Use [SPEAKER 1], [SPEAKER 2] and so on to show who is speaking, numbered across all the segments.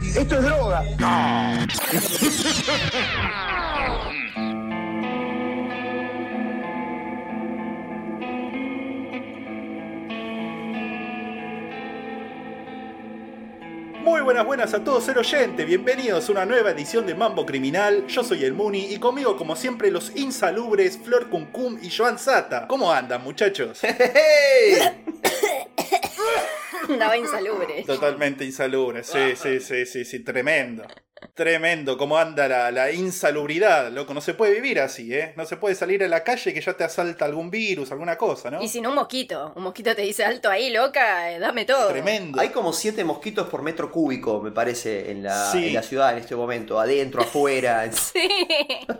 [SPEAKER 1] Esto es droga.
[SPEAKER 2] Muy buenas, buenas a todos, ser oyente. Bienvenidos a una nueva edición de Mambo Criminal. Yo soy el Muni y conmigo, como siempre, los insalubres Flor Cuncum y Joan Sata. ¿Cómo andan, muchachos?
[SPEAKER 3] Andaba insalubre.
[SPEAKER 2] Totalmente insalubre, sí, sí, sí, sí, sí, tremendo. Tremendo, cómo anda la, la insalubridad, loco. No se puede vivir así, ¿eh? No se puede salir a la calle que ya te asalta algún virus, alguna cosa, ¿no?
[SPEAKER 3] Y si no, un mosquito. Un mosquito te dice alto ahí, loca, eh, dame todo.
[SPEAKER 2] Tremendo.
[SPEAKER 4] Hay como siete mosquitos por metro cúbico, me parece, en la,
[SPEAKER 2] Sí.
[SPEAKER 4] en la ciudad en este momento. Adentro, afuera.
[SPEAKER 3] Sí.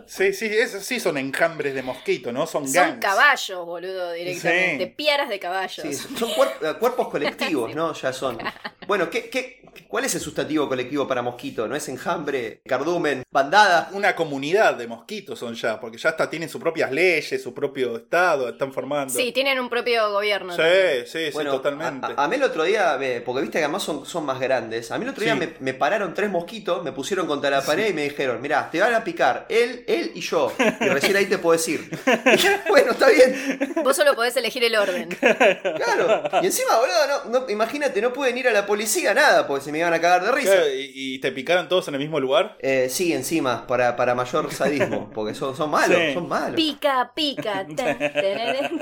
[SPEAKER 2] Sí, sí, esos sí son enjambres de mosquito, ¿no? Son gangs.
[SPEAKER 3] Son caballos, boludo, directamente.
[SPEAKER 2] Sí.
[SPEAKER 3] Piedras de caballos.
[SPEAKER 4] Sí, son cuerp- eh, cuerpos colectivos, ¿no? Ya son. Bueno, ¿qué, qué, cuál es el sustantivo colectivo para mosquito? ¿No es enjambre, cardumen, bandada?
[SPEAKER 2] Una comunidad de mosquitos son ya, porque ya hasta tienen sus propias leyes, su propio estado, están formando.
[SPEAKER 3] Sí, tienen un propio gobierno.
[SPEAKER 2] sí, sí, sí,
[SPEAKER 4] Bueno,
[SPEAKER 2] totalmente.
[SPEAKER 4] A, a- a mí el otro día, me- porque viste que además son, son más grandes, a mí el otro día
[SPEAKER 2] Sí.
[SPEAKER 4] me, me pararon tres mosquitos, me pusieron contra la pared y me dijeron, mirá, te van a picar él, él y yo. Y recién ahí te puedo decir. bueno, está bien.
[SPEAKER 3] Vos solo podés elegir el orden.
[SPEAKER 4] Claro. Y encima, boludo, no, no- imagínate, no pueden ir a la policía, nada, porque se me iban a cagar de risa.
[SPEAKER 2] Claro, ¿Y, y te picaron todos en el mismo lugar?
[SPEAKER 4] Eh, sí, encima, para, para mayor sadismo, porque son, son malos,
[SPEAKER 2] Sí.
[SPEAKER 4] son malos.
[SPEAKER 3] Pica, pica. ta, tararán.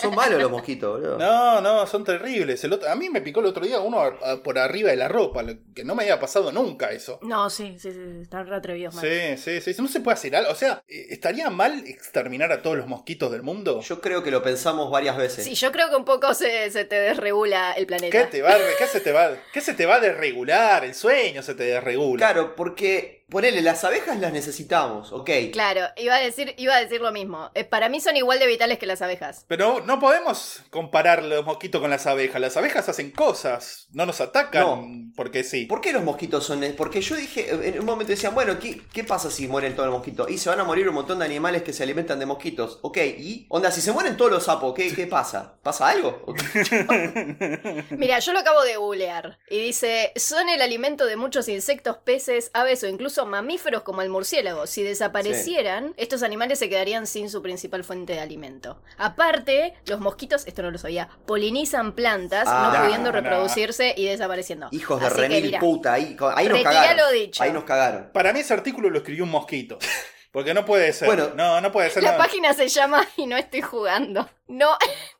[SPEAKER 4] Son malos los mosquitos, boludo.
[SPEAKER 2] No, no, son terribles. El otro- a mí me picó el otro día uno a- a- por arriba de la ropa, lo que no me había pasado nunca eso.
[SPEAKER 3] No, sí, sí, sí, sí, están re atrevidos, man.
[SPEAKER 2] Sí, sí, sí. No se puede hacer algo. O sea, eh, ¿estaría mal exterminar a todos los mosquitos del mundo?
[SPEAKER 4] Yo creo que lo pensamos varias veces.
[SPEAKER 3] Sí, yo creo que un poco se, se te desregula el
[SPEAKER 2] ¿Qué
[SPEAKER 3] planeta.
[SPEAKER 2] te va, a re- qué se te va, qué se te va a desregular? El sueño se te desregula.
[SPEAKER 4] Claro, porque, ponele, las abejas las necesitamos, ok.
[SPEAKER 3] Claro, iba a decir, iba a decir lo mismo. Eh, Para mí son igual de vitales que las abejas.
[SPEAKER 2] Pero no podemos comparar los mosquitos con las abejas. Las abejas hacen cosas, no nos atacan
[SPEAKER 4] No.
[SPEAKER 2] porque sí.
[SPEAKER 4] ¿Por qué los mosquitos son.? Porque yo dije, en un momento decían, bueno, ¿qué, qué pasa si mueren todos los mosquitos? Y se van a morir un montón de animales que se alimentan de mosquitos. Ok, y. Onda, si se mueren todos los sapos, ¿qué, qué pasa? ¿Pasa algo? Ok.
[SPEAKER 3] Mira, yo lo acabo de googlear y dice, son el alimento de muchos insectos, peces, aves o incluso mamíferos como el murciélago. Si desaparecieran, estos animales se quedarían sin su principal fuente de alimento. Aparte, los mosquitos, esto no lo sabía, polinizan plantas,
[SPEAKER 4] Ah,
[SPEAKER 3] no
[SPEAKER 4] no,
[SPEAKER 3] pudiendo
[SPEAKER 2] no.
[SPEAKER 3] reproducirse y desapareciendo.
[SPEAKER 4] Hijos de
[SPEAKER 3] Así que,
[SPEAKER 4] remil
[SPEAKER 3] mira,
[SPEAKER 4] puta, ahí, ahí nos
[SPEAKER 3] Retirá
[SPEAKER 4] cagaron.
[SPEAKER 3] lo dicho.
[SPEAKER 4] Ahí nos cagaron.
[SPEAKER 2] Para mí ese artículo lo escribió un mosquito. Porque no puede ser.
[SPEAKER 4] Bueno,
[SPEAKER 2] no, no puede ser.
[SPEAKER 3] La
[SPEAKER 2] no.
[SPEAKER 3] página se llama y no estoy jugando. No,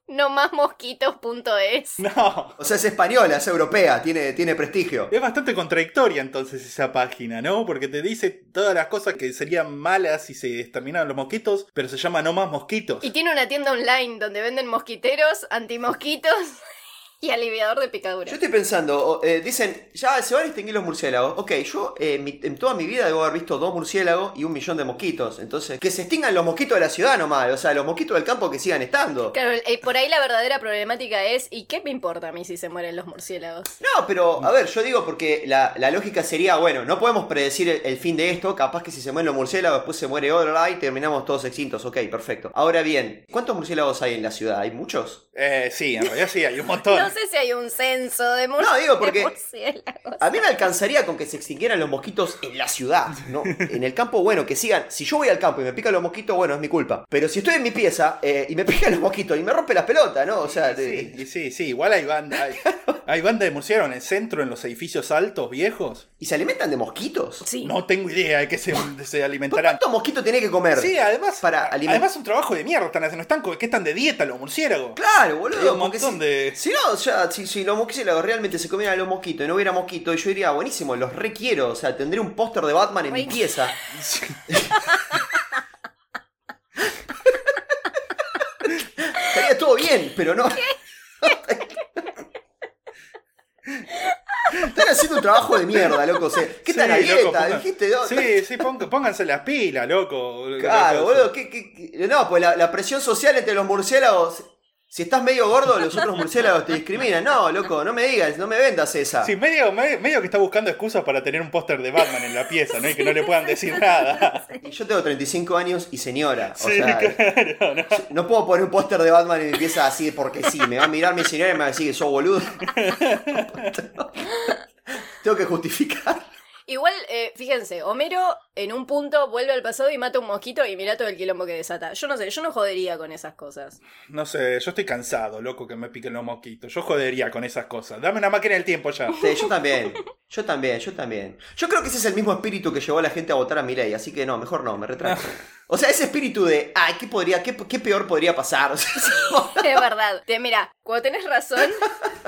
[SPEAKER 3] no más mosquitos.es.
[SPEAKER 2] No.
[SPEAKER 4] O sea, es española, es europea, tiene, tiene prestigio.
[SPEAKER 2] Es bastante contradictoria entonces esa página, ¿no? Porque te dice todas las cosas que serían malas si se exterminaban los mosquitos, pero se llama no más mosquitos.
[SPEAKER 3] Y tiene una tienda online donde venden mosquiteros, antimosquitos y aliviador de picaduras.
[SPEAKER 4] Yo estoy pensando, o, eh, dicen, ya se van a extinguir los murciélagos. Ok, yo eh, mi- en toda mi vida debo haber visto dos murciélagos y un millón de mosquitos. Entonces, que se extingan los mosquitos de la ciudad nomás, o sea, los mosquitos del campo que sigan estando.
[SPEAKER 3] Claro, eh, por ahí la verdadera problemática es, ¿y qué me importa a mí si se mueren los murciélagos?
[SPEAKER 4] No, pero a ver, yo digo porque la, la lógica sería, bueno, no podemos predecir el, el fin de esto, capaz que si se mueren los murciélagos, después se muere otro y terminamos todos extintos, ok, perfecto. Ahora bien, ¿cuántos murciélagos hay en la ciudad? ¿Hay muchos?
[SPEAKER 2] Eh, sí, en realidad sí, hay un montón.
[SPEAKER 3] No sé si hay un censo de, mur-
[SPEAKER 4] No, digo,
[SPEAKER 3] de
[SPEAKER 4] porque-
[SPEAKER 3] murciélagos.
[SPEAKER 4] A mí me alcanzaría con que se extinguieran los mosquitos en la ciudad, ¿no? En el campo, bueno, que sigan. Si yo voy al campo y me pican los mosquitos, bueno, es mi culpa. Pero si estoy en mi pieza eh, y me pican los mosquitos y me rompe las pelotas, ¿no? O sea,
[SPEAKER 2] Sí,
[SPEAKER 4] de-
[SPEAKER 2] y sí, sí, igual hay banda. Hay, hay banda de murciélagos en el centro, en los edificios altos, viejos.
[SPEAKER 4] ¿y se alimentan de mosquitos?
[SPEAKER 3] Sí.
[SPEAKER 2] No tengo idea de qué se, se alimentarán.
[SPEAKER 4] ¿Cuántos mosquitos tiene que comer?
[SPEAKER 2] Sí, además,
[SPEAKER 4] Para alimentar.
[SPEAKER 2] además un trabajo de mierda están haciendo. Están, co- ¿Qué están de dieta los murciélagos?
[SPEAKER 4] Claro,
[SPEAKER 2] Hay
[SPEAKER 4] boludo.
[SPEAKER 2] un
[SPEAKER 4] porque
[SPEAKER 2] montón
[SPEAKER 4] si,
[SPEAKER 2] de-
[SPEAKER 4] Si no, o sea, si, si los murciélagos realmente se comieran a los mosquitos y no hubiera mosquitos, yo diría, buenísimo, los requiero. O sea, tendré un póster de Batman en mi
[SPEAKER 3] Re-
[SPEAKER 4] pieza. Estaría todo bien, pero no. Están haciendo un trabajo de mierda, loco. o sea, ¿Qué
[SPEAKER 2] Sí,
[SPEAKER 4] tal la
[SPEAKER 2] loco,
[SPEAKER 4] dieta?
[SPEAKER 2] pongan-
[SPEAKER 4] Dijiste, no,
[SPEAKER 2] Sí, sí, pon- pónganse las pilas, loco.
[SPEAKER 4] Claro,
[SPEAKER 2] Loco,
[SPEAKER 4] boludo, ¿qué- qué- qué? no, pues la, la presión social entre los murciélagos. Si estás medio gordo, los otros murciélagos te discriminan. No, loco, no me digas, no me vendas esa.
[SPEAKER 2] Sí, medio, medio, medio que está buscando excusas para tener un póster de Batman en la pieza, ¿no? Y que no le puedan decir nada.
[SPEAKER 4] Yo tengo 35 años y señora. O
[SPEAKER 2] Sí,
[SPEAKER 4] sea,
[SPEAKER 2] claro, no.
[SPEAKER 4] no puedo poner un póster de Batman en mi pieza así porque sí. Me va a mirar mi señora y me va a decir, sos boludo. Tengo que justificar.
[SPEAKER 3] Igual, eh, fíjense, Homero en un punto vuelve al pasado y mata un mosquito y mira todo el quilombo que desata. Yo no sé, yo no jodería con esas cosas.
[SPEAKER 2] No sé, yo estoy cansado, loco, que me piquen los mosquitos. Yo jodería con esas cosas. Dame una máquina del tiempo ya.
[SPEAKER 4] Sí, yo también. Yo también, yo también. Yo creo que ese es el mismo espíritu que llevó a la gente a votar a Milei, así que no, mejor no, me retracto. O sea, ese espíritu de, ay, ¿qué, podría, qué, qué peor podría pasar? O sea,
[SPEAKER 3] es verdad. Te, mira, cuando tenés razón,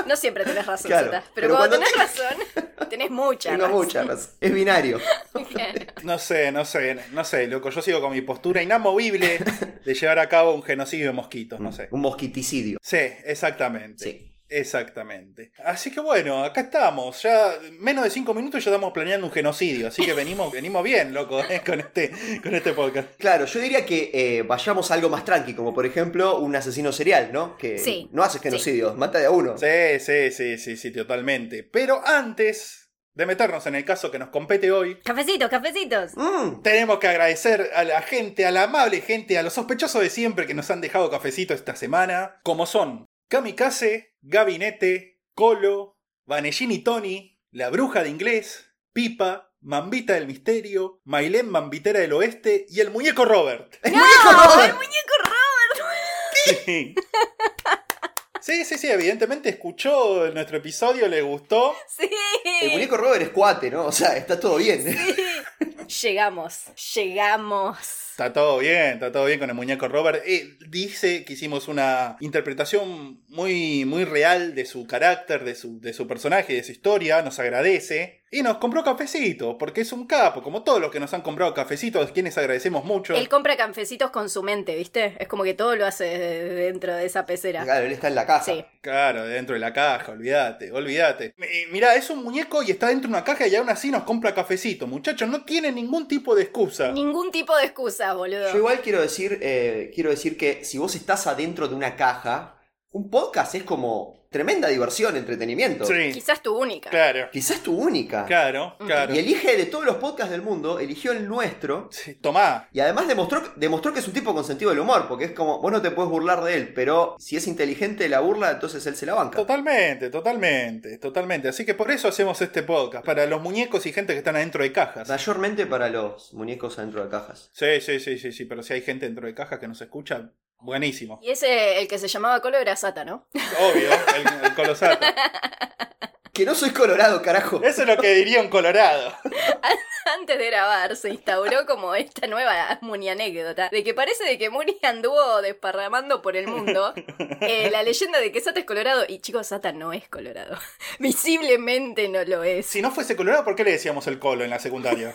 [SPEAKER 3] no siempre tenés razón,
[SPEAKER 4] Claro,
[SPEAKER 3] Zeta, pero,
[SPEAKER 4] pero
[SPEAKER 3] cuando,
[SPEAKER 4] cuando-
[SPEAKER 3] tenés razón, tenés mucha
[SPEAKER 4] tengo
[SPEAKER 3] razón.
[SPEAKER 4] muchas. razón. Es binario.
[SPEAKER 3] Claro.
[SPEAKER 2] No sé, no sé, no sé, loco. Yo sigo con mi postura inamovible de llevar a cabo un genocidio de mosquitos, no sé.
[SPEAKER 4] Un mosquiticidio.
[SPEAKER 2] Sí, exactamente.
[SPEAKER 4] Sí.
[SPEAKER 2] Exactamente. Así que bueno, acá estamos. Ya menos de cinco minutos ya estamos planeando un genocidio. Así que venimos, venimos bien, loco, eh, con, este, con este podcast.
[SPEAKER 4] Claro, yo diría que eh, vayamos a algo más tranqui, como por ejemplo un asesino serial, ¿no? Que
[SPEAKER 3] Sí,
[SPEAKER 4] no hace genocidios, mata de a uno.
[SPEAKER 2] Sí, sí, sí, sí, sí, totalmente. Pero antes de meternos en el caso que nos compete hoy,
[SPEAKER 3] Cafecitos, cafecitos.
[SPEAKER 4] Mm,
[SPEAKER 2] tenemos que agradecer a la gente, a la amable gente, a los sospechosos de siempre que nos han dejado cafecito esta semana, como son Kamikaze, Gabinete, Colo, Vanellini Tony, La Bruja de Inglés, Pipa, Mambita del Misterio, Mailén Mambitera del Oeste y el Muñeco Robert.
[SPEAKER 3] ¡No! ¡El muñeco
[SPEAKER 2] Sí, sí, sí, sí, evidentemente escuchó nuestro episodio, le gustó.
[SPEAKER 3] Sí.
[SPEAKER 4] El muñeco Robert es cuate, ¿no? O sea, está todo bien.
[SPEAKER 3] Llegamos, llegamos.
[SPEAKER 2] Está todo bien, está todo bien con el muñeco Robert. Eh, dice que hicimos una interpretación muy, muy real de su carácter, de su, de su personaje, de su historia, nos agradece. Y nos compró cafecito, porque es un capo, como todos los que nos han comprado cafecitos, a quienes agradecemos mucho.
[SPEAKER 3] Él compra cafecitos con su mente, ¿viste? Es como que todo lo hace desde dentro de esa pecera.
[SPEAKER 4] Claro, él está en la casa.
[SPEAKER 3] Sí.
[SPEAKER 2] Claro, dentro de la caja, olvídate, olvídate. Mi- Mirá, es un muñeco y está dentro de una caja y aún así nos compra cafecito. Muchachos, no tiene ningún tipo de excusa.
[SPEAKER 3] Ningún tipo de excusa, boludo.
[SPEAKER 4] Yo igual quiero decir, eh, quiero decir que si vos estás adentro de una caja, un podcast es como tremenda diversión, entretenimiento.
[SPEAKER 2] Sí,
[SPEAKER 3] Quizás tu única.
[SPEAKER 2] claro,
[SPEAKER 4] Quizás tu única.
[SPEAKER 2] claro, claro.
[SPEAKER 4] Y elige de todos los podcasts del mundo, eligió el nuestro.
[SPEAKER 2] Sí, tomá,
[SPEAKER 4] Y además demostró, demostró que es un tipo con sentido del humor, porque es como, vos no te puedes burlar de él, pero si es inteligente la burla, entonces él se la banca.
[SPEAKER 2] Totalmente, totalmente, totalmente. Así que por eso hacemos este podcast, para los muñecos y gente que están adentro de cajas.
[SPEAKER 4] Mayormente para los muñecos adentro de cajas.
[SPEAKER 2] Sí, sí, sí, sí, sí, pero si hay gente dentro de cajas que nos escucha, buenísimo.
[SPEAKER 3] Y ese, el que se llamaba Colo era Sata, ¿no?
[SPEAKER 2] Obvio, el, el colosato.
[SPEAKER 4] Que no soy colorado, carajo.
[SPEAKER 2] Eso es lo que diría un colorado.
[SPEAKER 3] Antes de grabar se instauró como esta nueva Muni anécdota, de que parece de que Muni anduvo desparramando por el mundo eh, la leyenda de que Sata es colorado, y chicos, Sata no es colorado. Visiblemente no lo es.
[SPEAKER 2] Si no fuese colorado, ¿por qué le decíamos el colo en la secundaria?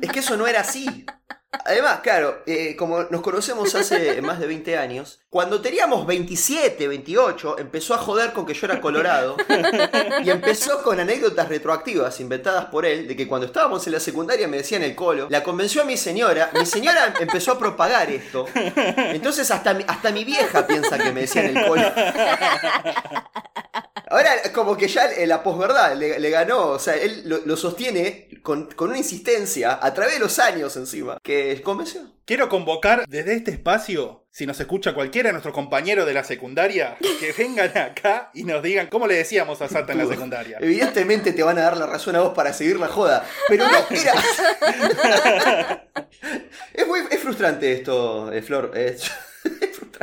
[SPEAKER 4] Es que eso no era así. Además, claro, eh, como nos conocemos hace más de 20 años, cuando teníamos 27, 28, empezó a joder con que yo era colorado y empezó con anécdotas retroactivas inventadas por él de que cuando estábamos en la secundaria me decían el colo, la convenció a mi señora, mi señora empezó a propagar esto, entonces hasta mi, hasta mi vieja piensa que me decían el colo. Ahora, como que ya eh, la posverdad le, le ganó, o sea, él lo, lo sostiene con, con una insistencia a través de los años encima, que convenció.
[SPEAKER 2] Quiero convocar desde este espacio, si nos escucha cualquiera de nuestros compañeros de la secundaria, que vengan acá y nos digan cómo le decíamos a Sata en la secundaria.
[SPEAKER 4] Evidentemente te van a dar la razón a vos para seguir la joda, pero no, mira. es, muy, es frustrante esto, eh, Flor. es-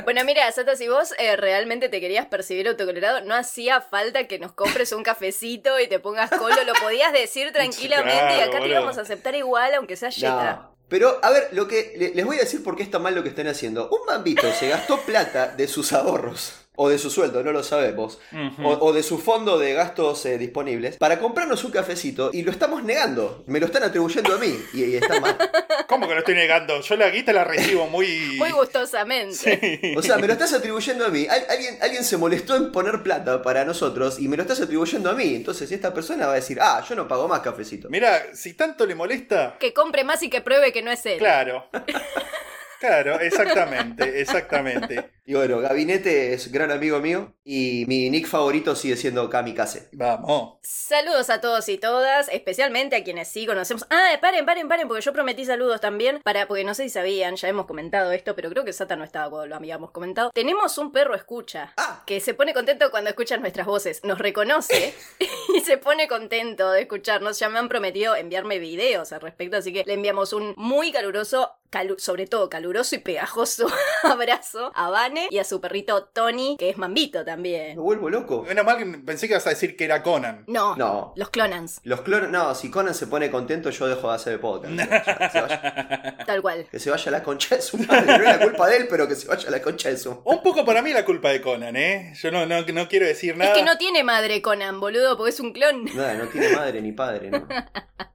[SPEAKER 3] Bueno, mira, Sata, si vos eh, realmente te querías percibir autocolorado, no hacía falta que nos compres un cafecito y te pongas colo, lo podías decir tranquilamente y
[SPEAKER 2] Claro,
[SPEAKER 3] acá te
[SPEAKER 2] boludo.
[SPEAKER 3] íbamos a aceptar igual, aunque sea yeta.
[SPEAKER 4] No. Pero, a ver, lo que le- les voy a decir por qué está mal lo que están haciendo. Un bambito se gastó plata de sus ahorros. O de su sueldo, no lo sabemos.
[SPEAKER 2] Ujú.
[SPEAKER 4] o, o de su fondo de gastos eh, disponibles. Para comprarnos un cafecito y lo estamos negando. Me lo están atribuyendo a mí. Y, y está mal.
[SPEAKER 2] ¿Cómo que lo estoy negando? Yo la guita la recibo muy...
[SPEAKER 3] Muy gustosamente.
[SPEAKER 4] O sea, me lo estás atribuyendo a mí. Al- alguien, alguien se molestó en poner plata para nosotros y me lo estás atribuyendo a mí. Entonces esta persona va a decir, ah, yo no pago más cafecito.
[SPEAKER 2] Mira, si tanto le molesta,
[SPEAKER 3] Que compre más y que pruebe que no es él.
[SPEAKER 2] claro. Claro, exactamente, exactamente.
[SPEAKER 4] Y bueno, Gabinete es gran amigo mío y mi nick favorito sigue siendo Kamikaze.
[SPEAKER 2] Vamos.
[SPEAKER 3] Saludos a todos y todas, especialmente a quienes sí conocemos. Ah, paren, paren, paren, porque yo prometí saludos también para, porque no sé si sabían, ya hemos comentado esto, pero creo que Sata no estaba cuando lo habíamos comentado. Tenemos un perro escucha
[SPEAKER 4] Ah.
[SPEAKER 3] que se pone contento cuando escucha nuestras voces, nos reconoce y se pone contento de escucharnos. Ya me han prometido enviarme videos al respecto, así que le enviamos un muy caluroso Calu sobre todo caluroso y pegajoso abrazo a Vane y a su perrito Tony, que es mambito también.
[SPEAKER 4] Me vuelvo loco.
[SPEAKER 2] Menos mal que pensé que ibas a decir que era Conan.
[SPEAKER 3] No,
[SPEAKER 4] No.
[SPEAKER 3] los clonans,
[SPEAKER 4] Los clones, no, si Conan se pone contento, yo dejo de hacer el podcast. Que se vaya-
[SPEAKER 3] tal cual.
[SPEAKER 4] Que se vaya a la concha de su madre. No es la culpa de él, pero que se vaya a la concha de su
[SPEAKER 2] Un poco para mí la culpa de Conan, ¿eh? Yo no, no, no quiero decir nada.
[SPEAKER 3] Es que no tiene madre Conan, boludo, porque es un clon.
[SPEAKER 4] Nada, no tiene madre ni padre, ¿no?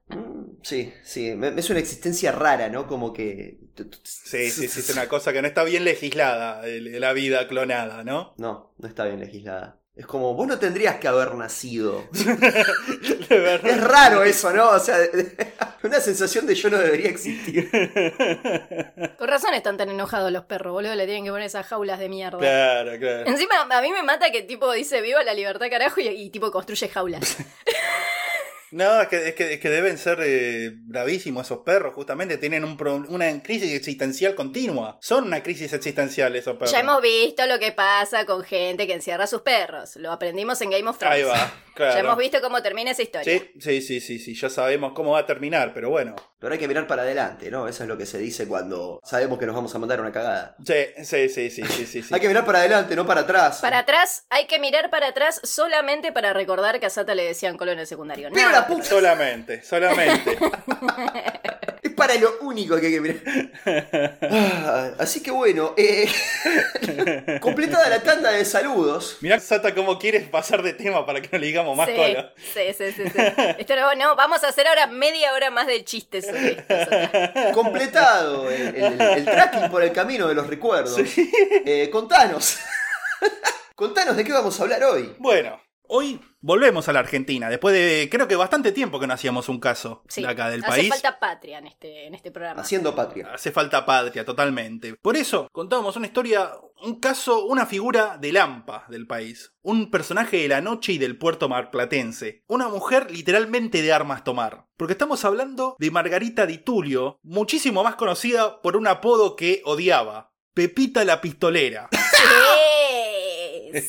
[SPEAKER 4] Mm, Sí, sí, me- es una existencia rara, ¿no? Como que...
[SPEAKER 2] Sí, sí, sí, es una cosa que no está bien legislada, el- la vida clonada, ¿no?
[SPEAKER 4] No, no está bien legislada. Es como, vos no tendrías que haber nacido.
[SPEAKER 2] De verdad.
[SPEAKER 4] Es raro eso, ¿no? O sea, de- de- una sensación de yo no debería existir.
[SPEAKER 3] Con razón están tan enojados los perros, boludo, le tienen que poner esas jaulas de mierda.
[SPEAKER 2] Claro, claro.
[SPEAKER 3] Encima, a mí me mata que tipo dice viva la libertad, carajo, y, y, tipo construye jaulas.
[SPEAKER 2] No, es que, es que, es que deben ser eh, bravísimos esos perros, justamente. Tienen un pro- una crisis existencial continua. Son una crisis existencial esos perros.
[SPEAKER 3] Ya hemos visto lo que pasa con gente que encierra a sus perros. Lo aprendimos en Game of Thrones.
[SPEAKER 2] Ahí va, claro.
[SPEAKER 3] Ya hemos visto cómo termina esa historia.
[SPEAKER 2] Sí, sí, sí, sí, sí, ya sabemos cómo va a terminar, pero bueno.
[SPEAKER 4] Pero hay que mirar para adelante, ¿no? Eso es lo que se dice cuando sabemos que nos vamos a mandar una cagada.
[SPEAKER 2] Sí, sí, sí, sí, sí, sí. sí.
[SPEAKER 4] Hay que mirar para adelante, no para atrás.
[SPEAKER 3] Para atrás, hay que mirar para atrás solamente para recordar que a Sata le decían colono secundario.
[SPEAKER 4] Pero
[SPEAKER 3] Nada.
[SPEAKER 4] la puta,
[SPEAKER 2] Solamente, solamente.
[SPEAKER 4] es para lo único que hay que mirar. Ah, Así que bueno, eh, completada la tanda de saludos.
[SPEAKER 2] Mirá, Sata, cómo quieres pasar de tema para que no le digamos más
[SPEAKER 3] sí,
[SPEAKER 2] cola.
[SPEAKER 3] sí, sí, sí, sí. Esto no, no, vamos a hacer ahora media hora más de chistes sobre esto, Sata.
[SPEAKER 4] Completado el, el- el tracking por el camino de los recuerdos. Eh, contanos. contanos de qué vamos a hablar hoy.
[SPEAKER 2] Bueno, hoy volvemos a la Argentina, después de creo que bastante tiempo que no hacíamos un caso
[SPEAKER 3] Sí.
[SPEAKER 2] de acá del
[SPEAKER 3] Hace
[SPEAKER 2] país.
[SPEAKER 3] falta patria en este, en este programa.
[SPEAKER 2] Ah.
[SPEAKER 4] Haciendo patria.
[SPEAKER 2] Hace falta patria, totalmente. Por eso contamos una historia, un caso, una figura del AMPA del país. Un personaje de la noche y del puerto marplatense. Una mujer literalmente de armas tomar. Porque estamos hablando de Margarita Di Tulio, muchísimo más conocida por un apodo que odiaba. Pepita la pistolera.
[SPEAKER 3] Sí,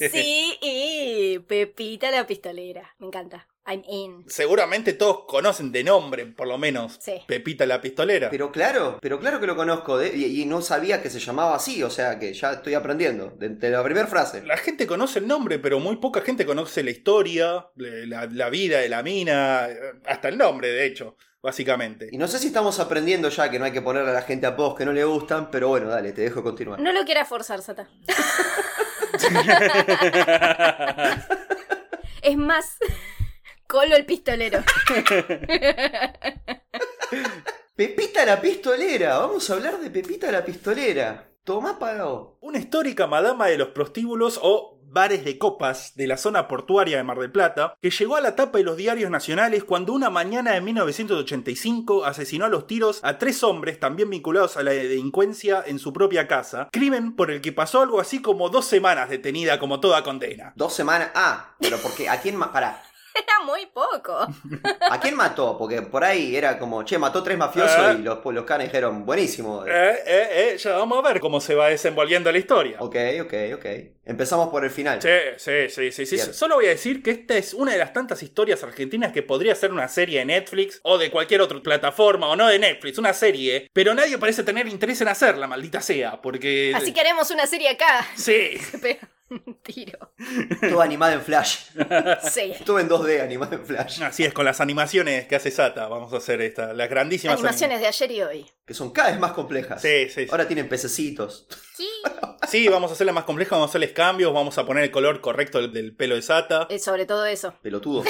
[SPEAKER 3] sí, y Pepita la pistolera. Me encanta. I'm in.
[SPEAKER 2] Seguramente todos conocen de nombre, por lo menos.
[SPEAKER 3] Sí.
[SPEAKER 2] Pepita la pistolera.
[SPEAKER 4] Pero claro, pero claro que lo conozco de- y, y no sabía que se llamaba así, o sea que ya estoy aprendiendo de, de la primera frase.
[SPEAKER 2] La gente conoce el nombre, pero muy poca gente conoce la historia, le- la, la vida de la mina, eh, hasta el nombre, de hecho, básicamente.
[SPEAKER 4] Y no sé si estamos aprendiendo ya que no hay que ponerle a la gente apodos que no le gustan, pero bueno, dale, te dejo continuar.
[SPEAKER 3] No lo quieras forzar, Sata. es más, colo el pistolero.
[SPEAKER 4] Pepita la pistolera, vamos a hablar de Pepita la pistolera. Tomá pagado.
[SPEAKER 2] Una histórica madama de los prostíbulos o bares de copas de la zona portuaria de Mar del Plata, que llegó a la tapa de los diarios nacionales cuando una mañana de 1985 asesinó a los tiros a tres hombres también vinculados a la delincuencia en su propia casa, crimen por el que pasó algo así como dos semanas detenida como toda condena.
[SPEAKER 4] Dos semanas. Ah, pero porque a quién ma- pará,
[SPEAKER 3] Era muy poco.
[SPEAKER 4] ¿A quién mató? Porque por ahí era como, che, mató tres mafiosos y los, los canes dijeron, buenísimo.
[SPEAKER 2] Eh, eh, eh, ya vamos a ver cómo se va desenvolviendo la historia.
[SPEAKER 4] Ok, ok, ok. Empezamos por el final.
[SPEAKER 2] Sí, sí, sí, sí, sí.
[SPEAKER 4] Bien.
[SPEAKER 2] Solo voy a decir que esta es una de las tantas historias argentinas que podría ser una serie de Netflix o de cualquier otra plataforma o no de Netflix, una serie, pero nadie parece tener interés en hacerla, maldita sea, porque...
[SPEAKER 3] Así que haremos una serie acá.
[SPEAKER 2] Sí.
[SPEAKER 3] Te pega un tiro.
[SPEAKER 4] Todo animado en flash.
[SPEAKER 3] Sí.
[SPEAKER 4] Todo en 2D animado en flash.
[SPEAKER 2] Así es, con las animaciones que hace Sata, vamos a hacer esta, las grandísimas
[SPEAKER 3] Animaciones de ayer y hoy.
[SPEAKER 4] Que son cada vez más complejas.
[SPEAKER 2] Sí, sí, sí.
[SPEAKER 4] Ahora tienen pececitos.
[SPEAKER 2] Sí, vamos a hacerla más compleja, vamos a hacerles cambios, vamos a poner el color correcto del, del pelo de Sata.
[SPEAKER 3] Eh, sobre todo eso.
[SPEAKER 4] Pelotudo.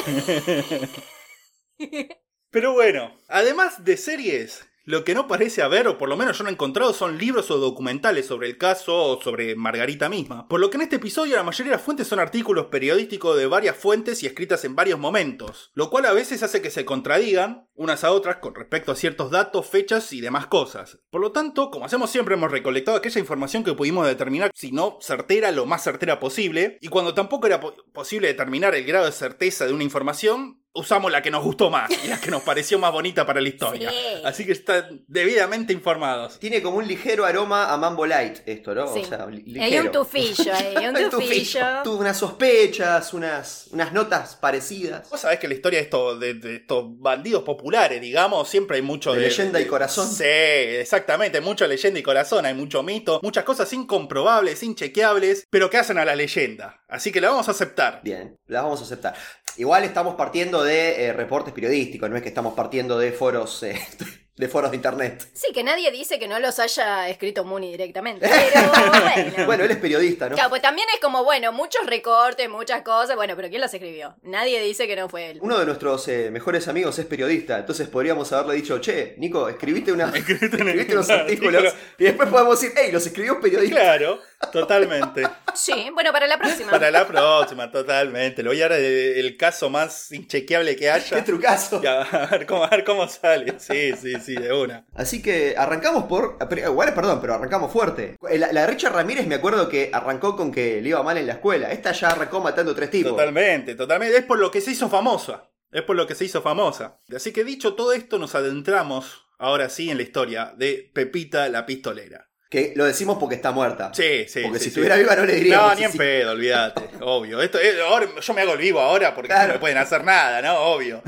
[SPEAKER 2] Pero bueno, además de series, lo que no parece haber, o por lo menos yo no he encontrado, son libros o documentales sobre el caso o sobre Margarita misma. Por lo que en este episodio la mayoría de las fuentes son artículos periodísticos de varias fuentes y escritas en varios momentos, lo cual a veces hace que se contradigan unas a otras con respecto a ciertos datos, fechas y demás cosas. Por lo tanto, como hacemos siempre, hemos recolectado aquella información que pudimos determinar, si no certera, lo más certera posible, y cuando tampoco era po- posible determinar el grado de certeza de una información, usamos la que nos gustó más y la que nos pareció más bonita para la historia.
[SPEAKER 3] Sí.
[SPEAKER 2] Así que están debidamente informados.
[SPEAKER 4] Tiene como un ligero aroma a Mambo Light esto, ¿no?
[SPEAKER 3] Sí.
[SPEAKER 4] O sea, li-
[SPEAKER 3] Hay
[SPEAKER 4] ligero.
[SPEAKER 3] un tufillo, ahí, hay un tufillo.
[SPEAKER 4] Tuve unas sospechas, unas, unas notas parecidas.
[SPEAKER 2] Vos sabés que la historia de estos, de, de estos bandidos populares, digamos, siempre hay mucho
[SPEAKER 4] De
[SPEAKER 2] de...
[SPEAKER 4] leyenda y corazón.
[SPEAKER 2] Sí, exactamente, mucha leyenda y corazón, hay mucho mito, muchas cosas incomprobables, inchequeables, pero que hacen a la leyenda. Así que la vamos a aceptar.
[SPEAKER 4] Bien, las vamos a aceptar. Igual estamos partiendo de eh, reportes periodísticos, no es que estamos partiendo de foros eh, de foros de internet.
[SPEAKER 3] Sí, que nadie dice que no los haya escrito Mooney directamente. Pero bueno.
[SPEAKER 4] Bueno, él es periodista, ¿no?
[SPEAKER 3] Claro, pues también es como, bueno, muchos recortes, muchas cosas. Bueno, pero ¿quién las escribió? Nadie dice que no fue él.
[SPEAKER 4] Uno de nuestros eh, mejores amigos es periodista, entonces podríamos haberle dicho, che, Nico, escribiste, una, escribiste unos artículos y después podemos decir, hey, los escribió un periodista.
[SPEAKER 2] Claro, totalmente.
[SPEAKER 3] Sí, bueno, para la próxima.
[SPEAKER 2] Para la próxima, totalmente. Le voy a dar el, el caso más inchequeable que
[SPEAKER 4] Qué
[SPEAKER 2] haya.
[SPEAKER 4] trucazo.
[SPEAKER 2] Y a ver cómo, a ver cómo sale. Sí, sí, sí, de una.
[SPEAKER 4] Así que arrancamos por. pero- Igual, perdón, pero arrancamos fuerte. Eh, La, la de Richard Ramírez me acuerdo que arrancó con que le iba mal en la escuela. Esta ya arrancó matando tres tipos.
[SPEAKER 2] Totalmente, totalmente. Es por lo que se hizo famosa. Es por lo que se hizo famosa. Así que dicho todo esto, nos adentramos ahora sí en la historia de Pepita la pistolera.
[SPEAKER 4] Que lo decimos porque está muerta.
[SPEAKER 2] Sí, sí.
[SPEAKER 4] Porque
[SPEAKER 2] sí, sí.
[SPEAKER 4] si estuviera viva no le diríamos.
[SPEAKER 2] No, ni en
[SPEAKER 4] Sí.
[SPEAKER 2] pedo, olvídate. Obvio. Esto, eh, ahora- yo me hago el vivo ahora porque
[SPEAKER 4] Claro.
[SPEAKER 2] no me pueden hacer nada, ¿no? Obvio.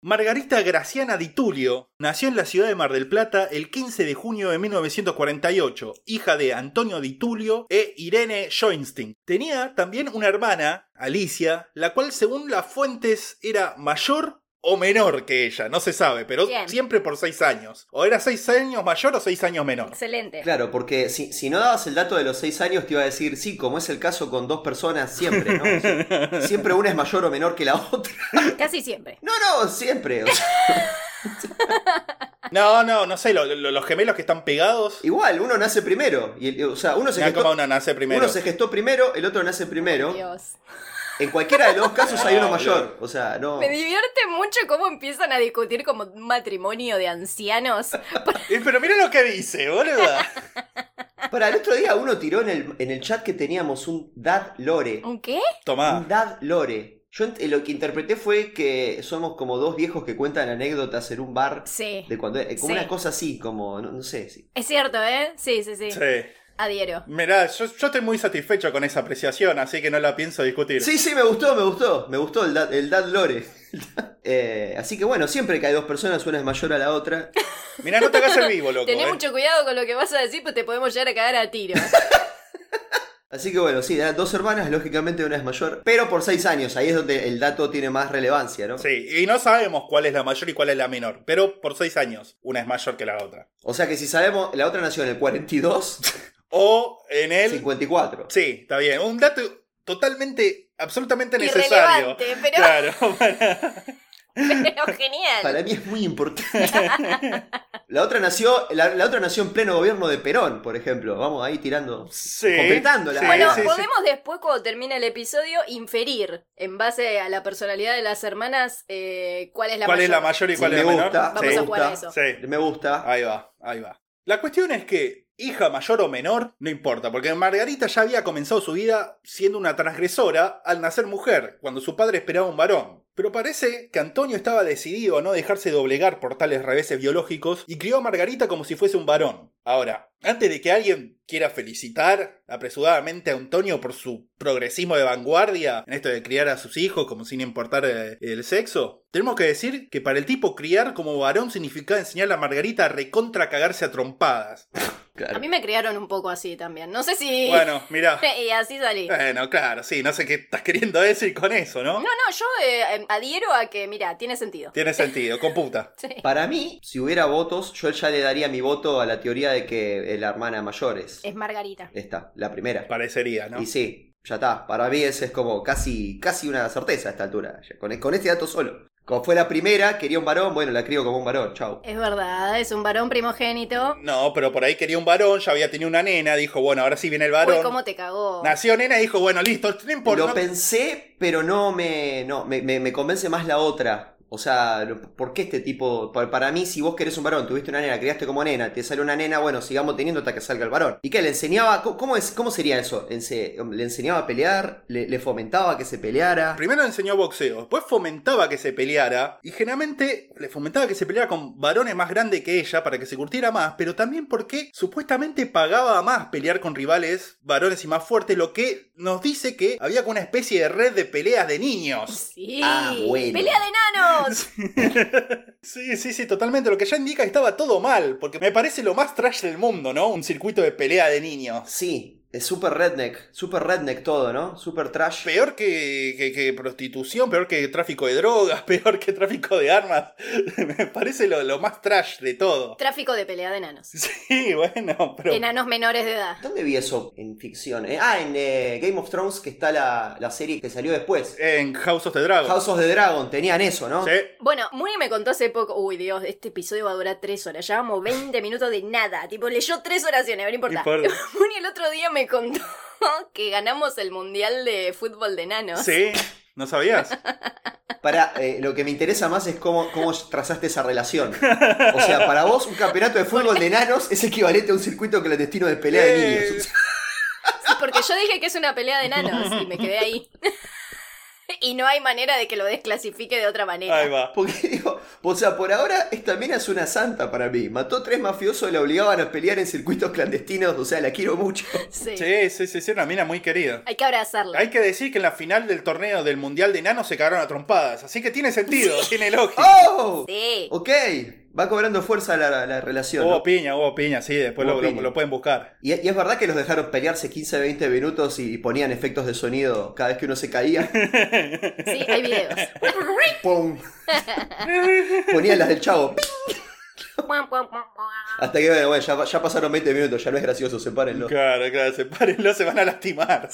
[SPEAKER 2] Margarita Graciana Di Tulio nació en la ciudad de Mar del Plata el 15 de junio de 1948, hija de Antonio Di Tulio e Irene Joinstein. Tenía también una hermana, Alicia, la cual según las fuentes era mayor o menor que ella, no se sabe, pero
[SPEAKER 3] Bien.
[SPEAKER 2] siempre por 6 años. O era 6 años mayor o 6 años menor.
[SPEAKER 3] Excelente.
[SPEAKER 4] Claro, porque si, si no dabas el dato de los seis años, te iba a decir, sí, como es el caso con dos personas, siempre, ¿no? O sea, siempre una es mayor o menor que la otra.
[SPEAKER 3] Casi siempre.
[SPEAKER 4] No, no, siempre. o sea,
[SPEAKER 2] No, no, no sé, lo- lo- los gemelos que están pegados.
[SPEAKER 4] igual, uno nace primero. Y, el- o sea, uno se,
[SPEAKER 2] Mirá cómo
[SPEAKER 4] gestó,
[SPEAKER 2] uno nace primero.
[SPEAKER 4] uno se gestó primero, el otro nace primero.
[SPEAKER 3] Dios.
[SPEAKER 4] En cualquiera de los casos hay uno
[SPEAKER 2] Ah,
[SPEAKER 4] mayor. O sea,
[SPEAKER 2] oh.
[SPEAKER 4] no.
[SPEAKER 3] Me divierte mucho cómo empiezan a discutir como un matrimonio de ancianos.
[SPEAKER 2] Eh, Pero mira lo que dice, boludo.
[SPEAKER 4] Para el otro día uno tiró en el, en el chat que teníamos un dad lore.
[SPEAKER 3] ¿Un qué?
[SPEAKER 2] Tomá.
[SPEAKER 4] Un dad lore. Yo ent- lo que interpreté fue que somos como dos viejos que cuentan anécdotas en un bar
[SPEAKER 3] Sí.
[SPEAKER 4] de cuando eh,
[SPEAKER 3] Sí.
[SPEAKER 4] como una cosa así, como no, no sé, sí.
[SPEAKER 3] Es cierto, ¿eh? Sí, sí, sí.
[SPEAKER 2] Sí.
[SPEAKER 3] Adhiero.
[SPEAKER 2] Mirá, yo, yo estoy muy satisfecho con esa apreciación, así que no la pienso discutir.
[SPEAKER 4] Sí, sí, me gustó, me gustó, me gustó el dad, el dad lore. Eh, así que bueno, siempre que hay dos personas, una es mayor a la otra.
[SPEAKER 2] Mirá, no te hagas el vivo, loco.
[SPEAKER 3] Tenés
[SPEAKER 2] eh.
[SPEAKER 3] mucho cuidado con lo que vas a decir, pues te podemos llegar a cagar a tiro.
[SPEAKER 4] Así que bueno, sí, da- dos hermanas, lógicamente una es mayor, pero por seis años, ahí es donde el dato tiene más relevancia, ¿no?
[SPEAKER 2] Sí, y no sabemos cuál es la mayor y cuál es la menor, pero por seis años, una es mayor que la otra.
[SPEAKER 4] O sea que si sabemos, la otra nació en el 42,
[SPEAKER 2] O en el...
[SPEAKER 4] 54.
[SPEAKER 2] Sí, está bien. Un dato totalmente, absolutamente necesario.
[SPEAKER 3] Irrelevante, pero,
[SPEAKER 2] Claro, para-
[SPEAKER 3] pero genial.
[SPEAKER 4] Para mí es muy importante. La otra nació, la, la otra nació en pleno gobierno de Perón, por ejemplo. Vamos ahí tirando.
[SPEAKER 2] Sí.
[SPEAKER 4] Completándola.
[SPEAKER 2] Sí,
[SPEAKER 3] Bueno,
[SPEAKER 2] sí, sí.
[SPEAKER 3] podemos después, cuando termine el episodio, inferir, en base a la personalidad de las hermanas, eh, cuál es la
[SPEAKER 2] ¿Cuál
[SPEAKER 3] mayor.
[SPEAKER 2] es la mayor y
[SPEAKER 4] Sí,
[SPEAKER 2] cuál es
[SPEAKER 4] me
[SPEAKER 2] la menor?
[SPEAKER 4] gusta.
[SPEAKER 3] Vamos
[SPEAKER 2] Sí.
[SPEAKER 3] a jugar a eso.
[SPEAKER 2] Sí.
[SPEAKER 4] Me gusta.
[SPEAKER 2] Ahí va, ahí va. La cuestión es que, hija mayor o menor, no importa, porque Margarita ya había comenzado su vida siendo una transgresora al nacer mujer, cuando su padre esperaba un varón. Pero parece que Antonio estaba decidido a no dejarse doblegar por tales reveses biológicos y crió a Margarita como si fuese un varón. Ahora, antes de que alguien quiera felicitar apresuradamente a Antonio por su progresismo de vanguardia en esto de criar a sus hijos como sin importar eh, el sexo, tenemos que decir que para el tipo criar como varón significaba enseñar a Margarita a recontra cagarse a trompadas.
[SPEAKER 4] Claro.
[SPEAKER 3] A mí me criaron un poco así también. No sé si.
[SPEAKER 2] Bueno, mirá.
[SPEAKER 3] y así salí.
[SPEAKER 2] Bueno, claro, sí, no sé qué estás queriendo decir con eso,
[SPEAKER 3] No,
[SPEAKER 2] ¿no?
[SPEAKER 3] no, yo eh, eh, adhiero a que, mira, tiene sentido.
[SPEAKER 2] Tiene sentido, computa.
[SPEAKER 3] Sí.
[SPEAKER 4] Para mí, si hubiera votos, yo ya le daría mi voto a la teoría de que la hermana mayor es
[SPEAKER 3] Es Margarita.
[SPEAKER 4] esta, la primera.
[SPEAKER 2] Parecería, ¿no?
[SPEAKER 4] Y sí, ya está. Para mí ese es como casi, casi una certeza a esta altura. Ya Con, con este dato solo. Como fue la primera, quería un varón, bueno, la crío como un varón, chau.
[SPEAKER 3] Es verdad, es un varón primogénito.
[SPEAKER 2] No, pero por ahí quería un varón, ya había tenido una nena, dijo, bueno, ahora sí viene el varón.
[SPEAKER 3] Uy, cómo te cagó.
[SPEAKER 2] Nació nena y dijo, bueno, listo, no importa.
[SPEAKER 4] Lo
[SPEAKER 2] no-
[SPEAKER 4] pensé, pero no me. No, me, me- me convence más la otra. O sea, ¿por qué este tipo? Para mí, si vos querés un varón, tuviste una nena, criaste como nena, te sale una nena, bueno, sigamos teniendo hasta que salga el varón. ¿Y qué? ¿Le enseñaba? ¿Cómo, es, cómo sería eso? ¿Le enseñaba a pelear? ¿Le, le fomentaba que se peleara?
[SPEAKER 2] Primero enseñó boxeo, después fomentaba que se peleara. Y generalmente le fomentaba que se peleara con varones más grandes que ella para que se curtiera más, pero también porque supuestamente pagaba más pelear con rivales varones y más fuertes, lo que nos dice que había como una especie de red de peleas de niños.
[SPEAKER 3] Sí. Ah, bueno. ¡Pelea de enanos!
[SPEAKER 2] sí, sí, sí, totalmente. Lo que ya indica que estaba todo mal, porque me parece lo más trash del mundo, ¿no? Un circuito de pelea de niños.
[SPEAKER 4] Sí, es super redneck, super redneck todo, ¿no? Super trash.
[SPEAKER 2] Peor que, que, que, prostitución, peor que tráfico de drogas, peor que tráfico de armas. Me parece lo, lo, más trash de todo.
[SPEAKER 3] Tráfico de pelea de enanos.
[SPEAKER 2] Sí, bueno, pero.
[SPEAKER 3] Enanos menores de edad.
[SPEAKER 4] ¿Dónde vi eso en ficción? Eh, ah, en eh, Game of Thrones, que está la, la, serie que salió después.
[SPEAKER 2] En House of the Dragon.
[SPEAKER 4] House of the Dragon, tenían eso, ¿no?
[SPEAKER 2] Sí.
[SPEAKER 3] Bueno, Muni me contó hace poco. Uy, Dios, este episodio va a durar tres horas. Llevamos 20 minutos de nada. Tipo, leyó tres oraciones, no importa. Por... Muni el otro día me contó que ganamos el mundial de fútbol de nanos.
[SPEAKER 2] Sí, ¿no sabías?
[SPEAKER 4] Para, eh, lo que me interesa más es cómo, cómo trazaste esa relación. O sea, para vos un campeonato de fútbol de nanos es equivalente a un circuito clandestino de pelea de niños.
[SPEAKER 3] Sí, porque yo dije que es una pelea de nanos y me quedé ahí. Y no hay manera de que lo desclasifique de otra manera.
[SPEAKER 2] Ahí va.
[SPEAKER 4] Porque digo, o sea, por ahora esta mina es una santa para mí. Mató tres mafiosos y la obligaban a pelear en circuitos clandestinos. O sea, la quiero mucho.
[SPEAKER 3] Sí,
[SPEAKER 2] sí, sí, sí, sí una mina muy querida.
[SPEAKER 3] Hay que abrazarla.
[SPEAKER 2] Hay que decir que en la final del torneo del Mundial de Enanos se cagaron a trompadas. Así que tiene sentido,
[SPEAKER 3] Sí.
[SPEAKER 2] tiene lógica.
[SPEAKER 4] ¡Oh!
[SPEAKER 3] Sí.
[SPEAKER 4] Ok. Va cobrando fuerza la, la, la relación.
[SPEAKER 2] Hubo
[SPEAKER 4] ¿no?
[SPEAKER 2] piña, hubo piña, sí, después
[SPEAKER 4] Hubo
[SPEAKER 2] lo, lo-
[SPEAKER 4] piña.
[SPEAKER 2] lo pueden buscar.
[SPEAKER 4] Y, y es verdad que los dejaron pelearse 15, 20 minutos y ponían efectos de sonido cada vez que uno se caía.
[SPEAKER 3] Sí, hay videos.
[SPEAKER 4] ¡Pum! ponían las del chavo. Hasta que, bueno, bueno, ya, ya pasaron 20 minutos, ya no es gracioso, sepárenlo.
[SPEAKER 2] Claro, claro, sepárenlo, se van a lastimar.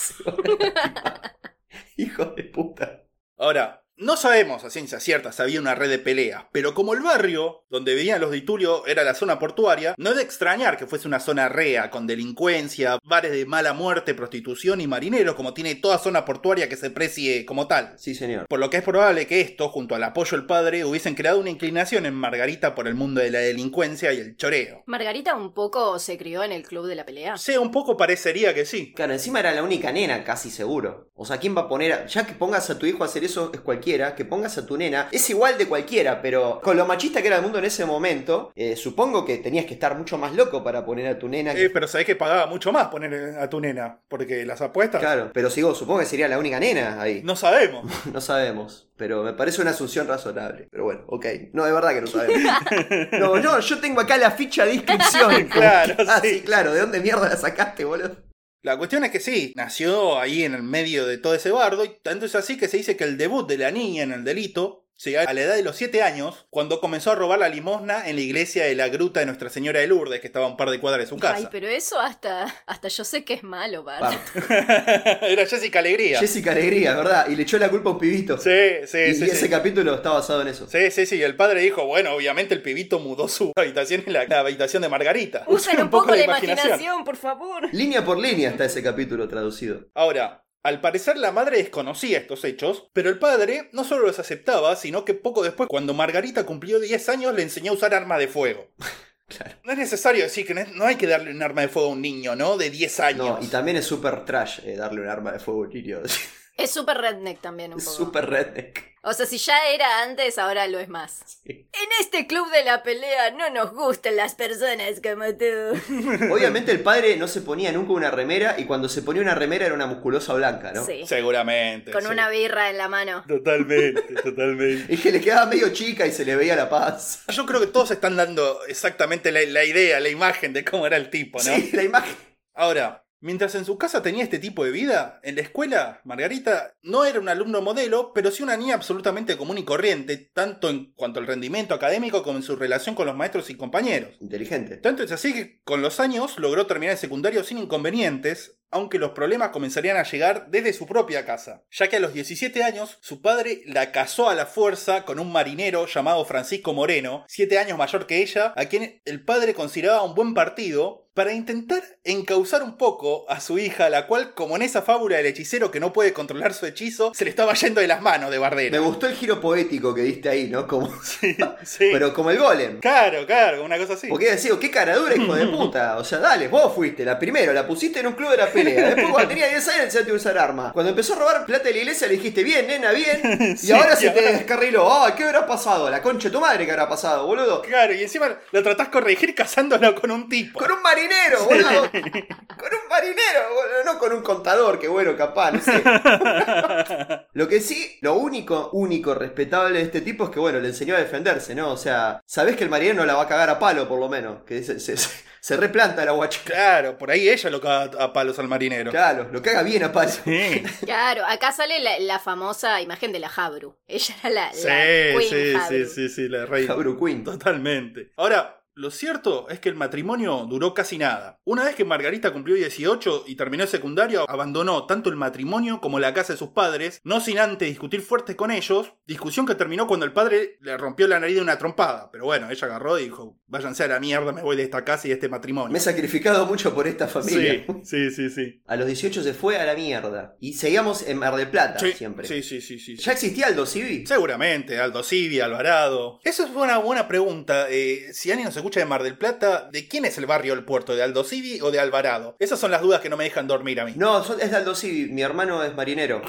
[SPEAKER 4] Hijo de puta.
[SPEAKER 2] Ahora, no sabemos a ciencia cierta si había una red de peleas, pero como el barrio donde vivían los de Itulio era la zona portuaria, no es de extrañar que fuese una zona rea, con delincuencia, bares de mala muerte, prostitución y marineros, como tiene toda zona portuaria que se precie como tal.
[SPEAKER 4] Sí, señor.
[SPEAKER 2] Por lo que es probable que esto, junto al apoyo del padre, hubiesen creado una inclinación en Margarita por el mundo de la delincuencia y el choreo.
[SPEAKER 3] Margarita un poco se crió en el club de la pelea.
[SPEAKER 2] Sí, un poco parecería que sí.
[SPEAKER 4] Claro, encima era la única nena, casi seguro. O sea, ¿quién va a poner a... Ya que pongas a tu hijo a hacer eso es cualquiera, que pongas a tu nena es igual de cualquiera, pero con lo machista que era el mundo en ese momento, eh, supongo que tenías que estar mucho más loco para poner a tu nena. que-
[SPEAKER 2] Eh, pero sabés que pagaba mucho más poner a tu nena, porque las apuestas...
[SPEAKER 4] Claro, pero sigo, supongo que sería la única nena ahí.
[SPEAKER 2] No sabemos.
[SPEAKER 4] No sabemos, pero me parece una asunción razonable. Pero bueno, ok. No, de verdad que no sabemos. No, no, yo tengo acá la ficha de inscripción.
[SPEAKER 2] Claro,
[SPEAKER 4] Ah,
[SPEAKER 2] sí.
[SPEAKER 4] sí, claro. ¿De dónde mierda la sacaste, boludo?
[SPEAKER 2] La cuestión es que sí, nació ahí en el medio de todo ese bardo, y tanto es así que se dice que el debut de la niña en el delito se da a la edad de los 7 años, cuando comenzó a robar la limosna en la iglesia de la gruta de Nuestra Señora de Lourdes, que estaba a un par de cuadras de su
[SPEAKER 3] Ay,
[SPEAKER 2] casa.
[SPEAKER 3] pero eso hasta, hasta yo sé que es malo, Bart.
[SPEAKER 4] Bart.
[SPEAKER 2] Era Jessica Alegría.
[SPEAKER 4] Jessica Alegría, ¿verdad? Y le echó la culpa a un pibito.
[SPEAKER 2] Sí,
[SPEAKER 4] y
[SPEAKER 2] sí, sí.
[SPEAKER 4] y ese
[SPEAKER 2] sí.
[SPEAKER 4] capítulo está basado en eso.
[SPEAKER 2] Sí, sí, sí, y el padre dijo, bueno, obviamente el pibito mudó su habitación en la, la habitación de Margarita.
[SPEAKER 3] Usen un poco la imaginación, por favor.
[SPEAKER 4] Línea por línea está ese capítulo traducido.
[SPEAKER 2] Ahora, al parecer la madre desconocía estos hechos, pero el padre no solo los aceptaba, sino que poco después, cuando Margarita cumplió 10 años, le enseñó a usar armas de fuego.
[SPEAKER 4] Claro.
[SPEAKER 2] No es necesario decir que no, es- no hay que darle un arma de fuego a un niño, ¿no? De 10 años.
[SPEAKER 4] No, y también es super trash eh, darle un arma de fuego a un niño.
[SPEAKER 3] Es súper redneck también un
[SPEAKER 4] Es
[SPEAKER 3] poco.
[SPEAKER 4] super redneck.
[SPEAKER 3] O sea, si ya era antes, ahora lo es más.
[SPEAKER 4] Sí.
[SPEAKER 3] En este club de la pelea no nos gustan las personas como tú.
[SPEAKER 4] Obviamente el padre no se ponía nunca una remera y cuando se ponía una remera era una musculosa blanca, ¿no?
[SPEAKER 3] Sí.
[SPEAKER 2] Seguramente.
[SPEAKER 3] Con
[SPEAKER 2] sí.
[SPEAKER 3] una birra en la mano.
[SPEAKER 2] Totalmente, totalmente.
[SPEAKER 4] Y que le quedaba medio chica y se le veía la paz.
[SPEAKER 2] Yo creo que todos están dando exactamente la, la idea, la imagen de cómo era el tipo, ¿no?
[SPEAKER 4] Sí, la imagen.
[SPEAKER 2] Ahora, mientras en su casa tenía este tipo de vida, en la escuela, Margarita no era un alumno modelo, pero sí una niña absolutamente común y corriente, tanto en cuanto al rendimiento académico como en su relación con los maestros y compañeros.
[SPEAKER 4] Inteligente.
[SPEAKER 2] Tanto es así que con los años logró terminar el secundario sin inconvenientes, aunque los problemas comenzarían a llegar desde su propia casa, ya que a los 17 años su padre la casó a la fuerza con un marinero llamado Francisco Moreno, 7 años mayor que ella, a quien el padre consideraba un buen partido, para intentar encauzar un poco a su hija, la cual, como en esa fábula del hechicero que no puede controlar su hechizo, se le estaba yendo de las manos de Bardero.
[SPEAKER 4] Me gustó el giro poético que diste ahí, ¿no? Como... Sí, sí. Pero como el golem.
[SPEAKER 2] Claro, claro, una cosa así.
[SPEAKER 4] Porque decía, "Oh, qué cara dura, hijo de puta. O sea, dale, vos fuiste la primero, la pusiste en un club de la pelea. Después cuando tenía 10 años empezaste a usar arma. Cuando empezó a robar plata de la iglesia le dijiste, bien, nena, bien. Y sí, ahora se ahora... te descarriló. Oh, ¿qué habrá pasado? La concha de tu madre que habrá pasado, boludo.
[SPEAKER 2] Claro, y encima lo tratás corregir casándolo con un tipo.
[SPEAKER 4] Con un marido marinero, boludo. con un marinero, boludo. No con un contador, que bueno, capaz, no sé. lo que sí, lo único, único respetable de este tipo es que, bueno, le enseñó a defenderse, ¿no? O sea, sabés que el marinero no la va a cagar a palo, por lo menos. Que se, se, se replanta la guacha.
[SPEAKER 2] Claro, por ahí ella lo caga a palos al marinero.
[SPEAKER 4] Claro, lo caga bien a palos. Sí.
[SPEAKER 3] claro, acá sale la, la, famosa imagen de la Habru. Ella era la,
[SPEAKER 2] sí,
[SPEAKER 3] la Queen
[SPEAKER 2] sí,
[SPEAKER 3] Habru.
[SPEAKER 2] sí, sí, sí, la reina.
[SPEAKER 4] Habru Queen.
[SPEAKER 2] Totalmente. Ahora, lo cierto es que el matrimonio duró casi nada. Una vez que Margarita cumplió 18 y terminó el secundario, abandonó tanto el matrimonio como la casa de sus padres, no sin antes discutir fuertes con ellos, discusión que terminó cuando el padre le rompió la nariz de una trompada. Pero bueno, ella agarró y dijo, váyanse a la mierda, me voy de esta casa y de este matrimonio.
[SPEAKER 4] Me he sacrificado mucho por esta familia.
[SPEAKER 2] Sí, sí, sí. sí.
[SPEAKER 4] A los 18 se fue a la mierda. Y seguíamos en Mar del Plata
[SPEAKER 2] sí,
[SPEAKER 4] siempre.
[SPEAKER 2] Sí, sí, sí, sí.
[SPEAKER 4] ¿Ya existía Aldo Civi?
[SPEAKER 2] Seguramente, Aldo Civi, Alvarado. Eso es una buena pregunta. Eh, si alguien nos escucha de Mar del Plata, ¿de quién es el barrio El Puerto? ¿De Aldo Civi o de Alvarado? Esas son las dudas que no me dejan dormir a mí.
[SPEAKER 4] No, es de Aldo Civi, mi hermano es marinero.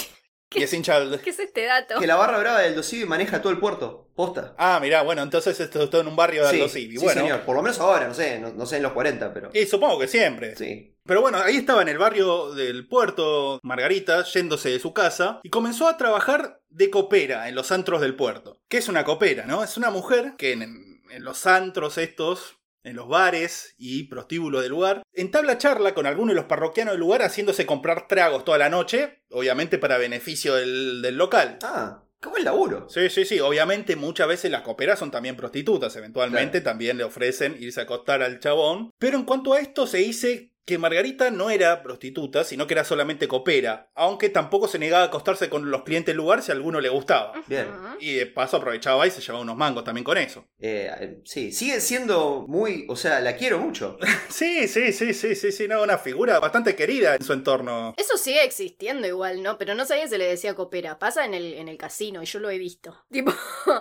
[SPEAKER 2] ¿Qué, es hincha del...
[SPEAKER 3] ¿Qué es este dato?
[SPEAKER 4] Que la barra brava del Aldosivi maneja todo el puerto. Posta.
[SPEAKER 2] Ah, mirá, bueno, entonces esto es todo en un barrio de
[SPEAKER 4] Sí,
[SPEAKER 2] Aldosivi.
[SPEAKER 4] sí,
[SPEAKER 2] bueno,
[SPEAKER 4] señor. Por lo menos ahora, no sé, no, no sé en los 40, pero.
[SPEAKER 2] y supongo que siempre.
[SPEAKER 4] Sí.
[SPEAKER 2] Pero bueno, ahí estaba en el barrio del puerto Margarita, yéndose de su casa, y comenzó a trabajar de copera en los antros del puerto. ¿Qué es una copera, no? Es una mujer que en, en los antros estos en los bares y prostíbulos del lugar, entabla charla con alguno de los parroquianos del lugar haciéndose comprar tragos toda la noche, obviamente para beneficio del, del local.
[SPEAKER 4] Ah, qué buen laburo.
[SPEAKER 2] Sí, sí, sí, obviamente muchas veces las coperas son también prostitutas, eventualmente también le ofrecen irse a acostar al chabón, pero en cuanto a esto se dice que Margarita no era prostituta, sino que era solamente copera, aunque tampoco se negaba a acostarse con los clientes del lugar si a alguno le gustaba.
[SPEAKER 4] Bien.
[SPEAKER 2] Y de paso aprovechaba y se llevaba unos mangos también con eso.
[SPEAKER 4] Eh, sí, sigue siendo muy. O sea, la quiero mucho.
[SPEAKER 2] Sí, sí, sí, sí, sí, sí, no, una figura bastante querida en su entorno.
[SPEAKER 3] Eso sigue existiendo igual, ¿no? Pero no sabía si le decía copera. Pasa en el, en el casino, y yo lo he visto. Tipo,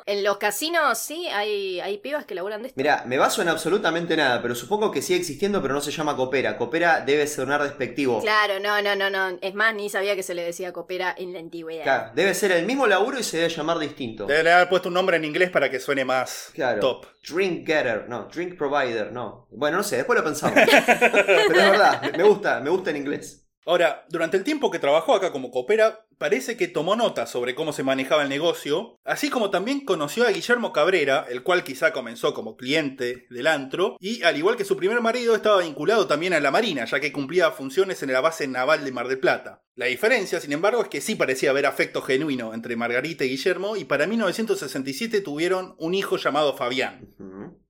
[SPEAKER 3] en los casinos sí hay, hay pibas que laburan de esto.
[SPEAKER 4] Mira, me baso en absolutamente nada, pero supongo que sigue existiendo, pero no se llama copera. Copera debe sonar despectivo.
[SPEAKER 3] Claro, no, no, no, no. Es más, ni sabía que se le decía copera en la antigüedad.
[SPEAKER 4] Claro, debe ser el mismo laburo y se debe llamar distinto.
[SPEAKER 2] Debe haber puesto un nombre en inglés para que suene más
[SPEAKER 4] Claro.
[SPEAKER 2] top.
[SPEAKER 4] Drink getter, no, drink provider, no. Bueno, no sé, después lo pensamos. Pero es verdad, me gusta, me gusta en inglés.
[SPEAKER 2] Ahora, durante el tiempo que trabajó acá como copera, parece que tomó nota sobre cómo se manejaba el negocio, así como también conoció a Guillermo Cabrera, el cual quizá comenzó como cliente del antro, y al igual que su primer marido estaba vinculado también a la Marina, ya que cumplía funciones en la base naval de Mar del Plata. La diferencia, sin embargo, es que sí parecía haber afecto genuino entre Margarita y Guillermo, y para 1967 tuvieron un hijo llamado Fabián.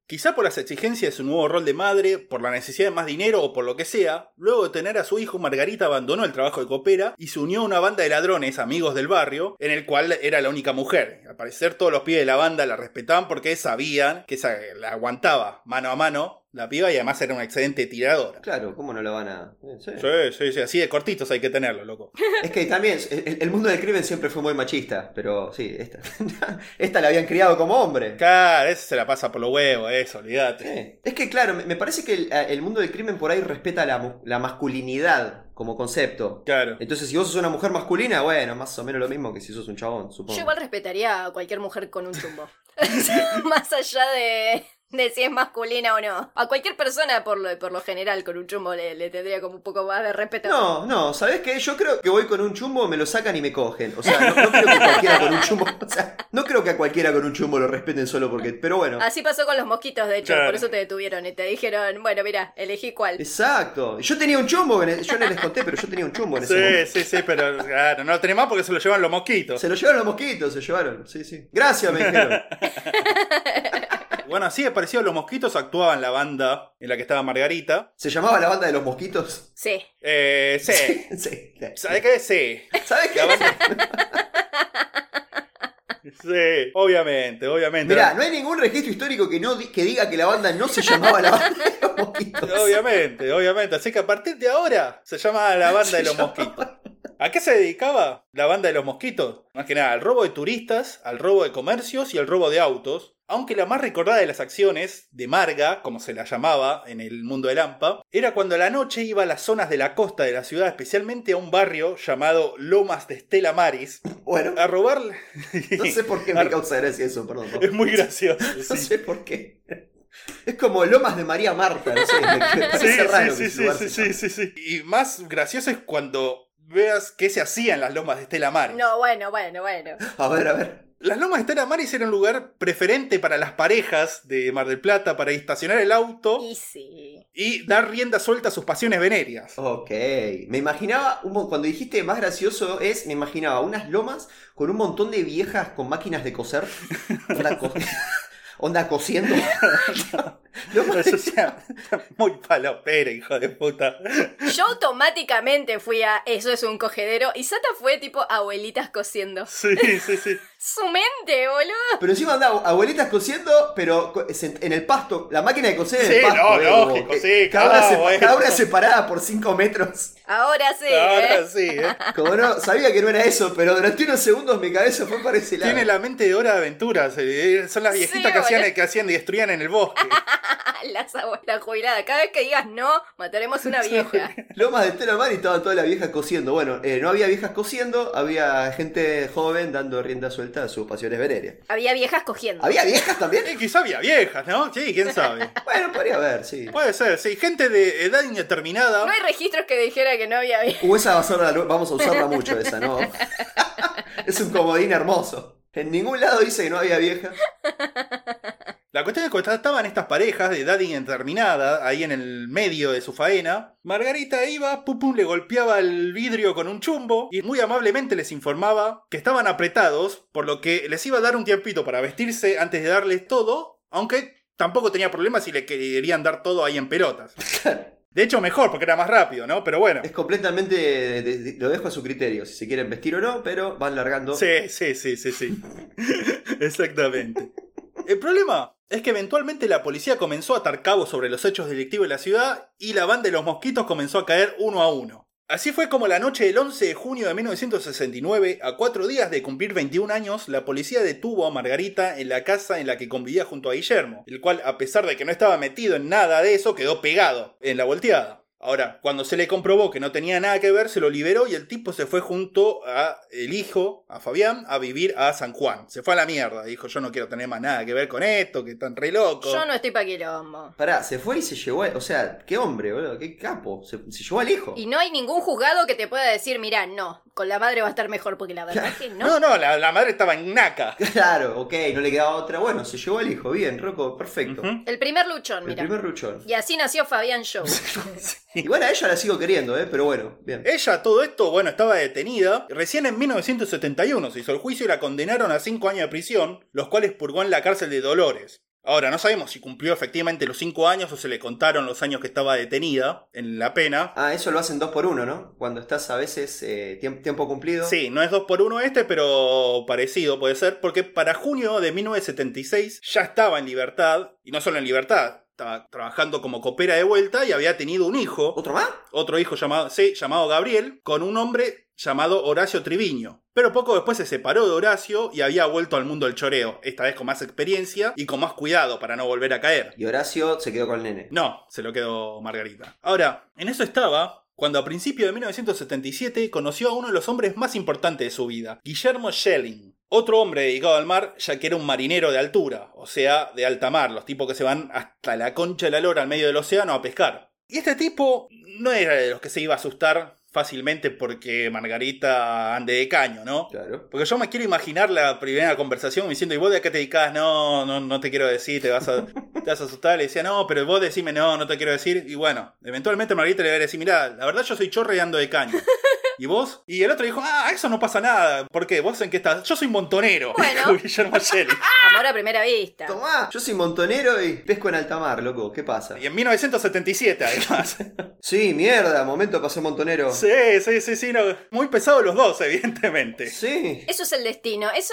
[SPEAKER 2] Quizá por las exigencias de su nuevo rol de madre, por la necesidad de más dinero o por lo que sea, luego de tener a su hijo Margarita abandonó el trabajo de copera y se unió a una banda de ladrones, amigos del barrio, en el cual era la única mujer. Al parecer todos los pibes de la banda la respetaban porque sabían que se la aguantaba mano a mano la piba y además era una excelente tiradora.
[SPEAKER 4] Claro, ¿cómo no lo van a.? eh, sí.
[SPEAKER 2] Sí, sí, sí, así de cortitos hay que tenerlo, loco.
[SPEAKER 4] Es que también, el, el mundo del crimen siempre fue muy machista, pero sí, esta. esta la habían criado como hombre.
[SPEAKER 2] Claro, ese se la pasa por los huevos, eso, olvídate.
[SPEAKER 4] Sí. Es que claro, me- me parece que el, el mundo del crimen por ahí respeta la, mu- la masculinidad como concepto.
[SPEAKER 2] Claro.
[SPEAKER 4] Entonces, si vos sos una mujer masculina, bueno, más o menos lo mismo que si sos un chabón, supongo.
[SPEAKER 3] Yo igual respetaría a cualquier mujer con un chumbo. Más allá de, de si es masculina o no. A cualquier persona, por lo, por lo general, con un chumbo le, le tendría como un poco más de respeto.
[SPEAKER 4] No, no, ¿sabés qué? Yo creo que voy con un chumbo, me lo sacan y me cogen. O sea, no, no creo que cualquiera con un chumbo. o sea, no creo que a cualquiera con un chumbo lo respeten solo porque. Pero bueno.
[SPEAKER 3] Así pasó con los mosquitos, de hecho.
[SPEAKER 2] Claro.
[SPEAKER 3] Por eso te detuvieron y te dijeron, bueno, mira, elegí cuál.
[SPEAKER 4] Exacto. Yo tenía un chumbo, en el- yo no les conté, pero yo tenía un chumbo en ese momento.
[SPEAKER 2] Sí, sí, sí, pero claro, no lo tenés más porque se lo llevan los mosquitos.
[SPEAKER 4] Se lo llevaron los mosquitos, se llevaron. Sí, sí. Gracias, me dijeron.
[SPEAKER 2] Bueno, así de parecido a los mosquitos actuaban la banda en la que estaba Margarita.
[SPEAKER 4] ¿Se llamaba la banda de los mosquitos?
[SPEAKER 3] Sí.
[SPEAKER 2] Eh, sí.
[SPEAKER 4] sí.
[SPEAKER 2] ¿Sabes qué? Sí.
[SPEAKER 4] ¿Sabes qué?
[SPEAKER 2] La Sí, obviamente, obviamente.
[SPEAKER 4] Mirá, no hay ningún registro histórico que, no di- que diga que la banda no se llamaba la banda de los mosquitos.
[SPEAKER 2] Obviamente, obviamente. Así que a partir de ahora se llama la banda de los mosquitos. ¿A qué se dedicaba la banda de los mosquitos? Más que nada, al robo de turistas, al robo de comercios y al robo de autos. Aunque la más recordada de las acciones de Marga, como se la llamaba en el mundo de Lampa, era cuando a la noche iba a las zonas de la costa de la ciudad, especialmente a un barrio llamado Lomas de Estela Maris,
[SPEAKER 4] Bueno,
[SPEAKER 2] a robar...
[SPEAKER 4] no sé por qué me causa gracia eso, perdón.
[SPEAKER 2] Es muy gracioso.
[SPEAKER 4] No
[SPEAKER 2] sí.
[SPEAKER 4] sé por qué. Es como Lomas de María Marta, no sé. Me me parece raro que
[SPEAKER 2] sí,
[SPEAKER 4] ese
[SPEAKER 2] sí,
[SPEAKER 4] lugar
[SPEAKER 2] sí,
[SPEAKER 4] se
[SPEAKER 2] sí, sí, sí. Y más gracioso es cuando veas qué se hacía en las lomas de Estela Maris.
[SPEAKER 3] No, bueno, bueno, bueno.
[SPEAKER 4] llame. A ver, a ver.
[SPEAKER 2] Las lomas de Estela Maris era un lugar preferente para las parejas de Mar del Plata para estacionar el auto
[SPEAKER 3] Y sí.
[SPEAKER 2] y dar rienda suelta a sus pasiones venéreas.
[SPEAKER 4] Ok. Me imaginaba, un, mon- cuando dijiste más gracioso es, me imaginaba unas lomas con un montón de viejas con máquinas de coser. Onda, co- onda cosiendo. Lomas de-
[SPEAKER 2] Eso sea, muy palopera, hijo de puta.
[SPEAKER 3] Yo automáticamente fui a eso es un cogedero y Sata fue tipo abuelitas cosiendo.
[SPEAKER 2] Sí, sí, sí.
[SPEAKER 3] Su mente, boludo.
[SPEAKER 4] Pero encima andaba abuelitas cosiendo, pero co- sent- en el pasto. La máquina de coser en
[SPEAKER 2] Sí,
[SPEAKER 4] el pasto.
[SPEAKER 2] no,
[SPEAKER 4] eh,
[SPEAKER 2] lógico,
[SPEAKER 4] como que-
[SPEAKER 2] sí,
[SPEAKER 4] Cada una,
[SPEAKER 2] claro,
[SPEAKER 4] sepa-
[SPEAKER 2] bueno.
[SPEAKER 4] cada una separada por 5 metros.
[SPEAKER 3] Ahora sí,
[SPEAKER 2] Ahora
[SPEAKER 3] ¿eh?
[SPEAKER 2] sí, ¿eh?
[SPEAKER 4] Como no, sabía que no era eso, pero durante unos segundos mi cabeza fue para ese lado.
[SPEAKER 2] Tiene la mente de hora de aventuras. eh, Son las
[SPEAKER 3] Sí,
[SPEAKER 2] viejitas que, hacían,
[SPEAKER 3] boludo.
[SPEAKER 2] que hacían y destruían en el bosque.
[SPEAKER 3] Las abuelas jubiladas. Cada vez que digas no, mataremos una vieja.
[SPEAKER 4] Lomas de Estela Mar y estaban todas las viejas cosiendo. Bueno, eh, no había viejas cosiendo, había gente joven dando rienda suelta a sus pasiones venéreas.
[SPEAKER 3] Había viejas cogiendo.
[SPEAKER 4] ¿Había viejas también?
[SPEAKER 2] Eh, quizá había viejas, ¿no? Sí, quién sabe.
[SPEAKER 4] Bueno, podría haber, sí.
[SPEAKER 2] Puede ser, sí. Gente de edad indeterminada.
[SPEAKER 3] No hay registros que dijera que no había viejas.
[SPEAKER 4] Uh, esa va a ser la- vamos a usarla mucho, esa, ¿no? es un comodín hermoso. En ningún lado dice que no había vieja.
[SPEAKER 2] La cuestión es que cuando estaban estas parejas de edad indeterminada, ahí en el medio de su faena, Margarita iba, pum pum, le golpeaba el vidrio con un chumbo y muy amablemente les informaba que estaban apretados, por lo que les iba a dar un tiempito para vestirse antes de darles todo, aunque tampoco tenía problemas si le querían dar todo ahí en pelotas. De hecho, mejor, porque era más rápido, ¿no? Pero bueno.
[SPEAKER 4] Es completamente. de- de- lo dejo a su criterio, si se quieren vestir o no, pero van largando.
[SPEAKER 2] Sí, sí, sí, sí, sí. Exactamente. El problema es que eventualmente la policía comenzó a atar cabos sobre los hechos delictivos de la ciudad y la banda de los mosquitos comenzó a caer uno a uno. Así fue como la noche del 11 de junio de 1969, a cuatro días de cumplir 21 años, la policía detuvo a Margarita en la casa en la que convivía junto a Guillermo, el cual, a pesar de que no estaba metido en nada de eso, quedó pegado en la volteada. Ahora, cuando se le comprobó que no tenía nada que ver, se lo liberó y el tipo se fue junto a el hijo, a Fabián, a vivir a San Juan. Se fue a la mierda, dijo, yo no quiero tener más nada que ver con esto, que están re locos.
[SPEAKER 3] Yo no estoy pa' quilombo.
[SPEAKER 4] Pará, se fue y se llevó. a- O sea, qué hombre, boludo, qué capo. Se, se llevó al hijo.
[SPEAKER 3] Y no hay ningún juzgado que te pueda decir, mirá, no, con la madre va a estar mejor porque la verdad es que no.
[SPEAKER 2] No, no, la, la madre estaba en naca.
[SPEAKER 4] Claro, ok, no le quedaba otra. Bueno, se llevó al hijo, bien, Rocco, perfecto.
[SPEAKER 2] Ujú.
[SPEAKER 3] El primer luchón,
[SPEAKER 4] El
[SPEAKER 3] mira.
[SPEAKER 4] primer ruchón.
[SPEAKER 3] Y así nació Fabián Show.
[SPEAKER 4] Y bueno, a ella la sigo queriendo, ¿eh? Pero bueno, bien.
[SPEAKER 2] Ella, todo esto, bueno, estaba detenida. Recién en 1971 se hizo el juicio y la condenaron a 5 años de prisión, los cuales purgó en la cárcel de Dolores. Ahora, no sabemos si cumplió efectivamente los 5 años o se le contaron los años que estaba detenida en la pena.
[SPEAKER 4] Ah, eso lo hacen dos por uno, ¿no? Cuando estás a veces eh, tiemp- tiempo cumplido.
[SPEAKER 2] Sí, no es 2 por 1 este, pero parecido puede ser, porque para junio de 1976 ya estaba en libertad, y no solo en libertad, estaba trabajando como copera de vuelta y había tenido un hijo.
[SPEAKER 4] ¿Otro más?
[SPEAKER 2] otro hijo llamado, sí, llamado Gabriel, con un hombre llamado Horacio Triviño. Pero poco después se separó de Horacio y había vuelto al mundo del choreo, esta vez con más experiencia y con más cuidado para no volver a caer.
[SPEAKER 4] Y Horacio se quedó con el nene.
[SPEAKER 2] No, se lo quedó Margarita. Ahora, en eso estaba cuando a principios de 1977 conoció a uno de los hombres más importantes de su vida, Guillermo Schelling. Otro hombre dedicado al mar, ya que era un marinero de altura, o sea, de alta mar, los tipos que se van hasta la concha de la lora al medio del océano a pescar. Y este tipo no era de los que se iba a asustar fácilmente porque Margarita ande de caño, ¿no?
[SPEAKER 4] Claro.
[SPEAKER 2] Porque yo me quiero imaginar la primera conversación diciendo, ¿y vos de acá te dedicás? No, no, no te quiero decir, te vas a, te vas a asustar. Le decía, no, pero vos decime, no, no te quiero decir. Y bueno, eventualmente Margarita le va a decir, mirá, la verdad yo soy chorreando de caño. ¿Y vos? Y el otro dijo, ah, eso no pasa nada. ¿Por qué? ¿Vos en qué estás? Yo soy montonero.
[SPEAKER 3] Bueno.
[SPEAKER 2] dijo Guillermo Ayel.
[SPEAKER 3] Amor a primera vista.
[SPEAKER 4] Tomá, yo soy montonero y pesco en alta mar, loco. ¿Qué pasa?
[SPEAKER 2] Y en 1977, además.
[SPEAKER 4] Sí, mierda, momento pasó montonero.
[SPEAKER 2] sí, sí, sí, sí. no. Muy pesados los dos, evidentemente.
[SPEAKER 4] Sí.
[SPEAKER 3] Eso es el destino. Eso,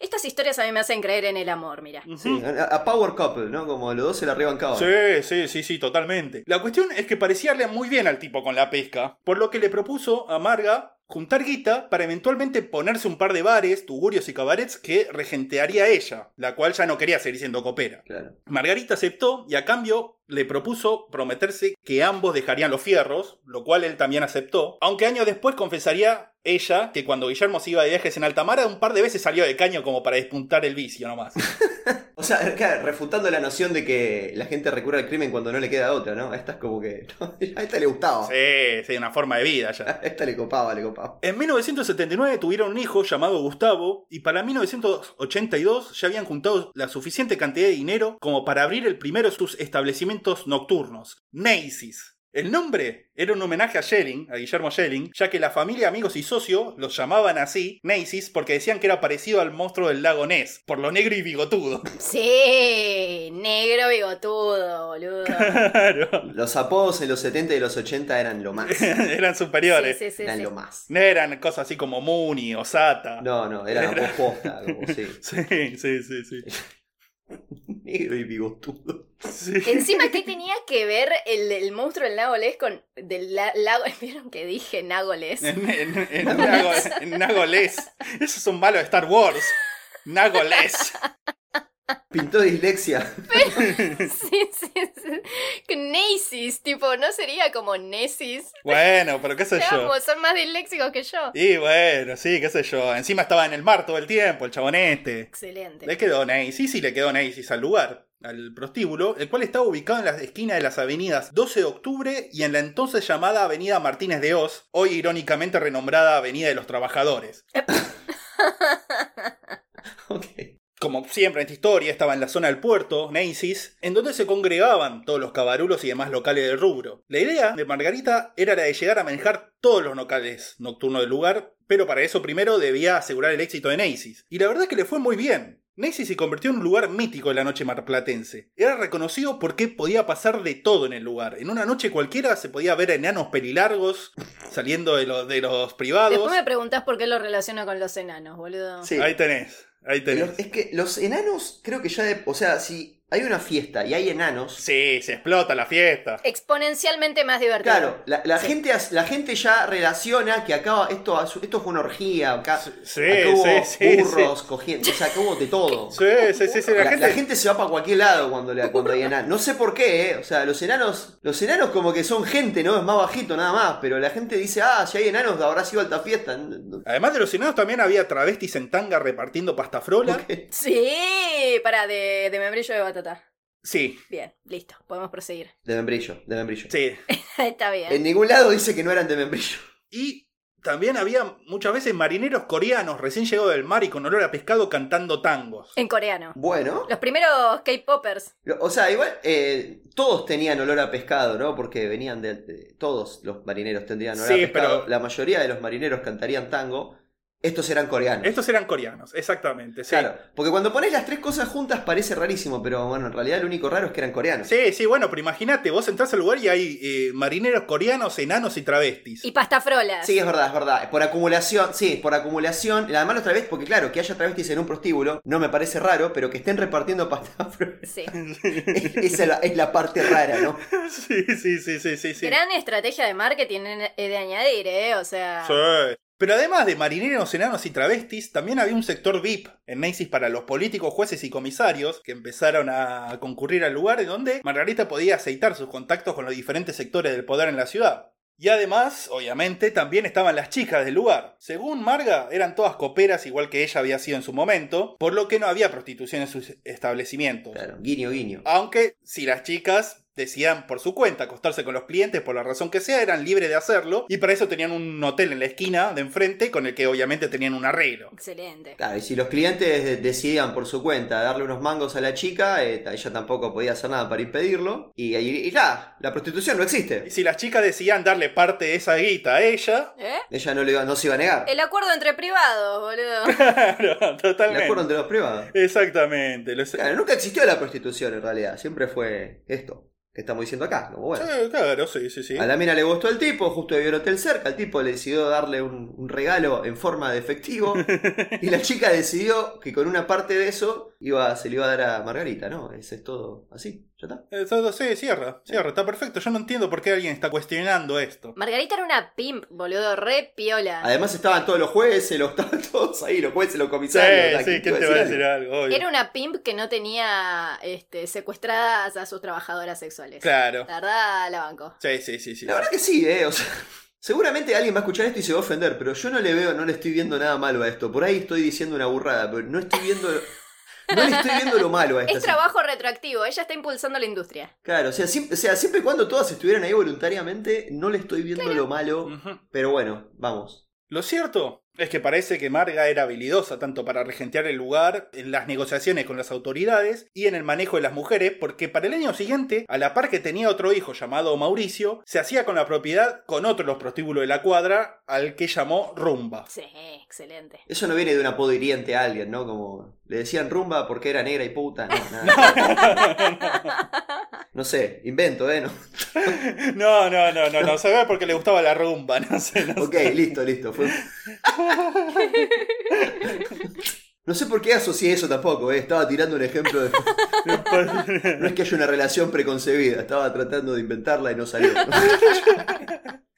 [SPEAKER 3] estas historias a mí me hacen creer en el amor, mira.
[SPEAKER 4] Sí, a, a power couple, ¿no? Como los dos se la rebancaban.
[SPEAKER 2] Sí, sí, sí, sí, totalmente. La cuestión es que parecía darle muy bien al tipo con la pesca, por lo que le propuso a Marga juntar guita para eventualmente ponerse un par de bares, tugurios y cabarets que regentearía ella, la cual ya no quería seguir siendo copera.
[SPEAKER 4] Claro.
[SPEAKER 2] Margarita aceptó y a cambio le propuso prometerse que ambos dejarían los fierros, lo cual él también aceptó, aunque años después confesaría ella que cuando Guillermo se iba de viajes en Altamara un par de veces salió de caño como para despuntar el vicio nomás.
[SPEAKER 4] O sea, claro, refutando la noción de que la gente recurre al crimen cuando no le queda otra, ¿no? A esta es como que. no, a esta le gustaba.
[SPEAKER 2] sí, sí, una forma de vida ya.
[SPEAKER 4] A esta le copaba, le copaba.
[SPEAKER 2] En 1979 tuvieron un hijo llamado Gustavo y para 1982 ya habían juntado la suficiente cantidad de dinero como para abrir el primero de sus establecimientos nocturnos, Nacy's. El nombre era un homenaje a Schelling, a Guillermo Schelling, ya que la familia, amigos y socios los llamaban así, Nacy's, porque decían que era parecido al monstruo del lago Ness, por lo negro y bigotudo.
[SPEAKER 3] Sí, negro bigotudo, boludo.
[SPEAKER 2] Claro.
[SPEAKER 4] Los apodos en los 70 y los 80 eran lo más.
[SPEAKER 2] Eran superiores.
[SPEAKER 3] Sí, sí, sí,
[SPEAKER 4] Eran
[SPEAKER 3] sí.
[SPEAKER 4] lo más.
[SPEAKER 2] No eran cosas así como Mooney o Sata.
[SPEAKER 4] No, no, eran apodos posta, como sí.
[SPEAKER 2] Sí, sí, sí, sí.
[SPEAKER 4] Negro y bigotudo.
[SPEAKER 2] Sí.
[SPEAKER 3] Encima, ¿qué tenía que ver el, el monstruo del lago Les con. del la- lago. ¿Vieron que dije Nagoles?
[SPEAKER 2] En, en- en Nago- en Nagoles. Eso es un malo de Star Wars. Nagoles.
[SPEAKER 4] Pintó dislexia.
[SPEAKER 3] sí, sí, sí. Que Nesis, tipo, ¿no sería como Nesis?
[SPEAKER 2] Bueno, pero qué sé yo.
[SPEAKER 3] Vamos, son más disléxicos que yo.
[SPEAKER 2] Y bueno, sí, qué sé yo. Encima estaba en el mar todo el tiempo, el chabonete. Le
[SPEAKER 3] Excelente.
[SPEAKER 2] quedó Neisis y le quedó Neisis al lugar, al prostíbulo, el cual estaba ubicado en la esquina de las avenidas 12 de octubre y en la entonces llamada Avenida Martínez de Oz, hoy irónicamente renombrada Avenida de los Trabajadores.
[SPEAKER 4] Ok.
[SPEAKER 2] Como siempre en esta historia, estaba en la zona del puerto, Neisis, en donde se congregaban todos los cabarulos y demás locales del rubro. La idea de Margarita era la de llegar a manejar todos los locales nocturnos del lugar, pero para eso primero debía asegurar el éxito de Neisis. Y la verdad es que le fue muy bien. Neisis se convirtió en un lugar mítico de la noche marplatense. Era reconocido porque podía pasar de todo en el lugar. En una noche cualquiera se podía ver enanos pelilargos saliendo de, los- de los privados.
[SPEAKER 3] Después me preguntás por qué lo relaciono con los enanos, boludo.
[SPEAKER 4] Sí.
[SPEAKER 2] Ahí tenés, ahí tenés.
[SPEAKER 4] Los- es que los enanos, creo que ya. de- o sea, si hay una fiesta y hay enanos.
[SPEAKER 2] Sí, se explota la fiesta.
[SPEAKER 3] Exponencialmente más divertido.
[SPEAKER 4] Claro, la, la
[SPEAKER 3] Sí.
[SPEAKER 4] gente, as- la gente ya relaciona que acá esto, esto fue una orgía, acá,
[SPEAKER 2] Sí,
[SPEAKER 4] acá hubo
[SPEAKER 2] sí, sí,
[SPEAKER 4] burros cogiendo, o sea, acá hubo de todo.
[SPEAKER 2] Sí, sí, sí, sí, la,
[SPEAKER 4] La, la
[SPEAKER 2] gente...
[SPEAKER 4] gente se va para cualquier lado cuando, le- cuando hay enanos. No sé por qué, ¿eh? O sea, los enanos, los enanos como que son gente, ¿no? Es más bajito nada más, pero la gente dice, ah, si hay enanos habrá sido alta fiesta. No, no.
[SPEAKER 2] Además de los enanos también había travestis en tanga repartiendo pastafrola.
[SPEAKER 3] Sí, para de, de membrillo de batata.
[SPEAKER 2] Sí,
[SPEAKER 3] Bien, listo, podemos proseguir.
[SPEAKER 4] De membrillo, de membrillo.
[SPEAKER 2] sí.
[SPEAKER 3] Está bien.
[SPEAKER 4] En ningún lado dice que no eran de membrillo.
[SPEAKER 2] Y también había muchas veces marineros coreanos recién llegados del mar y con olor a pescado cantando tangos.
[SPEAKER 3] En coreano.
[SPEAKER 4] Bueno,
[SPEAKER 3] Los primeros K-Poppers.
[SPEAKER 4] Lo- O sea, igual eh, todos tenían olor a pescado, ¿no? Porque venían de, de- todos los marineros tendrían olor
[SPEAKER 2] Sí,
[SPEAKER 4] a pescado.
[SPEAKER 2] pero-
[SPEAKER 4] La mayoría de los marineros cantarían tango. Estos eran coreanos.
[SPEAKER 2] Estos eran coreanos, exactamente. Sí.
[SPEAKER 4] Claro, porque cuando pones las tres cosas juntas parece rarísimo, pero bueno, en realidad lo único raro es que eran coreanos.
[SPEAKER 2] Sí, sí, bueno, pero imagínate, vos entrás al lugar y hay eh, marineros coreanos, enanos y travestis.
[SPEAKER 3] Y pastafrolas.
[SPEAKER 4] Sí, es verdad, es verdad. Por acumulación, sí, por acumulación. Además, otra vez, porque claro, que haya travestis en un prostíbulo no me parece raro, pero que estén repartiendo pasta
[SPEAKER 3] Sí.
[SPEAKER 4] esa es la, es la parte rara, ¿no?
[SPEAKER 2] Sí, sí, sí, sí, sí, sí.
[SPEAKER 3] Gran estrategia de marketing eh, de añadir, ¿eh? O sea.
[SPEAKER 2] Sí. Pero además de marineros, enanos y travestis, también había un sector VIP en Macy's para los políticos, jueces y comisarios que empezaron a concurrir al lugar en donde Margarita podía aceitar sus contactos con los diferentes sectores del poder en la ciudad. Y además, obviamente, también estaban las chicas del lugar. Según Marga, eran todas coperas igual que ella había sido en su momento, por lo que no había prostitución en sus establecimientos.
[SPEAKER 4] Claro, guiño, guiño.
[SPEAKER 2] Aunque si las chicas decían por su cuenta acostarse con los clientes por la razón que sea, eran libres de hacerlo y para eso tenían un hotel en la esquina de enfrente con el que obviamente tenían un arreglo.
[SPEAKER 3] Excelente.
[SPEAKER 4] Claro, Ah, y si los clientes decidían por su cuenta darle unos mangos a la chica, eh, ella tampoco podía hacer nada para impedirlo y, y, y nada, la prostitución no existe.
[SPEAKER 2] Y si las chicas decidían darle parte de esa guita a ella,
[SPEAKER 3] ¿Eh?
[SPEAKER 4] ella no, lo iba, no se iba a negar.
[SPEAKER 3] El acuerdo entre privados, boludo.
[SPEAKER 2] claro,
[SPEAKER 4] El
[SPEAKER 2] totalmente.
[SPEAKER 4] acuerdo entre los privados.
[SPEAKER 2] Exactamente. Los-
[SPEAKER 4] Claro, nunca existió la prostitución en realidad, siempre fue esto que estamos diciendo acá. como bueno.
[SPEAKER 2] Sí, claro, sí, sí, sí.
[SPEAKER 4] A la mina le gustó el tipo, justo había un hotel cerca, el tipo le decidió darle un, un regalo en forma de efectivo y la chica decidió que con una parte de eso iba, se le iba a dar a Margarita, ¿no? Ese es todo así, ya está.
[SPEAKER 2] Eh, todo- Sí, cierra, cierra, está perfecto. Yo no entiendo por qué alguien está cuestionando esto.
[SPEAKER 3] Margarita era una pimp, boludo, re piola.
[SPEAKER 4] Además estaban todos los jueces, los estaban todos ahí, los jueces, los
[SPEAKER 2] Sí,
[SPEAKER 4] comisarios.
[SPEAKER 2] sí, ¿quién te va a decir algo? Obvio.
[SPEAKER 3] Era una pimp que no tenía este, secuestradas a sus trabajadoras sexuales.
[SPEAKER 2] Claro.
[SPEAKER 3] La verdad, la banco.
[SPEAKER 2] Sí, sí, sí, sí.
[SPEAKER 4] La verdad que sí, eh, o sea, seguramente alguien va a escuchar esto y se va a ofender, pero yo no le veo, no le estoy viendo nada malo a esto. Por ahí estoy diciendo una burrada, pero no estoy viendo, no le estoy viendo lo malo a esta
[SPEAKER 3] Es trabajo retroactivo, ella está impulsando la industria.
[SPEAKER 4] Claro, o sea, siempre, o sea, siempre y cuando todas estuvieran ahí voluntariamente, no le estoy viendo lo malo,
[SPEAKER 2] Ujú.
[SPEAKER 4] pero bueno, vamos.
[SPEAKER 2] Lo cierto es que parece que Marga era habilidosa tanto para regentear el lugar, en las negociaciones con las autoridades y en el manejo de las mujeres, porque para el año siguiente, a la par que tenía otro hijo llamado Mauricio, se hacía con la propiedad con otro de los prostíbulos de la cuadra, al que llamó Rumba.
[SPEAKER 3] Sí, excelente.
[SPEAKER 4] Eso no viene de un apodo hiriente a alguien, ¿no? Como le decían rumba porque era negra y puta, no, nada. No sé, invento, ¿eh? No.
[SPEAKER 2] No, no, no, no, no, se ve porque le gustaba la rumba, no sé, no sé.
[SPEAKER 4] Ok, listo, listo. fue- No sé por qué asocié eso tampoco, ¿eh? Estaba tirando un ejemplo de... No es que haya una relación preconcebida, estaba tratando de inventarla y no salió.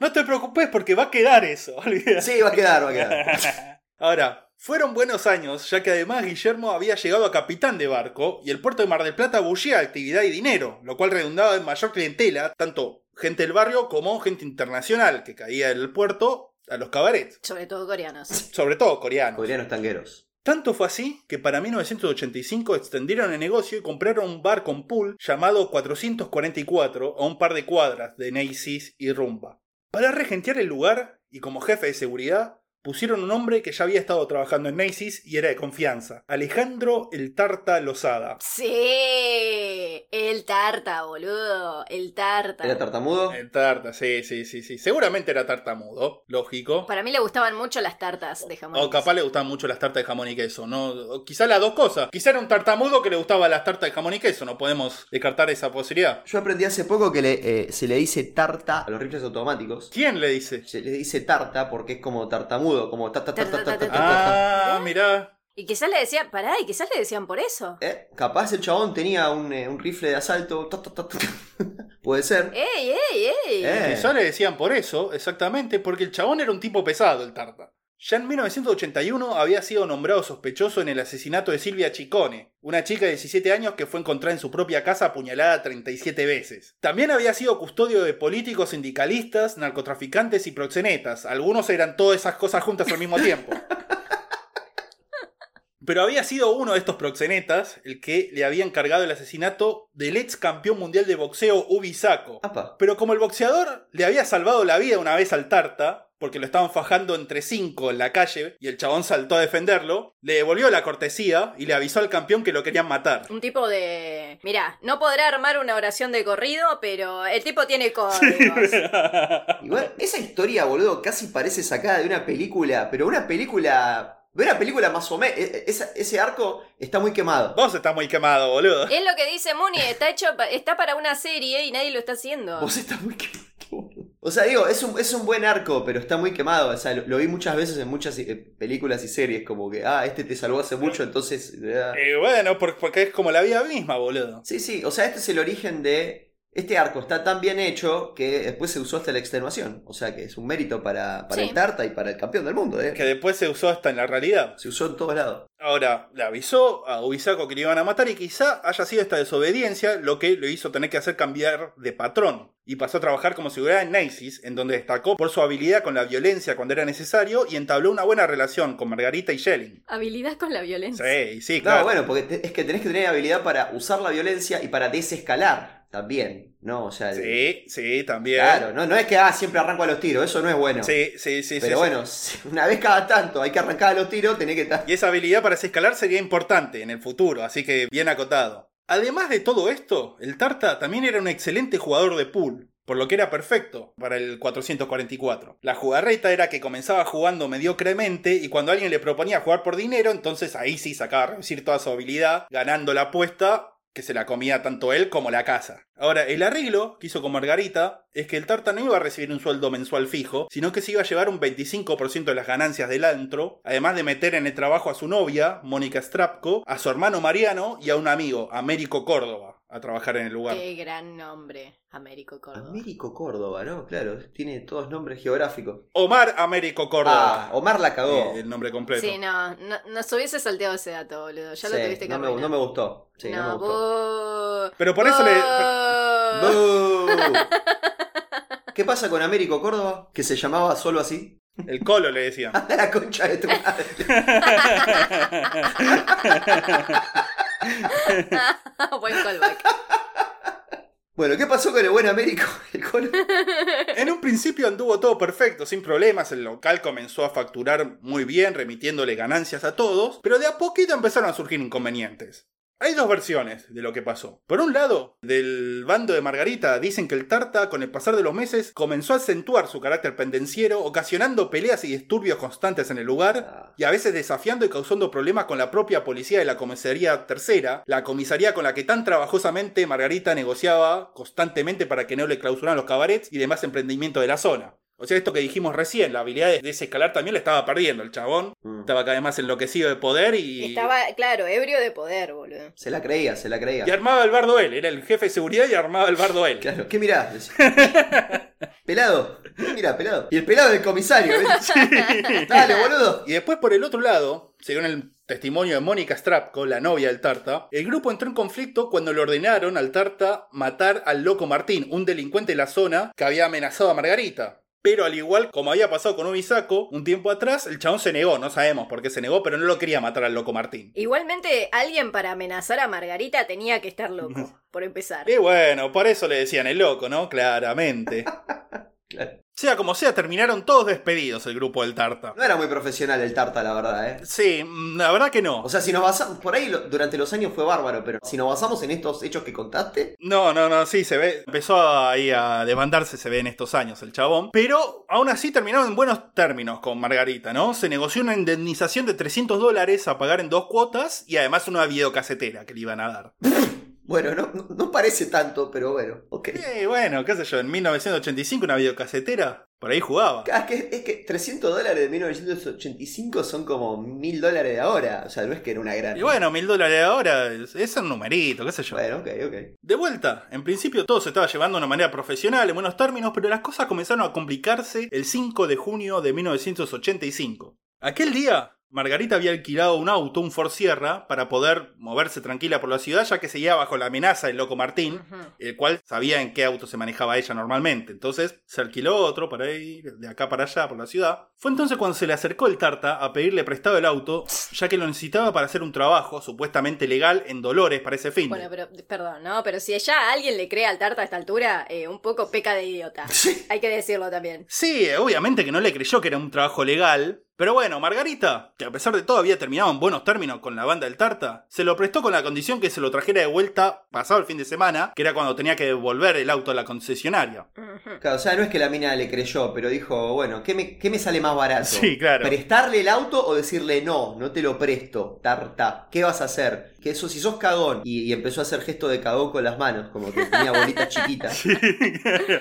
[SPEAKER 2] No te preocupes porque va a quedar eso, olvídate.
[SPEAKER 4] Sí, va a quedar, va a quedar.
[SPEAKER 2] Ahora, fueron buenos años, ya que además Guillermo había llegado a capitán de barco y el puerto de Mar del Plata bullía actividad y dinero, lo cual redundaba en mayor clientela, tanto gente del barrio como gente internacional que caía del puerto a los cabarets,
[SPEAKER 3] Sobre todo coreanos.
[SPEAKER 2] sobre todo coreanos.
[SPEAKER 4] Coreanos tangueros.
[SPEAKER 2] Tanto fue así que para 1985 extendieron el negocio y compraron un bar con pool llamado 444 a un par de cuadras de Neisis y Rumba. Para regentear el lugar y como jefe de seguridad, pusieron un hombre que ya había estado trabajando en Neisis y era de confianza, Alejandro el Tarta Lozada.
[SPEAKER 3] Sí, el tarta, boludo, el tarta.
[SPEAKER 4] ¿Era tartamudo?
[SPEAKER 2] El Tarta, sí, sí, sí, sí. Seguramente era tartamudo, lógico.
[SPEAKER 3] Para mí le gustaban mucho las tartas de jamón.
[SPEAKER 2] O Oh, capaz le gustaban mucho las tartas de jamón y queso, ¿no? O quizá las dos cosas. Quizá era un tartamudo que le gustaba las tartas de jamón y queso, no podemos descartar esa posibilidad.
[SPEAKER 4] Yo aprendí hace poco que le, eh, se le dice tarta a los rifles automáticos.
[SPEAKER 2] ¿Quién le dice?
[SPEAKER 4] Se le dice tarta porque es como tartamudo, como ta ta ta ta ta ta, ta, ta.
[SPEAKER 2] Ah, mirá.
[SPEAKER 3] Y quizás le decían, pará, y quizás le decían por eso.
[SPEAKER 4] Eh, Capaz el chabón tenía un, eh, un rifle de asalto. ta, ta, ta, ta, ta. Puede ser.
[SPEAKER 3] ¡Ey, ey, ey!
[SPEAKER 4] Eh.
[SPEAKER 2] Quizá le decían por eso, exactamente, porque el chabón era un tipo pesado, el Tarta. Ya en 1981 había sido nombrado sospechoso en el asesinato de Silvia Chicone, una chica de 17 años que fue encontrada en su propia casa apuñalada 37 veces. También había sido custodio de políticos, sindicalistas, narcotraficantes y proxenetas. Algunos eran todas esas cosas juntas al mismo tiempo. Pero había sido uno de estos proxenetas el que le había encargado el asesinato del ex campeón mundial de boxeo Ubi Sacco.
[SPEAKER 4] Apa.
[SPEAKER 2] Pero como el boxeador le había salvado la vida una vez al Tarta, porque lo estaban fajando entre cinco en la calle y el chabón saltó a defenderlo, le devolvió la cortesía y le avisó al campeón que lo querían matar.
[SPEAKER 3] Un tipo de. Mirá, no podrá armar una oración de corrido, pero el tipo tiene códigos.
[SPEAKER 4] Igual, esa historia, boludo, casi parece sacada de una película, pero una película. De una película más o menos. Ese arco está muy quemado.
[SPEAKER 2] Vos estás muy quemado, boludo.
[SPEAKER 3] Es lo que dice Mooney, está hecho pa- está para una serie y nadie lo está haciendo.
[SPEAKER 4] Vos estás muy quemado, boludo. O sea, digo, es un, es un buen arco, pero está muy quemado. O sea, lo, lo vi muchas veces en muchas eh, películas y series, como que, ah, este te salvó hace mucho, entonces. ah.
[SPEAKER 2] Y bueno, por- porque es como la vida misma, boludo.
[SPEAKER 4] Sí, sí, o sea, este es el origen de. Este arco está tan bien hecho que después se usó hasta la extenuación. O sea que es un mérito para, para
[SPEAKER 3] Sí.
[SPEAKER 4] el Tarta y para el campeón del mundo, ¿eh?
[SPEAKER 2] Que después se usó hasta en la realidad.
[SPEAKER 4] Se usó en todos lados.
[SPEAKER 2] Ahora, le avisó a Ubisaco que le iban a matar y quizá haya sido esta desobediencia lo que lo hizo tener que hacer cambiar de patrón. Y pasó a trabajar como seguridad en Neisis, en donde destacó por su habilidad con la violencia cuando era necesario y entabló una buena relación con Margarita y Schelling.
[SPEAKER 3] Habilidad con la violencia.
[SPEAKER 2] Sí, sí,
[SPEAKER 4] No,
[SPEAKER 2] claro.
[SPEAKER 4] bueno, porque te- es que tenés que tener habilidad para usar la violencia y para desescalar. también, ¿no? O sea, el-
[SPEAKER 2] Sí, sí, también.
[SPEAKER 4] claro, no, no es que ah, siempre arranco a los tiros, eso no es bueno.
[SPEAKER 2] Sí, sí, sí. sí,
[SPEAKER 4] Pero
[SPEAKER 2] sí.
[SPEAKER 4] bueno, una vez cada tanto hay que arrancar a los tiros, tenés que estar.
[SPEAKER 2] Y esa habilidad para escalar sería importante en el futuro, así que bien acotado. Además de todo esto, el Tarta también era un excelente jugador de pool, por lo que era perfecto para el 444. La jugarreta era que comenzaba jugando mediocremente y cuando alguien le proponía jugar por dinero, entonces ahí sí sacaba a reducir toda su habilidad, ganando la apuesta que se la comía tanto él como la casa. Ahora, el arreglo que hizo con Margarita es que el Tarta no iba a recibir un sueldo mensual fijo, sino que se iba a llevar un 25% de las ganancias del antro, además de meter en el trabajo a su novia, Mónica Strapko, a su hermano Mariano y a un amigo, Américo Córdoba, a trabajar en el lugar.
[SPEAKER 3] Qué gran nombre, Américo Córdoba.
[SPEAKER 4] Américo Córdoba, ¿no? Claro, tiene todos nombres geográficos.
[SPEAKER 2] Omar Américo
[SPEAKER 4] Ah,
[SPEAKER 2] Córdoba.
[SPEAKER 4] Omar la cagó.
[SPEAKER 2] Eh, el nombre completo.
[SPEAKER 3] Sí, no, no, nos hubiese salteado ese dato, boludo. Ya lo
[SPEAKER 4] Sí,
[SPEAKER 3] tuviste que
[SPEAKER 4] no me,
[SPEAKER 3] arruinar.
[SPEAKER 4] no me gustó. Sí, no, me gustó.
[SPEAKER 3] bu-
[SPEAKER 2] Pero por eso le-
[SPEAKER 3] Oh. bu-
[SPEAKER 4] Bú. ¿Qué pasa con Américo Córdoba? Que se llamaba solo así.
[SPEAKER 2] El colo le decían.
[SPEAKER 4] Anda la concha de tu madre.
[SPEAKER 3] Buen callback.
[SPEAKER 4] Bueno, ¿qué pasó con el buen Américo? El colo-
[SPEAKER 2] En un principio anduvo todo perfecto, sin problemas, el local comenzó a facturar muy bien, remitiéndole ganancias a todos, pero de a poquito empezaron a surgir inconvenientes. Hay dos versiones de lo que pasó. Por un lado, del bando de Margarita dicen que el Tarta, con el pasar de los meses, comenzó a acentuar su carácter pendenciero, ocasionando peleas y disturbios constantes en el lugar,
[SPEAKER 4] Ah.
[SPEAKER 2] y a veces desafiando y causando problemas con la propia policía de la comisaría tercera, la comisaría con la que tan trabajosamente Margarita negociaba constantemente para que no le clausuraran los cabarets y demás emprendimientos de la zona. O sea, esto que dijimos recién, la habilidad de desescalar también la estaba perdiendo el chabón.
[SPEAKER 4] Mm.
[SPEAKER 2] Estaba cada vez más enloquecido de poder y...
[SPEAKER 3] Estaba, claro, ebrio de poder, boludo.
[SPEAKER 4] Se la creía, se la creía.
[SPEAKER 2] Y armaba el bardo él, era el jefe de seguridad y armaba el bardo él.
[SPEAKER 4] Claro, ¿qué mirás? Decía. pelado, ¿qué mirás, pelado? Y el pelado del comisario, ¿ves? Dale, boludo.
[SPEAKER 2] Y después por el otro lado, según el testimonio de Mónica Strapko, la novia del Tarta, el grupo entró en conflicto cuando le ordenaron al Tarta matar al loco Martín, un delincuente de la zona que había amenazado a Margarita. Pero al igual como había pasado con Ubisaco un tiempo atrás, el chabón se negó, no sabemos por qué se negó, pero no lo quería matar al loco Martín.
[SPEAKER 3] Igualmente, alguien para amenazar a Margarita tenía que estar loco, por
[SPEAKER 4] Eh,
[SPEAKER 3] empezar.
[SPEAKER 2] Y bueno, por eso le decían el loco, ¿no? Claramente.
[SPEAKER 4] Claro.
[SPEAKER 2] Sea como sea, terminaron todos despedidos el grupo del Tarta.
[SPEAKER 4] No era muy profesional el tarta, la verdad, ¿eh?
[SPEAKER 2] Sí, mm, la verdad que no.
[SPEAKER 4] O sea, si nos basamos. Por ahí lo- durante los años fue bárbaro, pero si nos basamos en estos hechos que contaste.
[SPEAKER 2] No, no, no, sí, se ve. Empezó ahí a demandarse, se ve en estos años el chabón. Pero aún así terminaron en buenos términos con Margarita, ¿no? Se negoció una indemnización de 300 dólares a pagar en dos cuotas y además una videocasetera que le iban a dar.
[SPEAKER 4] Bueno, no, no- no parece tanto, pero bueno, ok.
[SPEAKER 2] Eh, bueno, qué sé yo, en 1985 una videocasetera, por ahí jugaba.
[SPEAKER 4] Ah, Es que, es que 300 dólares de 1985 son como 1000 dólares de ahora. O sea, no es que era una gran.
[SPEAKER 2] Y bueno, mil dólares ahora es, es un numerito, qué sé yo.
[SPEAKER 4] Bueno, ok, ok.
[SPEAKER 2] De vuelta, en principio todo se estaba llevando de una manera profesional, en buenos términos, pero las cosas comenzaron a complicarse el 5 de junio de 1985. Aquel día, Margarita había alquilado un auto, un Ford Sierra, para poder moverse tranquila por la ciudad, ya que seguía bajo la amenaza del loco Martín,
[SPEAKER 3] Ujú.
[SPEAKER 2] el cual sabía en qué auto se manejaba ella normalmente. Entonces se alquiló otro para ir de acá para allá por la ciudad. Fue entonces cuando se le acercó el Tarta a pedirle prestado el auto, ya que lo necesitaba para hacer un trabajo supuestamente legal en Dolores para ese fin.
[SPEAKER 3] Bueno, pero, perdón, ¿no? Pero si ya alguien le cree al tarta a esta altura, eh, un poco peca de idiota. Hay que decirlo también.
[SPEAKER 2] Sí, obviamente que no le creyó que era un trabajo legal. Pero bueno, Margarita, que a pesar de todo había terminado en buenos términos con la banda del Tarta, se lo prestó con la condición que se lo trajera de vuelta pasado el fin de semana, que era cuando tenía que devolver el auto a la concesionaria.
[SPEAKER 3] Ujú.
[SPEAKER 4] Claro, o sea, no es que la mina le creyó, pero dijo, bueno, ¿qué me, qué me sale más barato?
[SPEAKER 2] Sí, claro.
[SPEAKER 4] ¿Prestarle el auto o decirle no, no te lo presto, tarta? ¿Qué vas a hacer? Que eso, si sos cagón. Y, y empezó a hacer gesto de cagón con las manos, como que tenía bolitas chiquitas,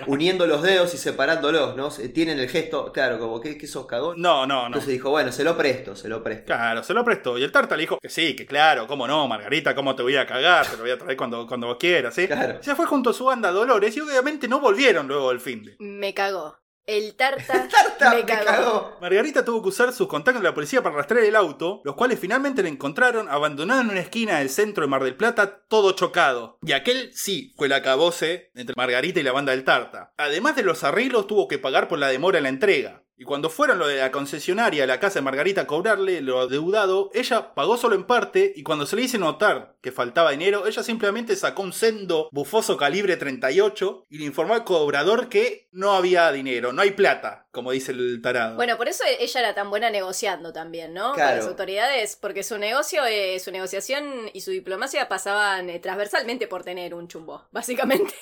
[SPEAKER 4] uniendo los dedos y separándolos, ¿no? Se- Tienen el gesto, claro, como que, que sos cagón.
[SPEAKER 2] No, no, no.
[SPEAKER 4] Entonces dijo, bueno, se lo presto, se lo presto.
[SPEAKER 2] Claro, se lo prestó. Y el Tarta le dijo que sí, que claro, cómo no, Margarita, cómo te voy a cagar, te lo voy a traer cuando, cuando vos quieras, ¿sí?
[SPEAKER 4] Claro.
[SPEAKER 2] Se fue junto a su banda Dolores y obviamente no volvieron luego del fin de.
[SPEAKER 3] Me cagó. El tarta,
[SPEAKER 4] Tarta,
[SPEAKER 3] me cagó.
[SPEAKER 2] Margarita tuvo que usar sus contactos de la policía para rastrear el auto, los cuales finalmente le encontraron abandonado en una esquina del centro de Mar del Plata, todo chocado. Y aquel sí fue el acabose entre Margarita y la banda del Tarta. Además de los arreglos, tuvo que pagar por la demora en la entrega. Y cuando fueron lo de la concesionaria a la casa de Margarita a cobrarle lo adeudado, ella pagó solo en parte y cuando se le hizo notar que faltaba dinero, ella simplemente sacó un sendo bufoso calibre 38 y le informó al cobrador que no había dinero, no hay plata, como dice el tarado.
[SPEAKER 3] Bueno, por eso ella era tan buena negociando también, ¿no?
[SPEAKER 4] Claro.
[SPEAKER 3] Con las autoridades, porque su negocio, eh, su negociación y su diplomacia pasaban eh, transversalmente por tener un chumbo, básicamente.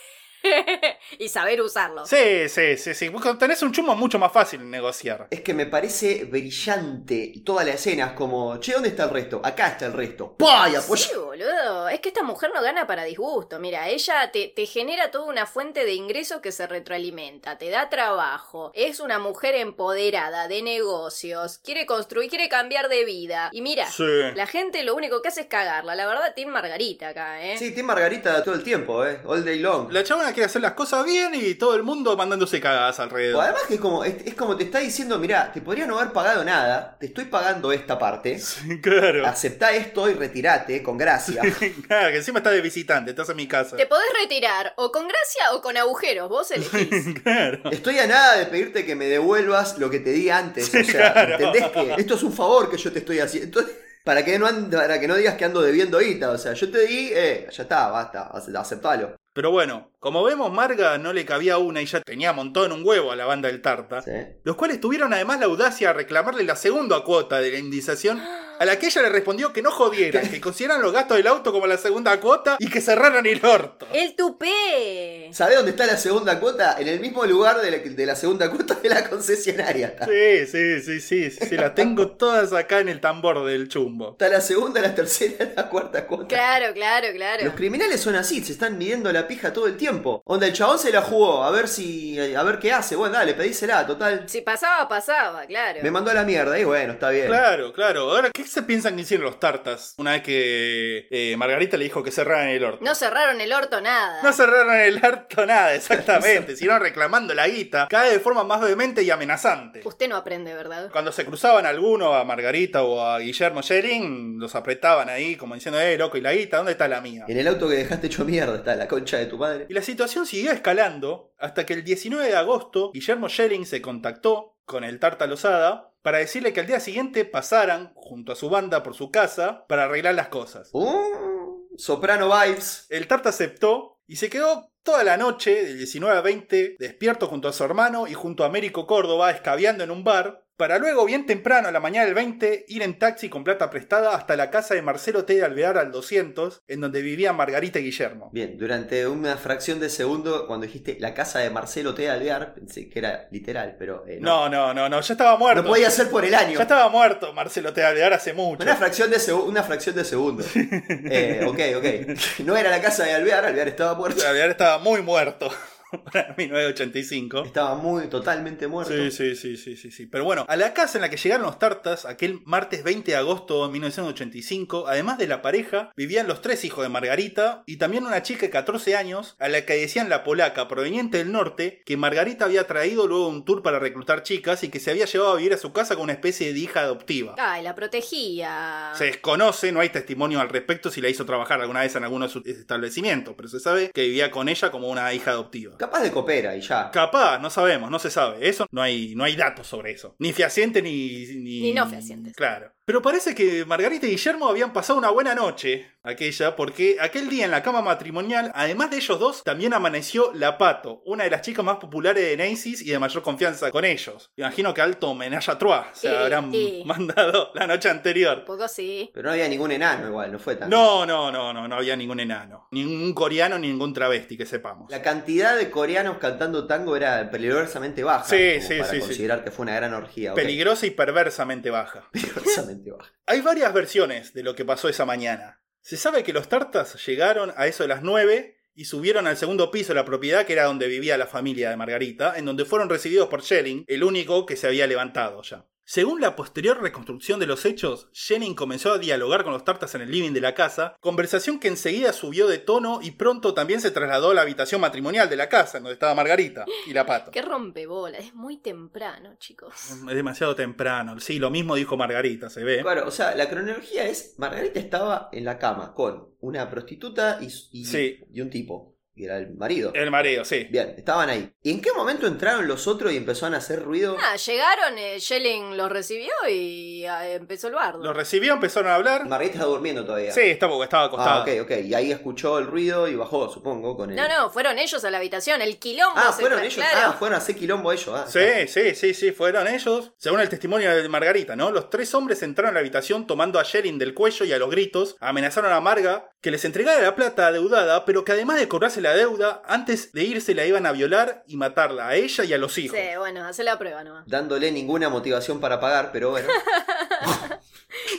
[SPEAKER 3] y saber usarlo.
[SPEAKER 2] Sí, sí, sí, sí. Vos cuando tenés un chumbo es mucho más fácil negociar.
[SPEAKER 4] Es que me parece brillante toda la escena. Es como, che, ¿dónde está el resto? Acá está el resto. ¡Pah! Y apoya-
[SPEAKER 3] Sí, boludo. Es que esta mujer no gana para disgusto. Mira, ella te, te genera toda una fuente de ingresos que se retroalimenta, te da trabajo, es una mujer empoderada de negocios, quiere construir, quiere cambiar de vida. Y mira,
[SPEAKER 2] Sí.
[SPEAKER 3] la gente lo único que hace es cagarla. La verdad, Tim Margarita acá, ¿eh?
[SPEAKER 4] Sí, tiene Margarita todo el tiempo, ¿eh? All day long.
[SPEAKER 2] La chabona quiere hacer las cosas bien y todo el mundo mandándose cagadas
[SPEAKER 4] O
[SPEAKER 2] alrededor.
[SPEAKER 4] Además que es como, es, es como te está diciendo, mirá, te podría no haber pagado nada, te estoy pagando esta parte,
[SPEAKER 2] Sí, claro.
[SPEAKER 4] aceptá esto y retirate con gracia.
[SPEAKER 2] Claro, que encima está de visitante, estás en mi casa.
[SPEAKER 3] Te podés retirar o con gracia o con agujeros, vos elegís.
[SPEAKER 2] Claro.
[SPEAKER 4] Estoy a nada de pedirte que me devuelvas lo que te di antes.
[SPEAKER 2] Sí,
[SPEAKER 4] o sea,
[SPEAKER 2] claro.
[SPEAKER 4] ¿entendés que esto es un favor que yo te estoy haciendo? Entonces, para que no and- para que no digas que ando debiendo guita, o sea, yo te di, eh, ya está, basta, ace- aceptalo.
[SPEAKER 2] Pero bueno, como vemos, Marga no le cabía una y ya tenía montón un huevo a la banda del Tarta.
[SPEAKER 4] Sí.
[SPEAKER 2] Los cuales tuvieron además la audacia de reclamarle la segunda cuota de la indemnización, a la que ella le respondió que no jodieran, que consideraran los gastos del auto como la segunda cuota y que cerraran el orto.
[SPEAKER 3] ¡El tupé!
[SPEAKER 4] ¿Sabés dónde está la segunda cuota? En el mismo lugar de la, de la segunda cuota de la concesionaria. Está,
[SPEAKER 2] Sí, sí, sí, sí, sí, las tengo todas acá en el tambor del chumbo.
[SPEAKER 4] Está la segunda, la tercera, la cuarta cuota.
[SPEAKER 3] Claro, claro,
[SPEAKER 4] Los
[SPEAKER 3] claro.
[SPEAKER 4] criminales son así, se están midiendo la pija todo el tiempo. Onda, el chabón se la jugó, a ver si. a ver qué hace. Bueno, dale, pedísela, total.
[SPEAKER 3] Si pasaba, pasaba, claro.
[SPEAKER 4] Me mandó a la mierda, y bueno, está bien.
[SPEAKER 2] Claro, claro. Ahora, ¿qué se piensan que hicieron los tartas una vez que eh, Margarita le dijo que cerraran el orto?
[SPEAKER 3] No cerraron el orto nada.
[SPEAKER 2] No cerraron el harto nada, exactamente, sino reclamando la guita, cada vez de forma más vehemente y amenazante.
[SPEAKER 3] Usted no aprende, ¿verdad?
[SPEAKER 2] Cuando se cruzaban alguno a Margarita o a Guillermo Schering, los apretaban ahí como diciendo, eh, loco, ¿y la guita? ¿Dónde está la mía?
[SPEAKER 4] En el auto que dejaste hecho mierda está la concha de tu madre.
[SPEAKER 2] Y la situación siguió escalando hasta que el 19 de agosto Guillermo Schering se contactó con el Tarta Lozada para decirle que al día siguiente pasaran junto a su banda por su casa para arreglar las cosas.
[SPEAKER 4] Uh, soprano vibes.
[SPEAKER 2] El Tarta aceptó y se quedó toda la noche, del 19 a 20, despierto junto a su hermano y junto a Américo Córdoba, escabeando en un bar, para luego, bien temprano, a la mañana del 20, ir en taxi con plata prestada hasta la casa de Marcelo T. de Alvear al 200, en donde vivían Margarita y Guillermo.
[SPEAKER 4] Bien, durante una fracción de segundo, cuando dijiste la casa de Marcelo T. Alvear, pensé que era literal, pero eh, no.
[SPEAKER 2] No, no, no, no, ya estaba muerto.
[SPEAKER 4] No podía ser por el año.
[SPEAKER 2] Ya estaba muerto Marcelo T. de Alvear hace mucho.
[SPEAKER 4] Una fracción de, segu- una fracción de segundo. Eh, ok, ok. No era la casa de Alvear, Alvear estaba muerto.
[SPEAKER 2] Alvear estaba muy muerto para 1985.
[SPEAKER 4] Estaba muy, totalmente muerto.
[SPEAKER 2] Sí, sí, sí, sí, sí, sí. Pero bueno, a la casa en la que llegaron los tartas, aquel martes 20 de agosto de 1985, además de la pareja, vivían los tres hijos de Margarita y también una chica de 14 años a la que decían la polaca proveniente del norte, que Margarita había traído luego de un tour para reclutar chicas y que se había llevado a vivir a su casa con una especie de hija adoptiva.
[SPEAKER 3] Ay, la protegía.
[SPEAKER 2] Se desconoce, no hay testimonio al respecto si la hizo trabajar alguna vez en alguno de sus establecimientos, pero se sabe que vivía con ella como una hija adoptiva.
[SPEAKER 4] Capaz de copera y ya.
[SPEAKER 2] Capaz, no sabemos, no se sabe. Eso no hay, no hay datos sobre eso. Ni fehaciente ni, ni.
[SPEAKER 3] Ni no fehacientes.
[SPEAKER 2] Claro. Pero parece que Margarita y Guillermo habían pasado una buena noche aquella, porque aquel día en la cama matrimonial, además de ellos dos, también amaneció La Pato, una de las chicas más populares de Nacy's y de mayor confianza con ellos. Imagino que alto homenaje a Troyes se
[SPEAKER 3] Sí,
[SPEAKER 2] habrán
[SPEAKER 3] sí.
[SPEAKER 2] mandado la noche anterior.
[SPEAKER 3] Un poco sí.
[SPEAKER 4] Pero no había ningún enano igual, no fue tan.
[SPEAKER 2] No, no, no, no, no había ningún enano. Ningún coreano, ni ningún travesti, que sepamos.
[SPEAKER 4] La cantidad de coreanos cantando tango era peligrosamente baja.
[SPEAKER 2] Sí,
[SPEAKER 4] como
[SPEAKER 2] sí,
[SPEAKER 4] para
[SPEAKER 2] sí, sí.
[SPEAKER 4] considerar que fue una gran orgía. ok.
[SPEAKER 2] Peligrosa y perversamente baja.
[SPEAKER 4] Peligrosamente baja.
[SPEAKER 2] Hay varias versiones de lo que pasó esa mañana. Se sabe que los tartas llegaron a eso de las 9 y subieron al segundo piso de la propiedad que era donde vivía la familia de Margarita, en donde fueron recibidos por Schelling, el único que se había levantado ya. Según la posterior reconstrucción de los hechos, Schelling comenzó a dialogar con los tartas en el living de la casa, conversación que enseguida subió de tono y pronto también se trasladó a la habitación matrimonial de la casa, en donde estaba Margarita y la pato.
[SPEAKER 3] Qué rompebola. Es muy temprano, chicos.
[SPEAKER 4] Mm.
[SPEAKER 2] Es demasiado temprano, sí, lo mismo dijo Margarita, se ve.
[SPEAKER 4] Claro, o sea, la cronología es: Margarita estaba en la cama con una prostituta y, y-
[SPEAKER 2] Sí. Eh.
[SPEAKER 4] y un tipo. Y era el marido.
[SPEAKER 2] El mareo, sí.
[SPEAKER 4] Bien, estaban ahí. ¿Y en qué momento entraron los otros y empezaron a hacer ruido?
[SPEAKER 3] Ah, llegaron, eh, Schelling los recibió y ah, empezó el bardo.
[SPEAKER 2] Los recibió, empezaron a hablar.
[SPEAKER 4] Margarita está durmiendo todavía.
[SPEAKER 2] Sí, estaba, estaba acostado.
[SPEAKER 4] Ah, ok, ok. Y ahí escuchó el ruido y bajó, supongo, con él.
[SPEAKER 3] No, no, fueron ellos a la habitación, el quilombo.
[SPEAKER 4] Ah,
[SPEAKER 3] se
[SPEAKER 4] fueron
[SPEAKER 3] fue,
[SPEAKER 4] ellos.
[SPEAKER 3] claro.
[SPEAKER 4] Ah, fueron a hacer quilombo ellos. Ah,
[SPEAKER 2] Sí,
[SPEAKER 4] está.
[SPEAKER 2] sí, sí, sí, fueron ellos. Según el testimonio de Margarita, ¿no? Los tres hombres entraron a la habitación tomando a Sherin del cuello y a los gritos, amenazaron a Marga que les entregara la plata adeudada, pero que además de cobrarse la deuda, antes de irse la iban a violar y matarla a ella y a los hijos.
[SPEAKER 3] Sí, bueno, hace la prueba nomás.
[SPEAKER 4] Dándole ninguna motivación para pagar, pero bueno.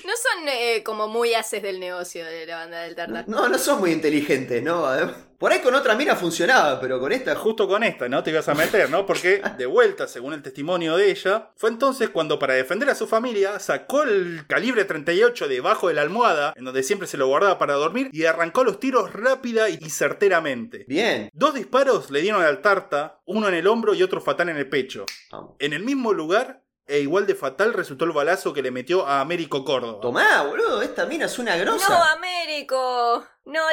[SPEAKER 3] No son eh, como muy haces del negocio de la banda del Tartar.
[SPEAKER 4] No, no sos muy inteligentes, ¿no? Por ahí con otra mira funcionaba, pero con esta.
[SPEAKER 2] Justo con esta, ¿no? Te ibas a meter, ¿no? Porque, de vuelta, según el testimonio de ella, fue entonces cuando para defender a su familia sacó el calibre 38 debajo de la almohada, en donde siempre se lo guardaba para dormir, y arrancó los tiros rápida y certeramente.
[SPEAKER 4] Bien.
[SPEAKER 2] Dos disparos le dieron al tarta, uno en el hombro y otro fatal en el pecho.
[SPEAKER 4] Vamos.
[SPEAKER 2] En el mismo lugar e igual de fatal resultó el balazo que le metió a Américo Córdoba.
[SPEAKER 4] Tomá, boludo, esta mina es una
[SPEAKER 3] ¡No,
[SPEAKER 4] grosa.
[SPEAKER 3] Américo! ¡No,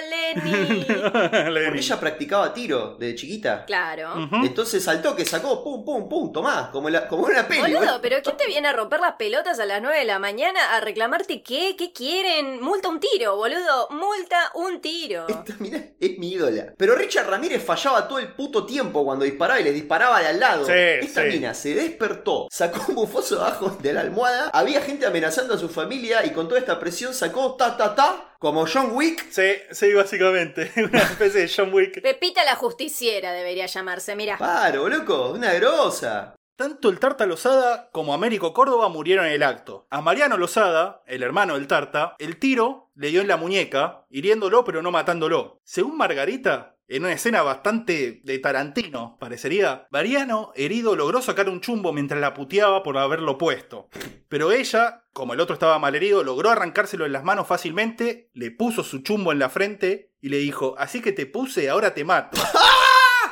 [SPEAKER 3] Lenny!
[SPEAKER 2] Le-
[SPEAKER 4] Porque ella practicaba tiro desde chiquita.
[SPEAKER 3] claro.
[SPEAKER 2] Ujú.
[SPEAKER 4] Entonces saltó que sacó, pum, pum, pum, tomá, como, la, como una peli.
[SPEAKER 3] Boludo,
[SPEAKER 4] boludo.
[SPEAKER 3] pero ¿quién te viene a romper las pelotas a las 9 de la mañana a reclamarte qué? ¿Qué quieren? Multa un tiro, boludo. Multa un tiro.
[SPEAKER 4] Esta mina es mi ídola. Pero Richard Ramírez fallaba todo el puto tiempo cuando disparaba y les disparaba de al lado.
[SPEAKER 2] Sí,
[SPEAKER 4] Esta
[SPEAKER 2] sí.
[SPEAKER 4] mina se despertó, sacó un bufoso abajo de la almohada, había gente amenazando a su familia y con toda esta presión sacó ta ta ta, como John Wick.
[SPEAKER 2] Sí, sí, básicamente. Una especie de John Wick.
[SPEAKER 3] Pepita la justiciera debería llamarse, mira.
[SPEAKER 4] Paro, loco, una grosa.
[SPEAKER 2] Tanto el Tarta Lozada como Américo Córdoba murieron en el acto. A Mariano Lozada, el hermano del Tarta, el tiro le dio en la muñeca, hiriéndolo pero no matándolo. Según Margarita, en una escena bastante de Tarantino, parecería, Mariano, herido, logró sacar un chumbo mientras la puteaba por haberlo puesto. Pero ella, como el otro estaba malherido, logró arrancárselo en las manos fácilmente, le puso su chumbo en la frente y le dijo, así que te puse, ahora te mato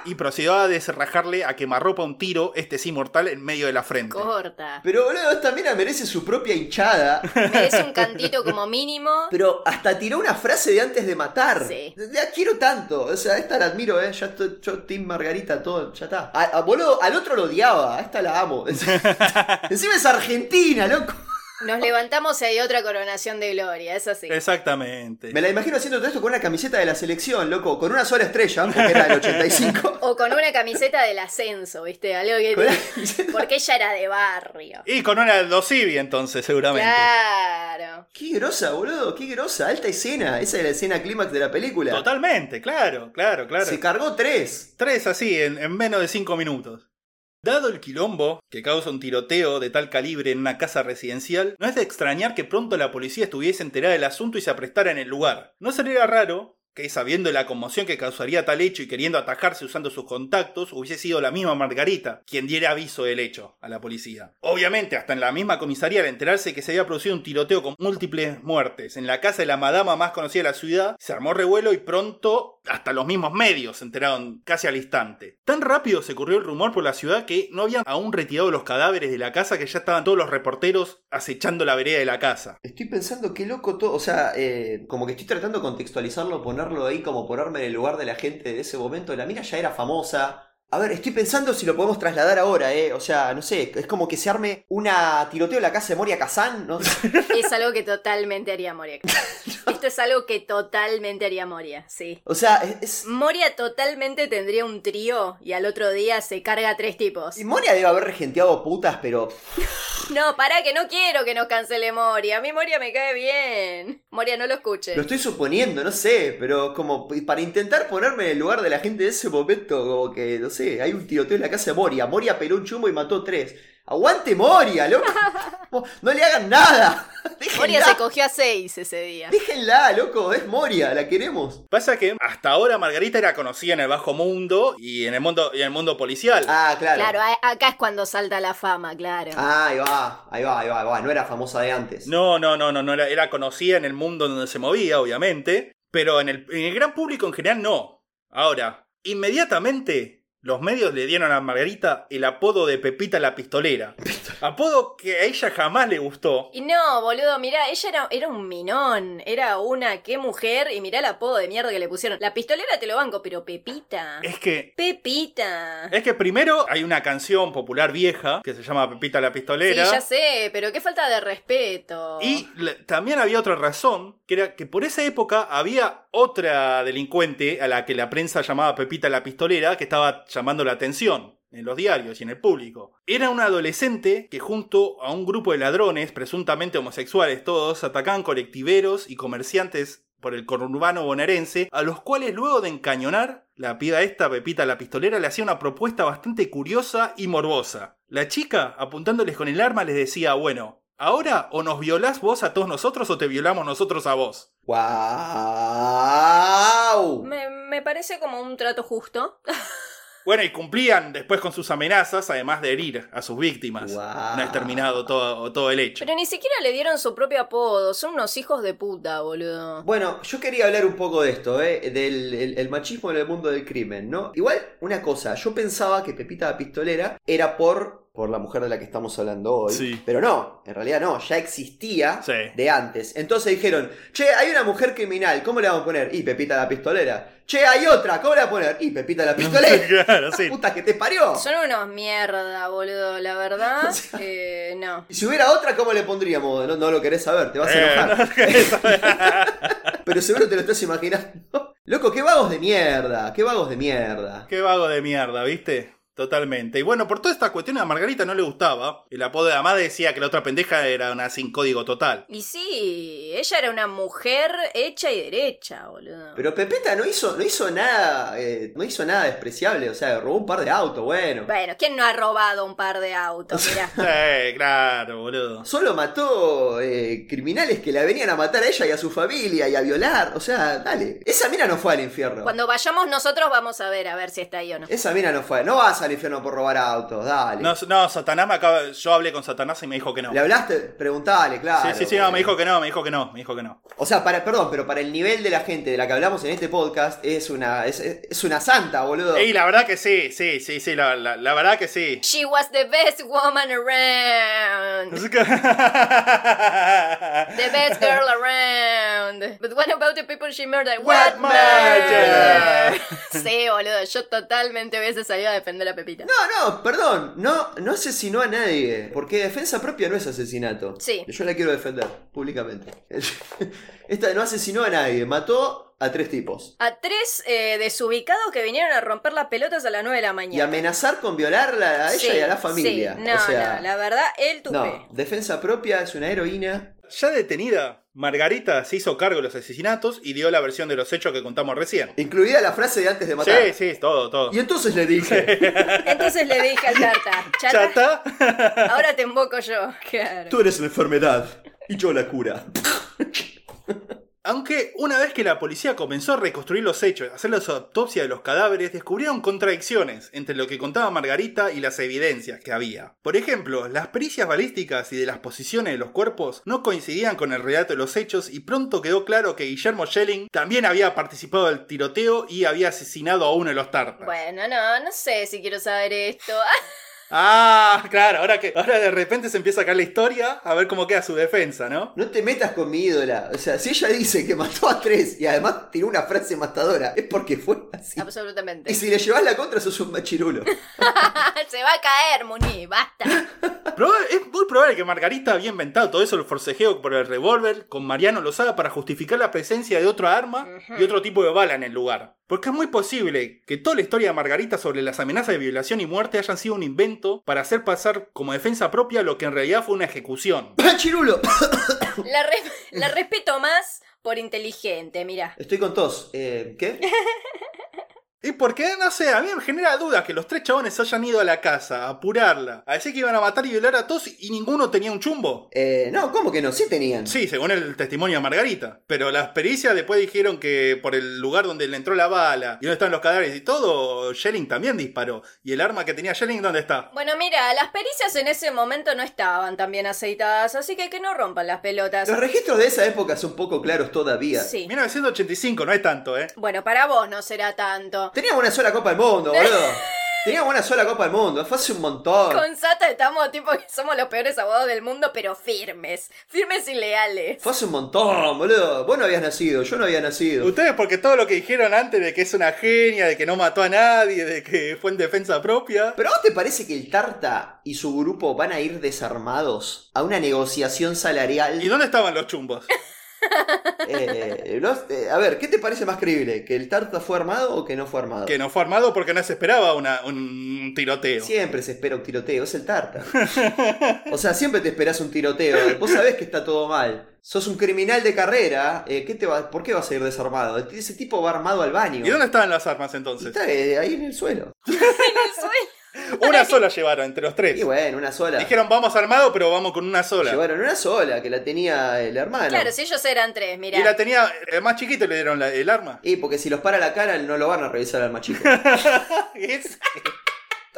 [SPEAKER 2] y procedió a desrajarle a quemarropa un tiro, este sí mortal, en medio de la frente.
[SPEAKER 3] Corta.
[SPEAKER 4] Pero boludo, esta mina merece su propia hinchada.
[SPEAKER 3] Merece un cantito como mínimo.
[SPEAKER 4] Pero hasta tiró una frase de antes de matar.
[SPEAKER 3] Sí.
[SPEAKER 4] La quiero tanto. O sea, esta la admiro, ¿eh? Ya estoy, yo, Team Margarita, todo. Ya está. A- a- boludo, al otro lo odiaba. A esta la amo. Encima es argentina, loco.
[SPEAKER 3] Nos levantamos y hay otra coronación de gloria, es así.
[SPEAKER 2] Exactamente.
[SPEAKER 4] Me la imagino haciendo todo esto con una camiseta de la selección, loco. Con una sola estrella, porque era del 85.
[SPEAKER 3] O con una camiseta del ascenso, ¿viste? Algo que
[SPEAKER 4] Con la
[SPEAKER 3] te-
[SPEAKER 4] camiseta-
[SPEAKER 3] Porque ella era de barrio.
[SPEAKER 2] Y con una dosivi entonces, seguramente.
[SPEAKER 3] Claro.
[SPEAKER 4] Qué grosa, boludo. Qué grosa. Alta escena. Esa es la escena clímax de la película.
[SPEAKER 2] Totalmente, claro, claro, claro.
[SPEAKER 4] Se cargó tres.
[SPEAKER 2] Tres así, en, en menos de cinco minutos. Dado el quilombo que causa un tiroteo de tal calibre en una casa residencial, no es de extrañar que pronto la policía estuviese enterada del asunto y se aprestara en el lugar. No sería raro que, sabiendo la conmoción que causaría tal hecho y queriendo atajarse usando sus contactos, hubiese sido la misma Margarita quien diera aviso del hecho a la policía. Obviamente, hasta en la misma comisaría, al enterarse que se había producido un tiroteo con múltiples muertes en la casa de la madama más conocida de la ciudad, se armó revuelo y pronto hasta los mismos medios se enteraron casi al instante. Tan rápido se corrió el rumor por la ciudad que no habían aún retirado los cadáveres de la casa que ya estaban todos los reporteros acechando la vereda de la casa.
[SPEAKER 4] Estoy pensando qué loco todo, o sea, eh, como que estoy tratando de contextualizarlo, ponerlo ahí, como ponerme en el lugar de la gente de ese momento. La mina ya era famosa. A ver, estoy pensando si lo podemos trasladar ahora, ¿eh? O sea, no sé, es como que se arme una tiroteo en la casa de Moria Kazan, ¿no?
[SPEAKER 3] Es algo que totalmente haría Moria. Esto es algo que totalmente haría Moria, sí.
[SPEAKER 4] O sea, es... es-
[SPEAKER 3] Moria totalmente tendría un trío y al otro día se carga a tres tipos.
[SPEAKER 4] y Moria debe haber regenteado putas, pero...
[SPEAKER 3] No, pará, que no quiero que nos cancele Moria. A mí Moria me cae bien. Moria, no lo escuches.
[SPEAKER 4] Lo estoy suponiendo, no sé, pero como para intentar ponerme en el lugar de la gente de ese momento, como que, no sé, hay un tiroteo en la casa de Moria. Moria peló un chumbo y mató tres. ¡Aguante Moria, loco! ¡No le hagan nada!
[SPEAKER 3] Moria
[SPEAKER 4] ¡Déjenla!
[SPEAKER 3] se cogió a seis ese día.
[SPEAKER 4] Déjenla, loco, es Moria, la queremos.
[SPEAKER 2] Pasa que hasta ahora Margarita era conocida en el bajo mundo y en el mundo, y en el mundo policial.
[SPEAKER 4] Ah, claro.
[SPEAKER 3] Claro, a- acá es cuando salta la fama, claro.
[SPEAKER 4] Ah, ahí va, ahí va, ahí va, ahí va. No era famosa de antes.
[SPEAKER 2] No, no, no, no, no era, era conocida en el mundo donde se movía, obviamente, pero en el, en el gran público en general no. Ahora, inmediatamente los medios le dieron a Margarita el apodo de Pepita la Pistolera. apodo que a ella jamás le gustó.
[SPEAKER 3] Y no, boludo, mirá, ella era, era un minón, era una qué mujer, y mirá el apodo de mierda que le pusieron. La pistolera te lo banco, pero Pepita.
[SPEAKER 2] Es que.
[SPEAKER 3] Pepita.
[SPEAKER 2] Es que primero hay una canción popular vieja que se llama Pepita la Pistolera.
[SPEAKER 3] Sí, ya sé, pero qué falta de respeto.
[SPEAKER 2] Y también había otra razón, que era que por esa época había otra delincuente a la que la prensa llamaba Pepita la Pistolera, que estaba llamando la atención en los diarios y en el público. Era una adolescente que junto a un grupo de ladrones, presuntamente homosexuales todos, atacaban colectiveros y comerciantes por el conurbano bonaerense, a los cuales luego de encañonar, la piba esta, Pepita la pistolera, le hacía una propuesta bastante curiosa y morbosa. La chica, apuntándoles con el arma, les decía, bueno, ahora o nos violás vos a todos nosotros o te violamos nosotros a vos.
[SPEAKER 4] ¡Wow!
[SPEAKER 3] Me, me parece como un trato justo.
[SPEAKER 2] Bueno, y cumplían después con sus amenazas, además de herir a sus víctimas.
[SPEAKER 4] Wow.
[SPEAKER 2] Una vez terminado todo, todo el hecho.
[SPEAKER 3] Pero ni siquiera le dieron su propio apodo, son unos hijos de puta, boludo.
[SPEAKER 4] Bueno, yo quería hablar un poco de esto, ¿eh? del el, el machismo en el mundo del crimen, ¿no? Igual, una cosa, yo pensaba que Pepita la Pistolera era por por la mujer de la que estamos hablando hoy.
[SPEAKER 2] Sí.
[SPEAKER 4] Pero no, en realidad no, ya existía
[SPEAKER 2] Sí.
[SPEAKER 4] de antes. Entonces dijeron, che, hay una mujer criminal, ¿cómo le vamos a poner? Y Pepita la pistolera. Che, hay otra, ¿cómo le vamos a poner? Y Pepita la pistolera.
[SPEAKER 2] claro, sí.
[SPEAKER 4] Puta que te parió.
[SPEAKER 3] Son unos mierda, boludo, la verdad. eh, no.
[SPEAKER 4] Y si hubiera otra, ¿cómo le pondríamos? No, no lo querés saber, te vas a
[SPEAKER 2] Eh,
[SPEAKER 4] enojar.
[SPEAKER 2] no, eso-
[SPEAKER 4] Pero seguro te lo estás imaginando. Loco, qué vagos de mierda, qué vagos de mierda.
[SPEAKER 2] Qué vago de mierda, ¿viste? Totalmente. Y bueno, por toda esta cuestión a Margarita no le gustaba. El apodo de la madre decía que la otra pendeja era una sin código total.
[SPEAKER 3] Y sí, ella era una mujer hecha y derecha, boludo.
[SPEAKER 4] Pero Pepita no hizo, no hizo nada, eh, no hizo nada despreciable, o sea, robó un par de autos, bueno.
[SPEAKER 3] Bueno, ¿quién no ha robado un par de autos? Mirá.
[SPEAKER 2] Sí, claro, boludo.
[SPEAKER 4] Solo mató eh, criminales que la venían a matar a ella y a su familia y a violar. O sea, dale. Esa mina no fue al infierno.
[SPEAKER 3] Cuando vayamos nosotros vamos a ver a ver si está ahí o no.
[SPEAKER 4] Esa mina no fue. No vas al infierno por robar autos, dale.
[SPEAKER 2] No, no, Satanás me acaba. Yo hablé con Satanás y me dijo que no.
[SPEAKER 4] ¿Le hablaste? Preguntale, claro.
[SPEAKER 2] sí, sí, sí, no, me dijo que no, me dijo que no, me dijo que no.
[SPEAKER 4] O sea, para, perdón, pero para el nivel de la gente de la que hablamos en este podcast, es una, es, es- es una santa, boludo.
[SPEAKER 2] Y la verdad que sí, sí, sí, sí, la, la- la verdad que sí.
[SPEAKER 3] She was the best woman around.
[SPEAKER 2] Así que-
[SPEAKER 3] The best girl around. But what about the people she murdered?
[SPEAKER 4] What
[SPEAKER 2] murder?
[SPEAKER 3] sí, boludo, yo totalmente hubiese salido a defender a Pepita.
[SPEAKER 4] No, no, perdón. No, no asesinó a nadie. Porque defensa propia no es asesinato.
[SPEAKER 3] Sí.
[SPEAKER 4] Yo la quiero defender, públicamente. Esta no asesinó a nadie. Mató a tres tipos.
[SPEAKER 3] A tres eh, desubicados que vinieron a romper las pelotas a las 9 de la mañana.
[SPEAKER 4] Y amenazar con violarla a ella
[SPEAKER 3] Sí,
[SPEAKER 4] y a la familia.
[SPEAKER 3] sí. No,
[SPEAKER 4] o sea,
[SPEAKER 3] no, la verdad, él tupé.
[SPEAKER 4] no, defensa propia es una heroína.
[SPEAKER 2] Ya detenida, Margarita se hizo cargo de los asesinatos y dio la versión de los hechos que contamos recién.
[SPEAKER 4] Incluida la frase de antes de matar.
[SPEAKER 2] Sí, sí, todo, todo.
[SPEAKER 4] Y entonces le dije,
[SPEAKER 3] Entonces le dije al Chata, Chata,
[SPEAKER 2] ¿Chata?
[SPEAKER 3] ahora te emboco yo. Claro.
[SPEAKER 4] tú eres la enfermedad y yo la cura.
[SPEAKER 2] Aunque una vez que la policía comenzó a reconstruir los hechos, a hacer las autopsias de los cadáveres, descubrieron contradicciones entre lo que contaba Margarita y las evidencias que había. Por ejemplo, las pericias balísticas y de las posiciones de los cuerpos no coincidían con el relato de los hechos y pronto quedó claro que Guillermo Schelling también había participado del tiroteo y había asesinado a uno de los tártaros.
[SPEAKER 3] Bueno, no, no sé si quiero saber esto.
[SPEAKER 2] Ah, claro, ahora que ahora de repente se empieza a caer la historia, a ver cómo queda su defensa, ¿no?
[SPEAKER 4] No te metas con mi ídola. O sea, si ella dice que mató a tres y además tiró una frase matadora, es porque fue así.
[SPEAKER 3] Absolutamente. Ah,
[SPEAKER 4] Y si le llevas la contra, sos un machirulo.
[SPEAKER 3] Se va a caer, Muni, basta.
[SPEAKER 2] Proba- es muy probable que Margarita había inventado todo eso, el forcejeo por el revólver con Mariano Lozada para justificar la presencia de otra arma y otro tipo de bala en el lugar. Porque es muy posible que toda la historia de Margarita sobre las amenazas de violación y muerte hayan sido un invento para hacer pasar como defensa propia lo que en realidad fue una ejecución.
[SPEAKER 4] ¡Machirulo!
[SPEAKER 3] La, re- la respeto más por inteligente, mira.
[SPEAKER 4] Estoy con tos. Eh, ¿Qué?
[SPEAKER 2] Y porque, no sé, a mí me genera dudas que los tres chabones hayan ido a la casa a apurarla, a decir que iban a matar y violar a todos y ninguno tenía un chumbo.
[SPEAKER 4] Eh, no, ¿cómo que no? Sí tenían.
[SPEAKER 2] Sí, según el testimonio de Margarita. Pero las pericias después dijeron que por el lugar donde le entró la bala y donde están los cadáveres y todo, Schelling también disparó. ¿Y el arma que tenía Schelling dónde está?
[SPEAKER 3] Bueno, mira, las pericias en ese momento no estaban tan bien aceitadas, así que que no rompan las pelotas.
[SPEAKER 4] Los registros de esa época son poco claros todavía.
[SPEAKER 3] Sí.
[SPEAKER 2] 1985, no es tanto, ¿eh?
[SPEAKER 3] Bueno, para vos no será tanto.
[SPEAKER 4] Teníamos una sola Copa del Mundo, boludo. Teníamos una sola Copa del Mundo, fue hace un montón.
[SPEAKER 3] Con Sata estamos tipo que somos los peores abogados del mundo, pero firmes. Firmes y leales.
[SPEAKER 4] Fue hace un montón, boludo. Vos no habías nacido, yo no había nacido.
[SPEAKER 2] Ustedes porque todo lo que dijeron antes de que es una genia, de que no mató a nadie, de que fue en defensa propia.
[SPEAKER 4] ¿Pero a vos te parece que el Tarta y su grupo van a ir desarmados a una negociación salarial?
[SPEAKER 2] ¿Y dónde estaban los chumbos?
[SPEAKER 4] Eh, los- eh, a ver, ¿qué te parece más creíble? ¿Que el Tarta fue armado o que no fue armado?
[SPEAKER 2] Que no fue armado porque no se esperaba una- un tiroteo.
[SPEAKER 4] Siempre se espera un tiroteo, es el Tarta. O sea, siempre te esperas un tiroteo. Vos sabés que está todo mal. Sos un criminal de carrera. eh, ¿qué te va, ¿Por qué vas a ir desarmado? Ese tipo va armado al baño.
[SPEAKER 2] ¿Y dónde estaban las armas
[SPEAKER 4] Y
[SPEAKER 2] entonces?
[SPEAKER 4] está eh, ahí en el suelo.
[SPEAKER 3] En el suelo.
[SPEAKER 2] Una sola llevaron entre los
[SPEAKER 4] Y
[SPEAKER 2] tres.
[SPEAKER 4] bueno, una sola.
[SPEAKER 2] Dijeron vamos armado, pero vamos con una sola.
[SPEAKER 4] Llevaron una sola, que la tenía el hermano.
[SPEAKER 3] Claro, si ellos eran tres, mirá.
[SPEAKER 2] Y la tenía el más chiquito le dieron la- el arma.
[SPEAKER 4] Y porque si los para la cara no lo van a revisar al machico.
[SPEAKER 2] Es-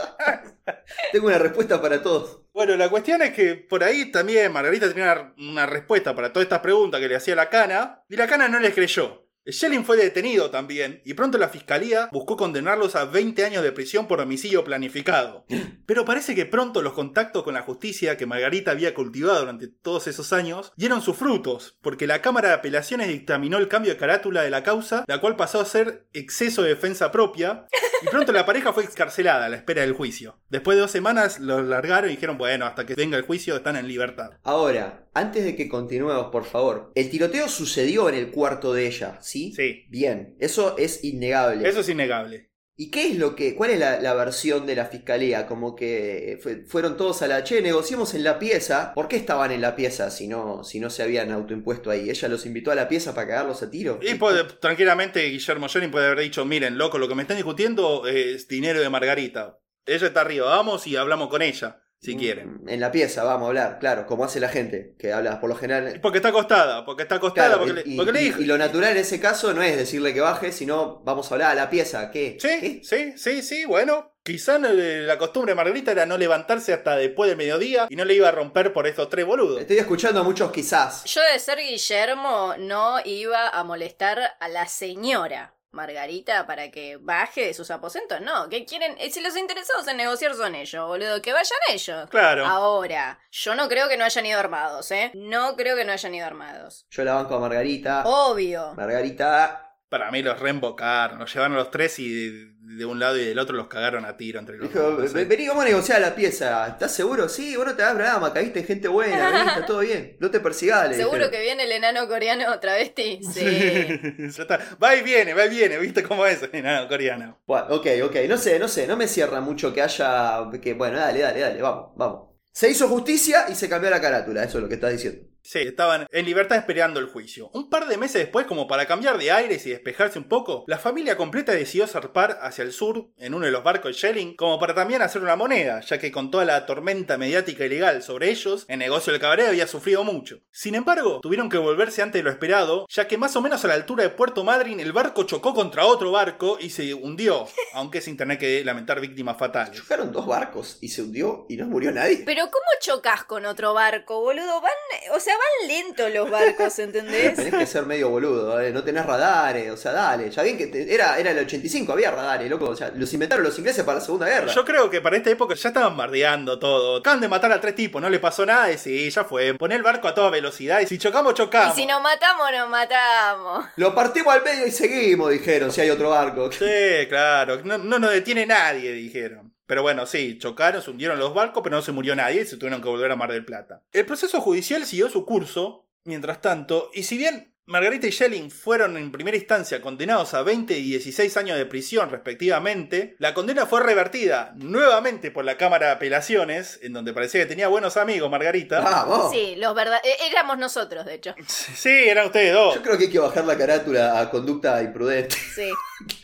[SPEAKER 4] Tengo una respuesta para todos.
[SPEAKER 2] Bueno, la cuestión es que por ahí también Margarita tenía una, una respuesta para todas estas preguntas que le hacía la cana, y la cana no les creyó. Schelling fue detenido también, y pronto la fiscalía buscó condenarlos a 20 años de prisión por homicidio planificado. Pero parece que pronto los contactos con la justicia que Margarita había cultivado durante todos esos años dieron sus frutos, porque la Cámara de Apelaciones dictaminó el cambio de carátula de la causa, la cual pasó a ser exceso de defensa propia, y pronto la pareja fue excarcelada a la espera del juicio. Después de dos semanas los largaron y dijeron, bueno, hasta que venga el juicio están en libertad.
[SPEAKER 4] Ahora, antes de que continuemos, por favor. El tiroteo sucedió en el cuarto de ella, ¿sí?
[SPEAKER 2] Sí,
[SPEAKER 4] Bien, eso es innegable.
[SPEAKER 2] eso es innegable.
[SPEAKER 4] ¿Y qué es lo que, cuál es la, la versión de la fiscalía? Como que fue- fueron todos a la, che, negociemos en la pieza. ¿Por qué estaban en la pieza si no, si no se habían autoimpuesto ahí? ¿Ella los invitó a la pieza para cagarlos a tiro?
[SPEAKER 2] Y puede- tranquilamente Guillermo Jorin puede haber dicho, miren, loco, lo que me están discutiendo es dinero de Margarita. Ella está arriba, vamos y hablamos con ella, si quieren.
[SPEAKER 4] Mm, En la pieza, vamos a hablar, claro, como hace la gente, que habla por lo general.
[SPEAKER 2] Porque está acostada, porque está acostada,
[SPEAKER 4] Claro,
[SPEAKER 2] porque,
[SPEAKER 4] y,
[SPEAKER 2] le, porque le
[SPEAKER 4] y-
[SPEAKER 2] dijo.
[SPEAKER 4] y lo natural en ese caso no es decirle que baje, sino vamos a hablar a la pieza, ¿qué?
[SPEAKER 2] Sí,
[SPEAKER 4] ¿Qué?
[SPEAKER 2] sí, sí, sí, bueno. Quizá no le- la costumbre de Margarita era no levantarse hasta después del mediodía y no le iba a romper por estos tres boludos.
[SPEAKER 4] Estoy escuchando a muchos quizás.
[SPEAKER 3] Yo de ser Guillermo no iba a molestar a la señora Margarita para que baje de sus aposentos. No, ¿qué quieren? Eh, Si los interesados en negociar son ellos, boludo, que vayan ellos.
[SPEAKER 2] Claro.
[SPEAKER 3] Ahora, yo no creo que no hayan ido armados, ¿eh? No creo que no hayan ido armados.
[SPEAKER 4] Yo la banco a Margarita.
[SPEAKER 3] Oh. Obvio.
[SPEAKER 4] Margarita.
[SPEAKER 2] Para mí los reembocaron, los llevaron a los tres y de, de un lado y del otro los cagaron a tiro entre los
[SPEAKER 4] Dijo,
[SPEAKER 2] dos. no sé.
[SPEAKER 4] "Ven- vení, vamos a negociar la pieza. ¿Estás seguro? Sí, vos no te das drama, caíste en gente buena, vení, está todo bien. No te persigás, le
[SPEAKER 3] Seguro
[SPEAKER 4] dijeron.
[SPEAKER 3] que viene el enano coreano travesti. Sí.
[SPEAKER 2] Ya está. Va y viene, va y viene, viste cómo es el enano coreano.
[SPEAKER 4] Bueno, ok, ok, no sé, no sé, no me cierra mucho que haya... que Bueno, dale, dale, dale, vamos, vamos. Se hizo justicia y se cambió la carátula, eso es lo que estás diciendo.
[SPEAKER 2] Sí, estaban en libertad esperando el juicio. Un par de meses después, como para cambiar de aires y despejarse un poco, la familia completa decidió zarpar hacia el sur en uno de los barcos de Schelling, como para también hacer una moneda, ya que con toda la tormenta mediática y legal sobre ellos, el negocio del cabaret había sufrido mucho. Sin embargo, tuvieron que volverse antes de lo esperado, ya que más o menos a la altura de Puerto Madryn el barco chocó contra otro barco y se hundió, aunque sin tener que lamentar víctimas fatales.
[SPEAKER 4] Chocaron dos barcos y se hundió y no murió nadie.
[SPEAKER 3] Pero ¿cómo chocas con otro barco, boludo? Van, o sea, van lentos los barcos, ¿entendés?
[SPEAKER 4] Tenés que ser medio boludo, eh, no tenés radares, o sea, dale. Ya bien que te- era, era el 85, había radares, loco. O sea, los inventaron los ingleses para la Segunda Guerra.
[SPEAKER 2] Yo creo que para esta época ya estaban bardeando todo. Acaban de matar a tres tipos, no le pasó nada y sí, ya fue. Poné el barco a toda velocidad y si chocamos,
[SPEAKER 3] Y
[SPEAKER 2] chocamos.
[SPEAKER 3] si nos matamos, nos matamos.
[SPEAKER 4] Lo partimos al medio y seguimos, dijeron, si hay otro barco.
[SPEAKER 2] Sí, claro. No, no nos detiene nadie, dijeron. Pero bueno, sí, chocaron, se hundieron los barcos, pero no se murió nadie y se tuvieron que volver a Mar del Plata. El proceso judicial siguió su curso, mientras tanto, y si bien Margarita y Schelling fueron en primera instancia condenados a 20 y 16 años de prisión respectivamente, la condena fue revertida nuevamente por la Cámara de Apelaciones, en donde parecía que tenía buenos amigos Margarita.
[SPEAKER 4] Vamos.
[SPEAKER 3] Sí, los verdad... eh, éramos nosotros, de hecho.
[SPEAKER 2] Sí, eran ustedes dos.
[SPEAKER 4] Yo creo que hay que bajar la carátula a conducta imprudente.
[SPEAKER 3] Sí.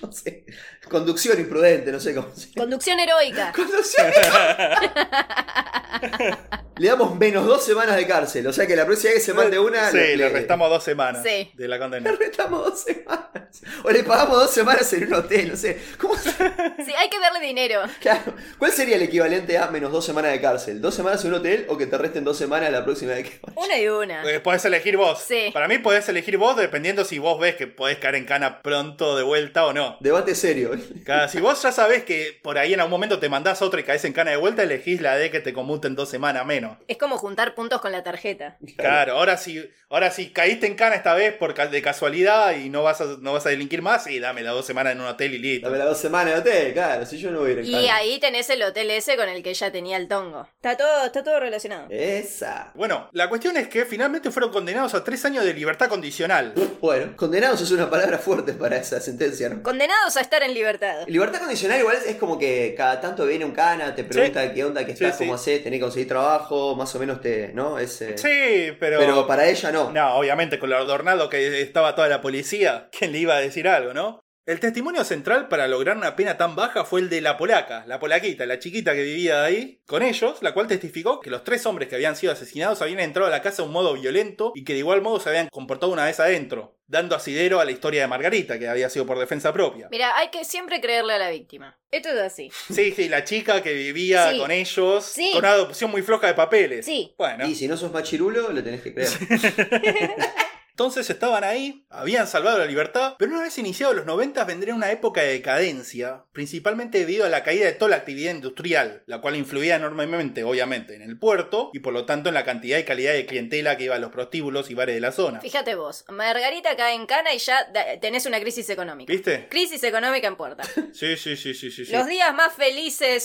[SPEAKER 4] No sé. Conducción imprudente, no sé cómo se
[SPEAKER 3] Conducción heroica.
[SPEAKER 4] Conducción. le damos menos dos semanas de cárcel. O sea que la próxima vez que se mande una.
[SPEAKER 2] Sí, le, restamos dos semanas
[SPEAKER 3] Sí.
[SPEAKER 2] de la
[SPEAKER 4] le
[SPEAKER 2] condena.
[SPEAKER 4] restamos dos semanas. O le pagamos dos semanas en un hotel, no sé. ¿Cómo se-
[SPEAKER 3] Sí, hay que darle dinero.
[SPEAKER 4] Claro. ¿Cuál sería el equivalente a menos dos semanas de cárcel? ¿Dos semanas en un hotel o que te resten dos semanas la próxima vez que vayas?
[SPEAKER 3] Una y una.
[SPEAKER 2] Eh, podés elegir vos.
[SPEAKER 3] Sí.
[SPEAKER 2] Para mí podés elegir vos dependiendo si vos ves que podés caer en cana pronto de vuelta o no.
[SPEAKER 4] Debate serio.
[SPEAKER 2] Cada- si vos ya sabés que por ahí en algún momento te mandás otra y caes en cana de vuelta, elegís la de que te conmuten dos semanas menos.
[SPEAKER 3] Es como juntar puntos con la tarjeta.
[SPEAKER 2] Claro, ahora sí, ahora sí, caíste en cana esta vez por ca- de casualidad y no vas a, no vas a delinquir más, y dame las dos semanas en un hotel y listo.
[SPEAKER 4] Dame las dos semanas de hotel, claro. Si yo no voy a ir en
[SPEAKER 3] Y
[SPEAKER 4] cana.
[SPEAKER 3] ahí tenés el hotel ese con el que ya tenía el tongo. Está todo, está todo relacionado.
[SPEAKER 4] Esa.
[SPEAKER 2] Bueno, la cuestión es que finalmente fueron condenados a tres años de libertad condicional.
[SPEAKER 4] Bueno, condenados es una palabra fuerte para esa sentencia, ¿no?
[SPEAKER 3] Condenados a estar en libertad.
[SPEAKER 4] Libertad condicional igual es como que cada tanto viene un cana, te pregunta qué onda, qué
[SPEAKER 2] Sí,
[SPEAKER 4] estás,
[SPEAKER 2] sí.
[SPEAKER 4] cómo haces, tenés que conseguir trabajo, más o menos te, ¿no? Es, eh,
[SPEAKER 2] Sí, pero.
[SPEAKER 4] Pero para ella no.
[SPEAKER 2] No, obviamente, con lo adornado que estaba toda la policía, ¿quién le iba a decir algo, no? El testimonio central para lograr una pena tan baja fue el de la polaca, la polaquita, la chiquita que vivía ahí, con ellos, la cual testificó que los tres hombres que habían sido asesinados habían entrado a la casa de un modo violento y que de igual modo se habían comportado una vez adentro, dando asidero a la historia de Margarita, que había sido por defensa propia.
[SPEAKER 3] Mira, hay que siempre creerle a la víctima. Esto es así.
[SPEAKER 2] Sí, sí, la chica que vivía
[SPEAKER 3] Sí.
[SPEAKER 2] con ellos,
[SPEAKER 3] Sí.
[SPEAKER 2] con una adopción muy floja de papeles.
[SPEAKER 3] Sí.
[SPEAKER 2] Bueno.
[SPEAKER 4] Y si no sos machirulo, lo tenés que creer.
[SPEAKER 2] Entonces estaban ahí, habían salvado la libertad, pero una vez iniciados los 90 vendría una época de decadencia, principalmente debido a la caída de toda la actividad industrial, la cual influía enormemente, obviamente, en el puerto y por lo tanto en la cantidad y calidad de clientela que iba a los prostíbulos y bares de la zona.
[SPEAKER 3] Fíjate vos, Margarita cae en cana y ya da- tenés una crisis económica.
[SPEAKER 2] ¿Viste?
[SPEAKER 3] Crisis económica en puerta.
[SPEAKER 2] Sí, sí, sí, sí, sí. sí.
[SPEAKER 3] Los días más felices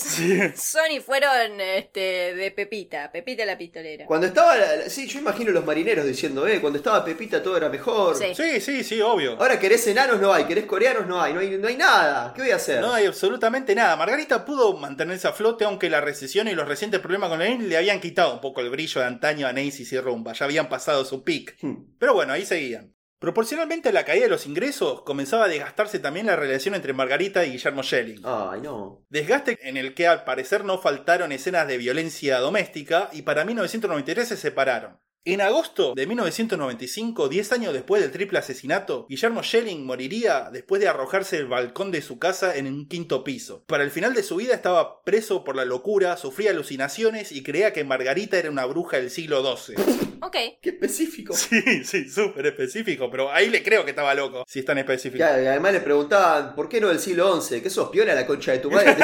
[SPEAKER 3] son y fueron este, de Pepita, Pepita la pistolera.
[SPEAKER 4] Cuando estaba. la- la- sí, yo imagino los marineros diciendo, eh, cuando estaba Pepita todo era mejor.
[SPEAKER 3] Sí.
[SPEAKER 2] Sí, sí, sí, obvio.
[SPEAKER 4] Ahora querés enanos no hay, querés coreanos no hay, no hay, no hay nada. ¿Qué voy a hacer?
[SPEAKER 2] No hay absolutamente nada. Margarita pudo mantenerse a flote, aunque la recesión y los recientes problemas con la Neil le habían quitado un poco el brillo de antaño a Nancy y Rumba. Ya habían pasado su pic.
[SPEAKER 4] Hmm.
[SPEAKER 2] Pero bueno, ahí seguían. Proporcionalmente a la caída de los ingresos, comenzaba a desgastarse también la relación entre Margarita y Guillermo Schelling.
[SPEAKER 4] Ay, no.
[SPEAKER 2] Desgaste en el que al parecer no faltaron escenas de violencia doméstica y para 1993 se separaron. En agosto de 1995, 10 años después del triple asesinato, Guillermo Schelling moriría después de arrojarse del balcón de su casa en un quinto piso. Para el final de su vida estaba preso por la locura, sufría alucinaciones y creía que Margarita era una bruja del siglo XII.
[SPEAKER 3] Ok.
[SPEAKER 4] Qué específico.
[SPEAKER 2] Sí, sí, súper específico, pero ahí le creo que estaba loco, si es tan específico.
[SPEAKER 4] Claro, y además le preguntaban, ¿por qué no del siglo XI? ¿Qué sos piola la concha de tu madre?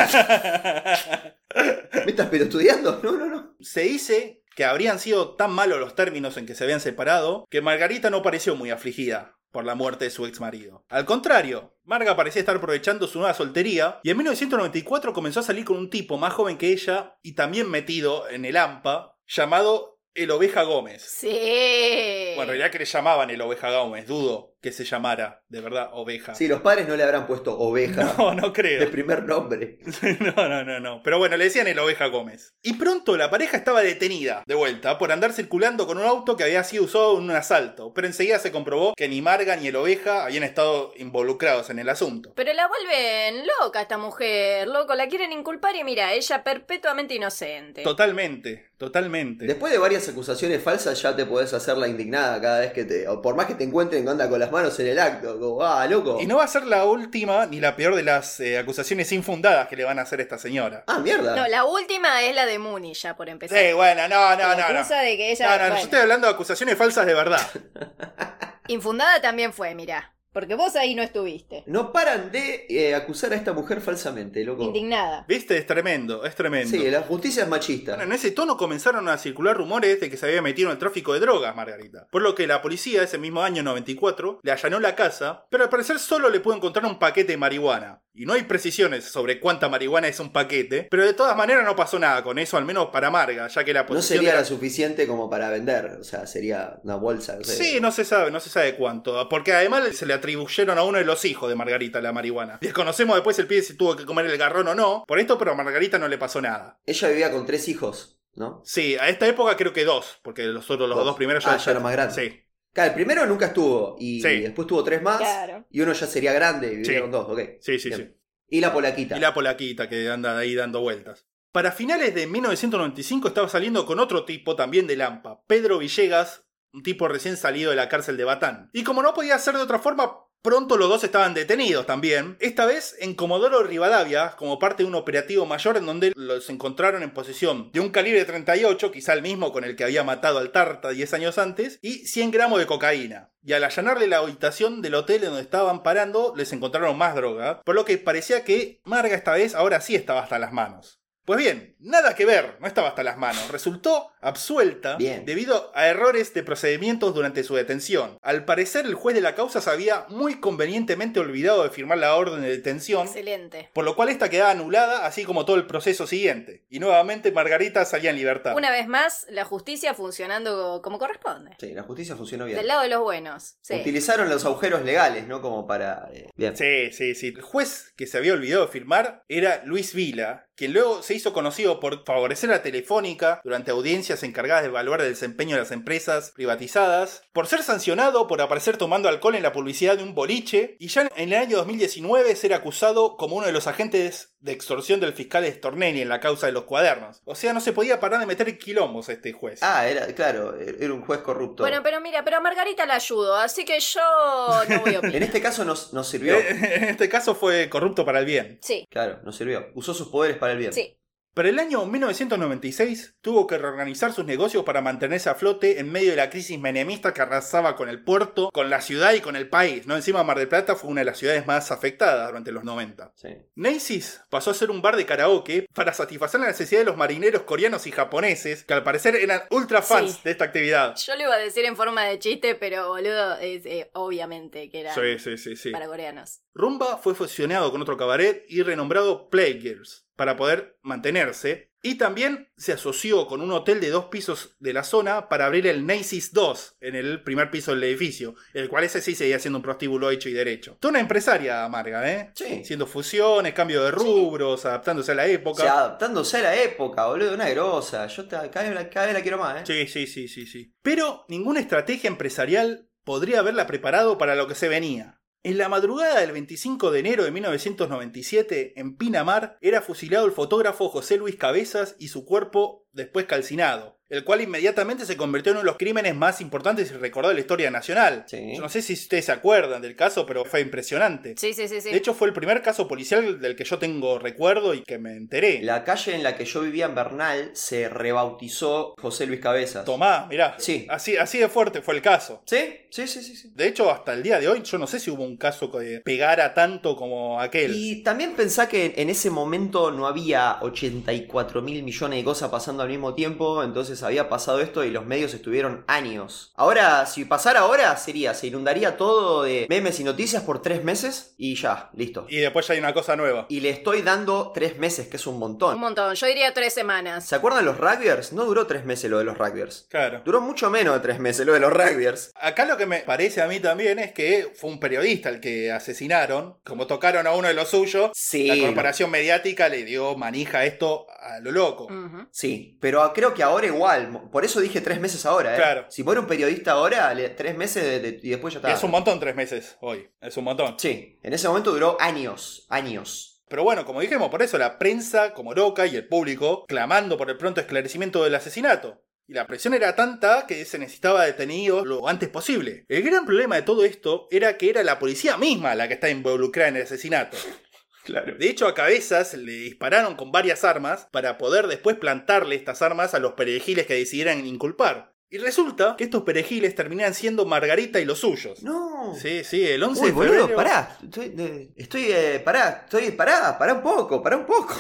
[SPEAKER 4] ¿Me estás pero estudiando? No, no, no.
[SPEAKER 2] Se dice que habrían sido tan malos los términos en que se habían separado que Margarita no pareció muy afligida por la muerte de su ex marido. Al contrario, Marga parecía estar aprovechando su nueva soltería y en 1994 comenzó a salir con un tipo más joven que ella y también metido en el AMPA llamado El Oveja Gómez.
[SPEAKER 3] Sí.
[SPEAKER 2] Bueno, en realidad que le llamaban El Oveja Gómez, dudo que se llamara de verdad Oveja.
[SPEAKER 4] Sí, los padres no le habrán puesto oveja
[SPEAKER 2] No, no creo.
[SPEAKER 4] de primer nombre.
[SPEAKER 2] No, no, no, no. Pero bueno, le decían el oveja Gómez. Y pronto la pareja estaba detenida, de vuelta, por andar circulando con un auto que había sido usado en un asalto. Pero enseguida se comprobó que ni Marga ni el oveja habían estado involucrados en el asunto.
[SPEAKER 3] Pero la vuelven loca esta mujer, loco, la quieren inculpar y mira, ella perpetuamente inocente.
[SPEAKER 2] Totalmente, totalmente.
[SPEAKER 4] Después de varias acusaciones falsas ya te podés hacer la indignada cada vez que te... O por más que te encuentren que anda con las manos en el acto. Como, ah, loco.
[SPEAKER 2] y no va a ser la última ni la peor de las eh, acusaciones infundadas que le van a hacer a esta señora.
[SPEAKER 4] Ah, mierda.
[SPEAKER 3] No, la última es la de Mooney ya por empezar.
[SPEAKER 2] Sí, bueno, no, no,
[SPEAKER 3] La
[SPEAKER 2] no. No,
[SPEAKER 3] excusa de que ella-
[SPEAKER 2] no, no,
[SPEAKER 3] bueno.
[SPEAKER 2] yo estoy hablando de acusaciones falsas de verdad.
[SPEAKER 3] Infundada también fue, mira, porque vos ahí no estuviste.
[SPEAKER 4] No paran de eh, acusar a esta mujer falsamente, loco.
[SPEAKER 3] Indignada.
[SPEAKER 2] ¿Viste? Es tremendo, es tremendo.
[SPEAKER 4] Sí, la justicia es machista.
[SPEAKER 2] Bueno, en ese tono comenzaron a circular rumores de que se había metido en el tráfico de drogas, Margarita. Por lo que la policía, ese mismo año 94, le allanó la casa, pero al parecer solo le pudo encontrar un paquete de marihuana. Y no hay precisiones sobre cuánta marihuana es un paquete, pero de todas maneras no pasó nada con eso, al menos para Marga, ya que la
[SPEAKER 4] No
[SPEAKER 2] posición.
[SPEAKER 4] sería
[SPEAKER 2] de
[SPEAKER 4] la suficiente como para vender, o sea, sería una bolsa. no sé.
[SPEAKER 2] Sí, no se sabe, no se sabe cuánto. Porque además se le atribuyeron a uno de los hijos de Margarita la marihuana. Desconocemos después el pibe si tuvo que comer el garrón o no. Por esto, pero a Margarita no le pasó nada.
[SPEAKER 4] Ella vivía con tres hijos, ¿no?
[SPEAKER 2] Sí, a esta época creo que dos, porque los otros, los
[SPEAKER 4] Dos.
[SPEAKER 2] dos, primeros
[SPEAKER 4] Ah, ya era más grande.
[SPEAKER 2] Sí.
[SPEAKER 4] Claro, el primero nunca estuvo y
[SPEAKER 2] Sí.
[SPEAKER 4] después tuvo tres más
[SPEAKER 3] Claro.
[SPEAKER 4] y uno ya sería grande y vivieron
[SPEAKER 2] Sí.
[SPEAKER 4] dos, ok.
[SPEAKER 2] Sí, sí,
[SPEAKER 4] Bien.
[SPEAKER 2] sí.
[SPEAKER 4] Y la polaquita.
[SPEAKER 2] Y la polaquita que anda ahí dando vueltas. Para finales de 1995 estaba saliendo con otro tipo también de Lampa, Pedro Villegas, un tipo recién salido de la cárcel de Batán. Y como no podía ser de otra forma, Pronto los dos estaban detenidos también, esta vez en Comodoro Rivadavia, como parte de un operativo mayor en donde los encontraron en posesión de un calibre 38, quizá el mismo con el que había matado al Tarta 10 años antes, y 100 gramos de cocaína. Y al allanarle la habitación del hotel en donde estaban parando, les encontraron más droga, por lo que parecía que Marga esta vez ahora sí estaba hasta las manos. Pues bien, nada que ver, no estaba hasta las manos. Resultó absuelta
[SPEAKER 4] Bien.
[SPEAKER 2] debido a errores de procedimientos durante su detención. Al parecer, el juez de la causa se había muy convenientemente olvidado de firmar la orden de detención,
[SPEAKER 3] Excelente.
[SPEAKER 2] por lo cual esta quedaba anulada, así como todo el proceso siguiente. Y nuevamente Margarita salía en libertad.
[SPEAKER 3] Una vez más, la justicia funcionando como corresponde.
[SPEAKER 4] Sí, la justicia funcionó bien.
[SPEAKER 3] Del lado de los buenos. Sí.
[SPEAKER 4] Utilizaron los agujeros legales, ¿no? Como para. eh, bien.
[SPEAKER 2] Sí, sí, sí. El juez que se había olvidado de firmar era Luis Vila, quien luego se hizo conocido por favorecer a Telefónica durante audiencias encargadas de evaluar el desempeño de las empresas privatizadas, por ser sancionado por aparecer tomando alcohol en la publicidad de un boliche, y ya en el año 2019 ser acusado como uno de los agentes de extorsión del fiscal Stornelli en la causa de los cuadernos. O sea, no se podía parar de meter quilombos este juez.
[SPEAKER 4] Ah, era, claro, era un juez corrupto.
[SPEAKER 3] Bueno, pero mira, pero a Margarita la ayudo, así que yo no voy a
[SPEAKER 4] En
[SPEAKER 3] opinar.
[SPEAKER 4] este caso nos, nos sirvió.
[SPEAKER 2] en este caso fue corrupto para el bien.
[SPEAKER 3] Sí,
[SPEAKER 4] Claro, nos sirvió. Usó sus poderes para el bien.
[SPEAKER 3] sí.
[SPEAKER 2] Para el año 1996 tuvo que reorganizar sus negocios para mantenerse a flote en medio de la crisis menemista que arrasaba con el puerto, con la ciudad y con el país. No encima Mar del Plata fue una de las ciudades más afectadas durante los 90.
[SPEAKER 4] Sí.
[SPEAKER 2] Nacy's pasó a ser un bar de karaoke para satisfacer la necesidad de los marineros coreanos y japoneses, que al parecer eran ultra fans
[SPEAKER 3] Sí.
[SPEAKER 2] de esta actividad.
[SPEAKER 3] Yo lo iba a decir en forma de chiste, pero boludo, es, eh, obviamente que era
[SPEAKER 2] Sí, sí, sí, sí.
[SPEAKER 3] para coreanos.
[SPEAKER 2] Rumba fue fusionado con otro cabaret y renombrado Playgirls para poder mantenerse. Y también se asoció con un hotel de dos pisos de la zona para abrir el Nacy's 2 en el primer piso del edificio, el cual ese sí seguía siendo un prostíbulo hecho y derecho. Toda una empresaria amarga, ¿eh?
[SPEAKER 4] Sí.
[SPEAKER 2] Haciendo fusiones, cambio de rubros, adaptándose a la
[SPEAKER 4] O
[SPEAKER 2] época.
[SPEAKER 4] sea, adaptándose a la época, boludo, una grosa. Yo te- cada, vez la- cada vez la quiero más, ¿eh?
[SPEAKER 2] Sí, sí, sí, sí, sí. Pero ninguna estrategia empresarial podría haberla preparado para lo que se venía. En la madrugada del 25 de enero de 1997, en Pinamar, era fusilado el fotógrafo José Luis Cabezas y su cuerpo después calcinado, el cual inmediatamente se convirtió en uno de los crímenes más importantes y recordados de la historia nacional.
[SPEAKER 4] Sí.
[SPEAKER 2] Yo no sé si ustedes se acuerdan del caso, pero fue impresionante.
[SPEAKER 3] Sí, sí, sí, sí.
[SPEAKER 2] De hecho, fue el primer caso policial del que yo tengo recuerdo y que me enteré.
[SPEAKER 4] La calle en la que yo vivía en Bernal se rebautizó José Luis Cabezas.
[SPEAKER 2] Tomá, mirá.
[SPEAKER 4] Sí.
[SPEAKER 2] Así, así de fuerte fue el caso.
[SPEAKER 4] ¿Sí? Sí, sí, sí, sí.
[SPEAKER 2] De hecho, hasta el día de hoy, yo no sé si hubo un caso que pegara tanto como aquel.
[SPEAKER 4] Y también pensá que en ese momento no había 84 mil millones de cosas pasando al mismo tiempo, entonces había pasado esto y los medios estuvieron años. Ahora, si pasara ahora, sería, se inundaría todo de memes y noticias por tres meses y ya, listo.
[SPEAKER 2] Y después ya hay una cosa nueva.
[SPEAKER 4] Y le estoy dando tres meses, que es un
[SPEAKER 3] Un
[SPEAKER 4] montón.
[SPEAKER 3] montón, yo diría tres semanas.
[SPEAKER 4] ¿Se acuerdan los rugbyers? No duró tres meses lo de los rugbyers.
[SPEAKER 2] Claro.
[SPEAKER 4] Duró mucho menos de tres meses lo de los rugbyers.
[SPEAKER 2] Acá lo que me parece a mí también es que fue un periodista el que asesinaron. Como tocaron a uno de los suyos,
[SPEAKER 4] Sí.
[SPEAKER 2] la corporación mediática le dio manija a esto a lo loco.
[SPEAKER 4] Mm.
[SPEAKER 3] Ujú.
[SPEAKER 4] Sí, pero creo que ahora igual. mo- Por eso dije tres meses ahora, ¿eh?
[SPEAKER 2] Claro.
[SPEAKER 4] Si muere un periodista ahora, le- tres meses de- de- y después ya está.
[SPEAKER 2] Es un montón tres meses hoy. Es un montón.
[SPEAKER 4] Sí, en ese momento duró años, años.
[SPEAKER 2] Pero bueno, como dijimos, por eso la prensa, como loca, y el público, clamando por el pronto esclarecimiento del asesinato. Y la presión era tanta que se necesitaba detenido lo antes posible. El gran problema de todo esto era que era la policía misma la que está involucrada en el asesinato.
[SPEAKER 4] Claro.
[SPEAKER 2] De hecho, a cabezas le dispararon con varias armas para poder después plantarle estas armas a los perejiles que decidieran inculpar. Y resulta que estos perejiles terminan siendo Margarita y los suyos.
[SPEAKER 4] No.
[SPEAKER 2] Sí, sí, el 11
[SPEAKER 4] Uy,
[SPEAKER 2] de febrero.
[SPEAKER 4] boludo, pará. Estoy, de- estoy, eh, pará, estoy, pará, pará un poco, pará un poco.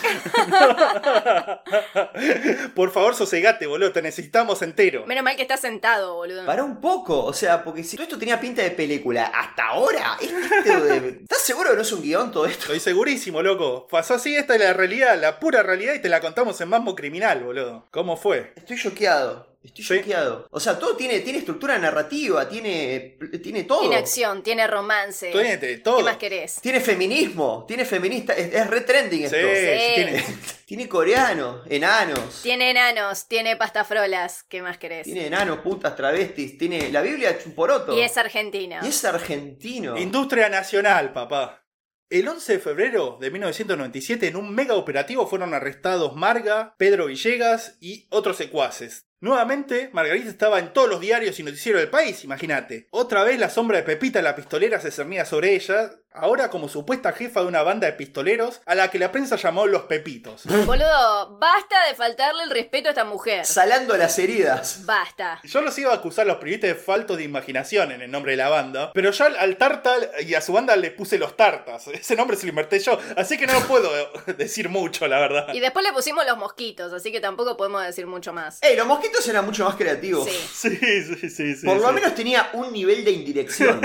[SPEAKER 2] Por favor, sosegate, boludo, te necesitamos entero.
[SPEAKER 3] Menos mal que está sentado, boludo.
[SPEAKER 4] Pará un poco, o sea, porque si todo esto tenía pinta de película hasta ahora, este de- ¿estás seguro que no es un guión todo esto?
[SPEAKER 2] Estoy segurísimo, loco. Pasó así, esta es la realidad, la pura realidad, y te la contamos en Mambo Criminal, boludo. ¿Cómo fue?
[SPEAKER 4] Estoy choqueado, estoy
[SPEAKER 2] Sí.
[SPEAKER 4] choqueado. O sea, todo tiene, tiene estructura narrativa, tiene, tiene todo.
[SPEAKER 3] Tiene acción, tiene romance.
[SPEAKER 2] Tiene de todo.
[SPEAKER 3] ¿Qué más querés?
[SPEAKER 4] Tiene feminismo, tiene feminista, es, es re trending
[SPEAKER 2] Sí,
[SPEAKER 4] esto.
[SPEAKER 2] sí,
[SPEAKER 3] Sí.
[SPEAKER 2] tiene-
[SPEAKER 4] Tiene coreanos, enanos.
[SPEAKER 3] Tiene enanos, tiene pastafrolas. ¿Qué más querés?
[SPEAKER 4] Tiene enanos, putas, travestis, tiene. La Biblia es un poroto.
[SPEAKER 3] Y es argentino.
[SPEAKER 4] Y es argentino.
[SPEAKER 2] Industria nacional, papá. El 11 de febrero de 1997, en un mega operativo fueron arrestados Marga, Pedro Villegas y otros secuaces. Nuevamente, Margarita estaba en todos los diarios y noticieros del país, imagínate. Otra vez la sombra de Pepita la pistolera se cernía sobre ella, ahora como supuesta jefa de una banda de pistoleros a la que la prensa llamó los Pepitos.
[SPEAKER 3] Boludo, basta de faltarle el respeto a esta mujer.
[SPEAKER 4] Salando las heridas.
[SPEAKER 3] Basta.
[SPEAKER 2] Yo los iba a acusar a los periodistas de faltos de imaginación en el nombre de la banda, pero yo al, al Tartal y a su banda le puse los Tartas. Ese nombre se lo invertí yo, así que no puedo eh, decir mucho, la verdad.
[SPEAKER 3] Y después le pusimos los mosquitos, así que tampoco podemos decir mucho más.
[SPEAKER 4] ¡Ey, los mosquitos eran mucho más creativos!
[SPEAKER 3] Sí.
[SPEAKER 2] Sí, sí, sí, sí.
[SPEAKER 4] Por lo
[SPEAKER 2] sí.
[SPEAKER 4] menos tenía un nivel de indirección.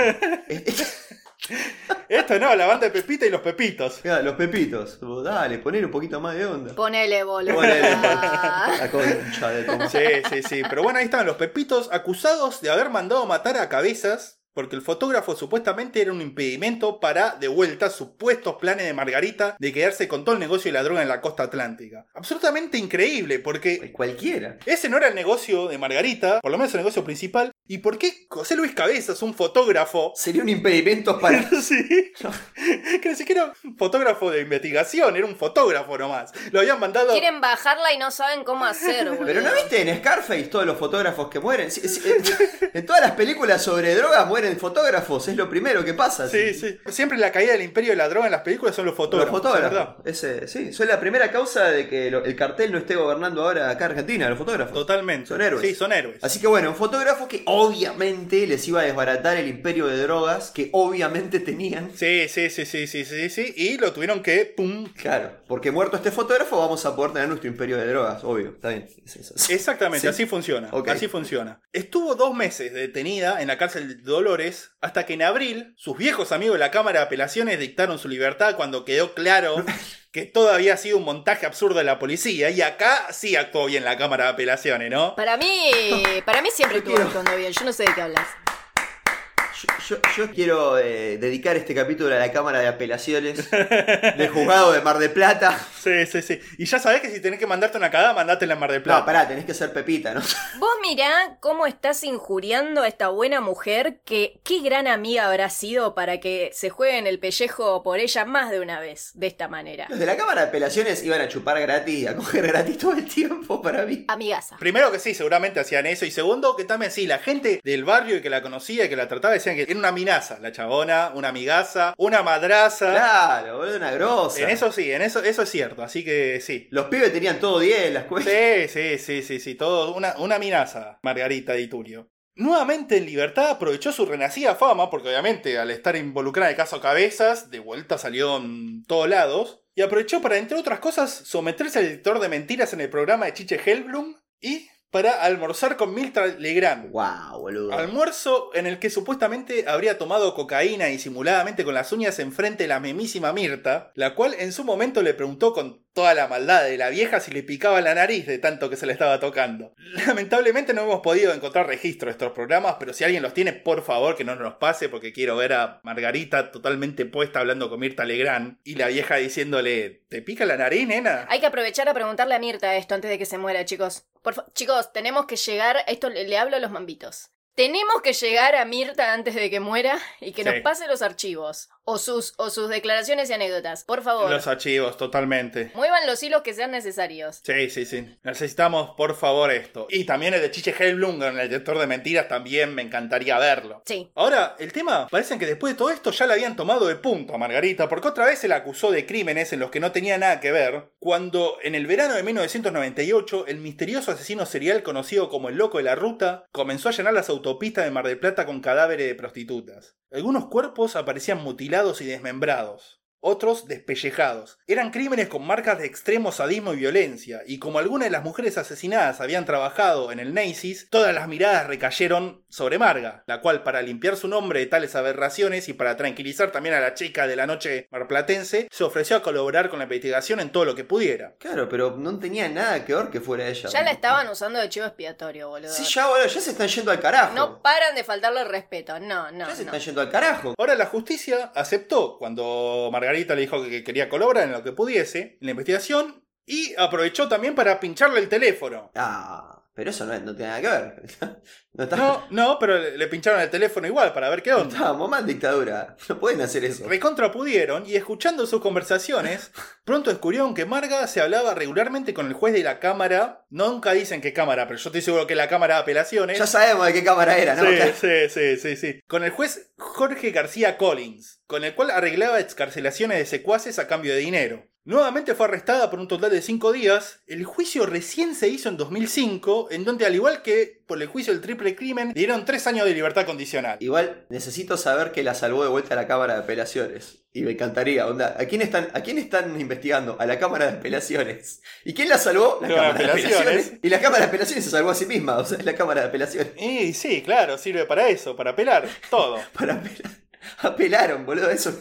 [SPEAKER 2] Esto no, la banda de Pepita y los Pepitos.
[SPEAKER 4] Mirá, los pepitos. Dale, poner un poquito más de onda.
[SPEAKER 3] Ponele, boludo.
[SPEAKER 4] Ponele.
[SPEAKER 3] Ah.
[SPEAKER 4] La concha de tu madre.
[SPEAKER 2] Sí, sí, sí. Pero bueno, ahí estaban los Pepitos acusados de haber mandado matar a cabezas. Porque el fotógrafo supuestamente era un impedimento para, de vuelta, supuestos planes de Margarita de quedarse con todo el negocio de la droga en la costa atlántica. Absolutamente increíble, porque
[SPEAKER 4] Cualquiera.
[SPEAKER 2] Ese no era el negocio de Margarita, por lo menos el negocio principal. ¿Y por qué José Luis Cabezas, un fotógrafo?
[SPEAKER 4] Sería un impedimento para.
[SPEAKER 2] Sí, que ni siquiera un fotógrafo de investigación, era un fotógrafo nomás. Lo habían mandado.
[SPEAKER 3] Quieren bajarla y no saben cómo hacer, boludo.
[SPEAKER 4] Pero no viste en Scarface todos los fotógrafos que mueren. Sí, sí, en- En todas las películas sobre drogas mueren fotógrafos. Es lo primero que pasa.
[SPEAKER 2] Sí, sí. Siempre la caída del imperio de la droga en las películas son los
[SPEAKER 4] Los
[SPEAKER 2] fotógrafos. ¿verdad?
[SPEAKER 4] fotógrafos. Ese, sí, son la primera causa de que lo- el cartel no esté gobernando ahora acá Argentina, los fotógrafos.
[SPEAKER 2] Totalmente.
[SPEAKER 4] Son héroes.
[SPEAKER 2] Sí, son héroes.
[SPEAKER 4] Así que bueno, un fotógrafo que obviamente les iba a desbaratar el imperio de drogas que obviamente tenían.
[SPEAKER 2] Sí, sí, sí, sí, sí, sí, sí. Y lo tuvieron que, pum.
[SPEAKER 4] Claro, porque muerto este fotógrafo vamos a poder tener nuestro imperio de drogas, obvio. Está bien. es eso.
[SPEAKER 2] Exactamente,
[SPEAKER 4] Sí.
[SPEAKER 2] así funciona.
[SPEAKER 4] Ok.
[SPEAKER 2] Así funciona. Estuvo dos meses detenida en la cárcel de Dolores hasta que en abril sus viejos amigos de la Cámara de Apelaciones dictaron su libertad cuando quedó claro que todo había sido un montaje absurdo de la policía. Y acá sí actuó bien la Cámara de Apelaciones, ¿no?
[SPEAKER 3] Para mí, para mí siempre estuvo
[SPEAKER 4] quiero.
[SPEAKER 3] actuando bien. Yo no sé de qué hablas.
[SPEAKER 4] Yo, yo- yo quiero eh, dedicar este capítulo a la Cámara de Apelaciones del Juzgado de Mar de Plata.
[SPEAKER 2] Sí, sí, sí. Y ya sabés que si tenés que mandarte una cagada, mandátela en Mar del Plata.
[SPEAKER 4] No, pará, tenés que ser Pepita, ¿no?
[SPEAKER 3] Vos mirá cómo estás injuriando a esta buena mujer que qué gran amiga habrá sido para que se jueguen el pellejo por ella más de una vez de esta manera.
[SPEAKER 4] Los de la Cámara de Apelaciones iban a chupar gratis, a coger gratis todo el tiempo para mí.
[SPEAKER 3] Amigaza.
[SPEAKER 2] Primero que sí, seguramente hacían eso. Y segundo, que también sí, la gente del barrio y que la conocía y que la trataba decían que era una minaza, la chabona, una amigaza, una madraza.
[SPEAKER 4] Claro, boludo, una grosa.
[SPEAKER 2] En eso sí, en eso, eso es cierto. Así que sí.
[SPEAKER 4] Los pibes tenían todo 10 en la escuela.
[SPEAKER 2] Sí, sí, sí, sí, sí. Todo una, una amenaza, Margarita de Iturio. Nuevamente en libertad aprovechó su renacida fama, porque obviamente al estar involucrada en el caso Cabezas, de vuelta salió en todos lados, y aprovechó para, entre otras cosas, someterse al editor de mentiras en el programa de Chiche Helblum y para almorzar con Milta Legrand.
[SPEAKER 4] Wow, boludo.
[SPEAKER 2] Almuerzo en el que supuestamente habría tomado cocaína disimuladamente con las uñas enfrente de la memísima Mirta, la cual en su momento le preguntó con toda la maldad de la vieja si le picaba la nariz de tanto que se le estaba tocando. Lamentablemente no hemos podido encontrar registro de estos programas, pero si alguien los tiene, por favor que no nos los pase porque quiero ver a Margarita totalmente puesta hablando con Mirta Legrand y la vieja diciéndole, ¿te pica la nariz, nena?
[SPEAKER 3] Hay que aprovechar a preguntarle a Mirta esto antes de que se muera, chicos. Por fa- chicos, tenemos que llegar, esto le, le hablo a los mambitos. Tenemos que llegar a Mirta antes de que muera y que
[SPEAKER 2] Sí.
[SPEAKER 3] nos pase los archivos o sus o sus declaraciones y anécdotas, por favor.
[SPEAKER 2] Los archivos, totalmente.
[SPEAKER 3] Muevan los hilos que sean necesarios.
[SPEAKER 2] Sí, sí, sí. Necesitamos, por favor, esto. Y también el de Chiche Helblum, el detector de mentiras, también me encantaría verlo.
[SPEAKER 3] Sí.
[SPEAKER 2] Ahora, el tema, parecen que después de todo esto ya la habían tomado de punto a Margarita, porque otra vez se la acusó de crímenes en los que no tenía nada que ver, cuando en el verano de 1998 el misterioso asesino serial conocido como el Loco de la Ruta comenzó a llenar las autopistas de Mar del Plata con cadáveres de prostitutas. Algunos cuerpos aparecían mutilados y desmembrados. Otros despellejados. Eran crímenes con marcas de extremo sadismo y violencia, y como algunas de las mujeres asesinadas habían trabajado en el Neisis, todas las miradas recayeron sobre Marga, la cual para limpiar su nombre de tales aberraciones y para tranquilizar también a la chica de la noche marplatense, se ofreció a colaborar con la investigación en todo lo que pudiera.
[SPEAKER 4] Claro, pero no tenía nada que ver que fuera ella.
[SPEAKER 3] Ya la estaban usando de chivo expiatorio, boludo.
[SPEAKER 4] Sí, ya, boludo, ya se están yendo al carajo.
[SPEAKER 3] No paran de faltarle el respeto. No, no.
[SPEAKER 4] ya se
[SPEAKER 3] no.
[SPEAKER 4] están yendo al carajo.
[SPEAKER 2] Ahora la justicia aceptó cuando Margarita le dijo que quería colaborar en lo que pudiese en la investigación y aprovechó también para pincharle el teléfono.
[SPEAKER 4] Ah, Pero eso no, es- no tiene nada que ver. No está-
[SPEAKER 2] No, no, pero le le pincharon el teléfono igual para ver qué onda.
[SPEAKER 4] Estábamos más en dictadura. No pueden hacer eso.
[SPEAKER 2] Recontra pudieron y escuchando sus conversaciones, pronto descubrieron que Marga se hablaba regularmente con el juez de la Cámara. Nunca dicen qué Cámara, pero yo estoy seguro que es la Cámara de Apelaciones.
[SPEAKER 4] Ya sabemos de qué cámara era, ¿no?
[SPEAKER 2] Sí, sí, sí, sí, sí. Con el juez Jorge García Collins, con el cual arreglaba excarcelaciones de secuaces a cambio de dinero. Nuevamente fue arrestada por un total de cinco días. El juicio recién se hizo en 2005, en donde al igual que por el juicio del triple crimen, le dieron tres años de libertad condicional.
[SPEAKER 4] Igual necesito saber que la salvó de vuelta a la Cámara de Apelaciones. Y me encantaría, onda. ¿A quién están, a quién están investigando? A la Cámara de Apelaciones. ¿Y quién la salvó? La
[SPEAKER 2] La
[SPEAKER 4] Cámara de
[SPEAKER 2] Apelaciones.
[SPEAKER 4] Apelaciones. Y la Cámara de Apelaciones se salvó a sí misma, o sea, es la Cámara de Apelaciones.
[SPEAKER 2] Y sí, claro, sirve para eso, para apelar, todo.
[SPEAKER 4] Para apelar. Apelaron, boludo, eso.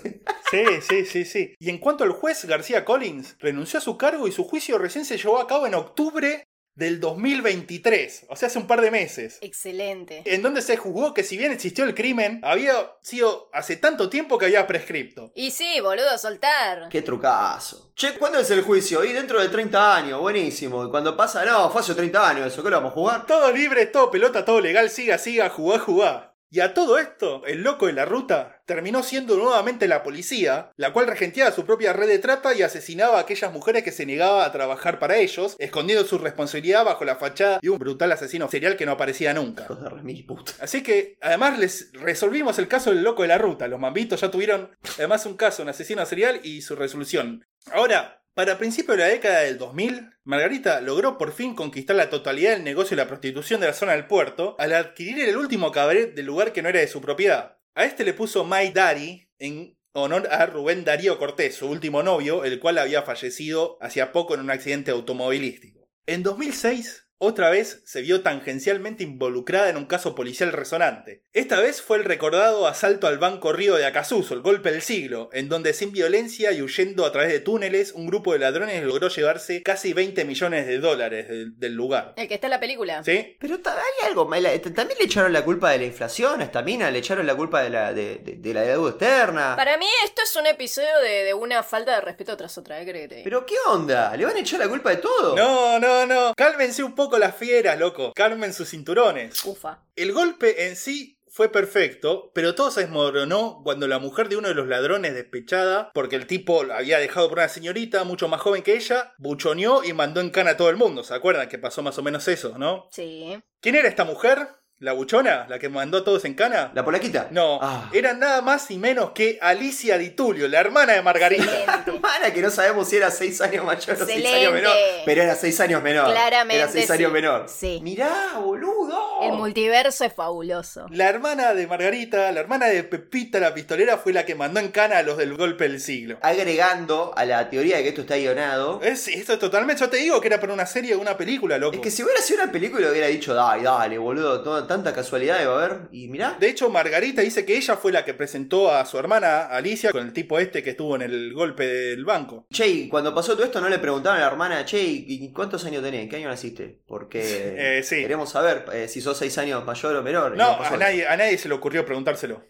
[SPEAKER 2] Sí, sí, sí, sí. Y en cuanto al juez García Collins, renunció a su cargo y su juicio recién se llevó a cabo en octubre del 2023, o sea, hace un par de meses.
[SPEAKER 3] Excelente.
[SPEAKER 4] Eh.
[SPEAKER 2] En donde se juzgó que si bien existió el crimen, había sido hace tanto tiempo que había prescripto.
[SPEAKER 3] Y sí, boludo, soltar.
[SPEAKER 4] Qué trucazo. Che, ¿cuándo es el juicio? Y dentro de 30 años, buenísimo. Y cuando pasa, no, fue hace 30 años eso, ¿qué lo vamos a jugar?
[SPEAKER 2] Todo libre, todo pelota, todo legal, siga, siga, jugá, jugá. Y a todo esto, el loco de la ruta terminó siendo nuevamente la policía, la cual regenteaba su propia red de trata y asesinaba a aquellas mujeres que se negaba a trabajar para ellos, escondiendo su responsabilidad bajo la fachada de un brutal asesino serial que no aparecía nunca.
[SPEAKER 4] Hijos de remil puta.
[SPEAKER 2] Así que, además, les resolvimos el caso del loco de la ruta. Los mambitos ya tuvieron, además, un caso, un asesino serial y su resolución. Ahora, para principios de la década del 2000, Margarita logró por fin conquistar la totalidad del negocio de la prostitución de la zona del puerto al adquirir el último cabaret del lugar que no era de su propiedad. A este le puso My Daddy en honor a Rubén Darío Cortés, su último novio, el cual había fallecido hacía poco en un accidente automovilístico. En 2006, otra vez se vio tangencialmente involucrada en un caso policial resonante. Esta vez fue el recordado asalto al Banco Río de Acasuso, el golpe del siglo, en donde sin violencia y huyendo a través de túneles, un grupo de ladrones logró llevarse casi 20 millones de dólares del, del lugar.
[SPEAKER 3] El que está en la película.
[SPEAKER 2] ¿Sí?
[SPEAKER 4] Pero ta- hay algo, mal- t- también le echaron la culpa de la inflación a esta mina, le echaron la culpa de la, de, de- de la deuda externa.
[SPEAKER 3] Para mí esto es un episodio de, de una falta de respeto tras otra, ¿eh? Creo que te digo.
[SPEAKER 4] Pero qué onda, le van a echar la culpa de todo.
[SPEAKER 2] No, no, no. Cálmense un poco las fieras, loco. Calmen sus cinturones.
[SPEAKER 3] Ufa.
[SPEAKER 2] El golpe en sí fue perfecto, pero todo se desmoronó cuando la mujer de uno de los ladrones despechada, porque el tipo la había dejado por una señorita mucho más joven que ella, buchoneó y mandó en cana a todo el mundo. ¿Se acuerdan que pasó más o menos eso, no?
[SPEAKER 3] Sí.
[SPEAKER 2] ¿Quién era esta mujer? ¿La buchona? ¿La que mandó a todos en cana?
[SPEAKER 4] ¿La polaquita?
[SPEAKER 2] No,
[SPEAKER 4] Ah,
[SPEAKER 2] era nada más y menos que Alicia Di Tulio, la hermana de Margarita.
[SPEAKER 3] Excelente.
[SPEAKER 4] hermana que no sabemos si era 6 años mayor o 6 años
[SPEAKER 3] Excelente.
[SPEAKER 4] menor. Pero era 6 años menor.
[SPEAKER 3] Claramente
[SPEAKER 4] Era 6 años
[SPEAKER 3] sí.
[SPEAKER 4] menor.
[SPEAKER 3] Sí.
[SPEAKER 4] Mirá, boludo.
[SPEAKER 3] El multiverso es fabuloso.
[SPEAKER 2] La hermana de Margarita, la hermana de Pepita la pistolera, fue la que mandó en cana a los del golpe del
[SPEAKER 4] Ah.
[SPEAKER 2] siglo.
[SPEAKER 4] Agregando a la teoría de que esto está guionado.
[SPEAKER 2] Es, esto es totalmente, yo te digo que era para una serie o una película, loco.
[SPEAKER 4] Es que si hubiera sido una película hubiera dicho, dale, dale, boludo, toda- tanta casualidad iba a haber. Y mirá,
[SPEAKER 2] De hecho, Margarita dice que ella fue la que presentó a su hermana Alicia con el tipo este que estuvo en el golpe del banco.
[SPEAKER 4] Che, y cuando pasó todo esto no le preguntaron a la hermana, che, ¿y y cuántos años tenés? ¿Qué año naciste? Porque
[SPEAKER 2] Eh, sí.
[SPEAKER 4] queremos saber eh, si sos seis años mayor o menor. Y
[SPEAKER 2] No,
[SPEAKER 4] pasó
[SPEAKER 2] a
[SPEAKER 4] nada.
[SPEAKER 2] nadie, a nadie se le ocurrió preguntárselo.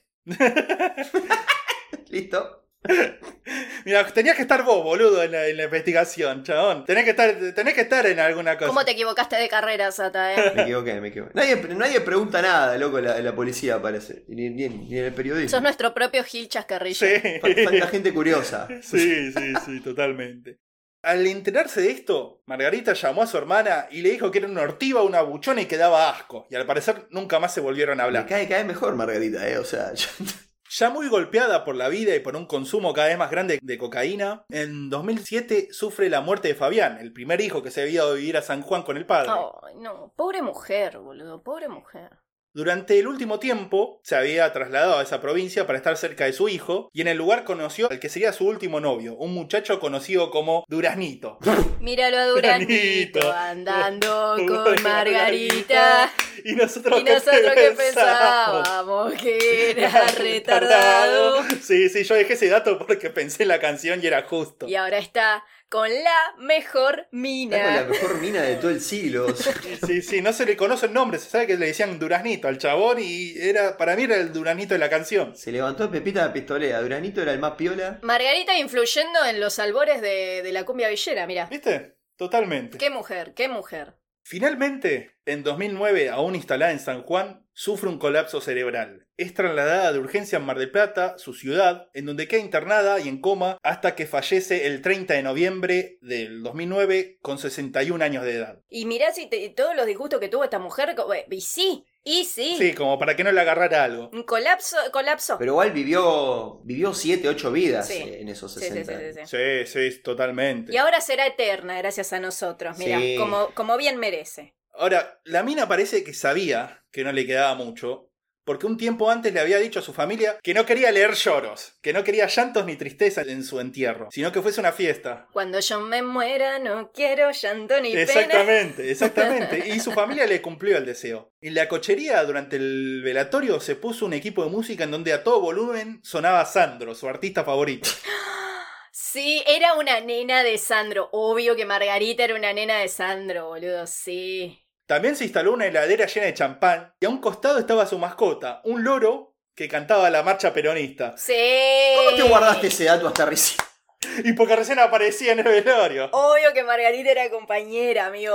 [SPEAKER 4] Listo.
[SPEAKER 2] Mira, tenías que estar vos, boludo, en la, en la investigación, chabón. Tenés que estar, tenés que estar en alguna cosa.
[SPEAKER 3] ¿Cómo te equivocaste de carrera, Sata, eh?
[SPEAKER 4] Me equivoqué, me equivoqué. Nadie, nadie pregunta nada, loco, la, la policía parece. Ni, ni, ni en el periodismo.
[SPEAKER 3] Sos nuestro propio Gil Chascarrillo.
[SPEAKER 2] Sí.
[SPEAKER 4] Fal- Falta gente curiosa.
[SPEAKER 2] Sí, sí, sí, totalmente. Al enterarse de esto, Margarita llamó a su hermana y le dijo que era una ortiva, una buchona y que daba asco. Y al parecer nunca más se volvieron a
[SPEAKER 4] Me
[SPEAKER 2] hablar.
[SPEAKER 4] cae, cae mejor Margarita, eh. O sea, yo-
[SPEAKER 2] Ya muy golpeada por la vida y por un consumo cada vez más grande de cocaína, en 2007 sufre la muerte de Fabián, el primer hijo que se había ido a vivir a San Juan con el padre.
[SPEAKER 3] Ay, no. Pobre mujer, boludo. Pobre mujer.
[SPEAKER 2] Durante el último tiempo se había trasladado a esa provincia para estar cerca de su hijo y en el lugar conoció al que sería su último novio, un muchacho conocido como Duraznito.
[SPEAKER 3] Míralo a Duranito
[SPEAKER 2] Duranito.
[SPEAKER 3] andando con Margarita.
[SPEAKER 2] Y nosotros,
[SPEAKER 3] Y nosotros
[SPEAKER 2] qué
[SPEAKER 3] que pensábamos que era retardado.
[SPEAKER 2] Sí, sí, yo dejé ese dato porque pensé en la canción y era justo.
[SPEAKER 3] Y ahora está con la mejor
[SPEAKER 4] está con la
[SPEAKER 3] mina.
[SPEAKER 4] mejor mina de todo el siglo. o sea.
[SPEAKER 2] Sí, sí, no se le conoce el nombre, se sabe que le decían Duraznito al chabón y era, para mí era el Duraznito de la canción.
[SPEAKER 4] Se levantó Pepita la pistolera. Duranito era el más piola.
[SPEAKER 3] Margarita influyendo en los albores de, de la cumbia villera, mira.
[SPEAKER 2] ¿Viste? Totalmente.
[SPEAKER 3] Qué mujer, qué mujer.
[SPEAKER 2] Finalmente, en 2009, aún instalada en San Juan, sufre un colapso cerebral. Es trasladada de urgencia a Mar del Plata, su ciudad, en donde queda internada y en coma hasta que fallece el 30 de noviembre del 2009 con 61 años de edad.
[SPEAKER 3] Y mirá si te- todos los disgustos que tuvo esta mujer, co- eh, y sí, y sí.
[SPEAKER 2] Sí, como para que no le agarrara algo.
[SPEAKER 3] Un colapso, colapso.
[SPEAKER 4] Pero igual vivió, vivió siete, ocho vidas
[SPEAKER 3] Sí.
[SPEAKER 4] eh, en esos
[SPEAKER 3] Sí, sí,
[SPEAKER 4] 60
[SPEAKER 3] sí, sí, sí.
[SPEAKER 2] Sí, sí, totalmente.
[SPEAKER 3] Y ahora será eterna gracias a nosotros, mira,
[SPEAKER 4] Sí.
[SPEAKER 3] como, como bien merece.
[SPEAKER 2] Ahora, la mina parece que sabía que no le quedaba mucho, porque un tiempo antes le había dicho a su familia que no quería leer lloros, que no quería llantos ni tristeza en su entierro, sino que fuese una fiesta.
[SPEAKER 3] Cuando yo me muera no quiero llanto ni pena.
[SPEAKER 2] Exactamente, exactamente. Y su familia le cumplió el deseo. En la cochería, durante el velatorio, se puso un equipo de música en donde a todo volumen sonaba Sandro, su artista favorito.
[SPEAKER 3] Sí, era una nena de Sandro. Obvio que Margarita era una nena de Sandro, boludo, sí.
[SPEAKER 2] También se instaló una heladera llena de champán y a un costado estaba su mascota, un loro que cantaba la marcha peronista.
[SPEAKER 3] Sí.
[SPEAKER 4] ¿Cómo te guardaste ese dato hasta recién?
[SPEAKER 2] Y porque recién aparecía en el velorio.
[SPEAKER 3] Obvio que Margarita era compañera, amigo.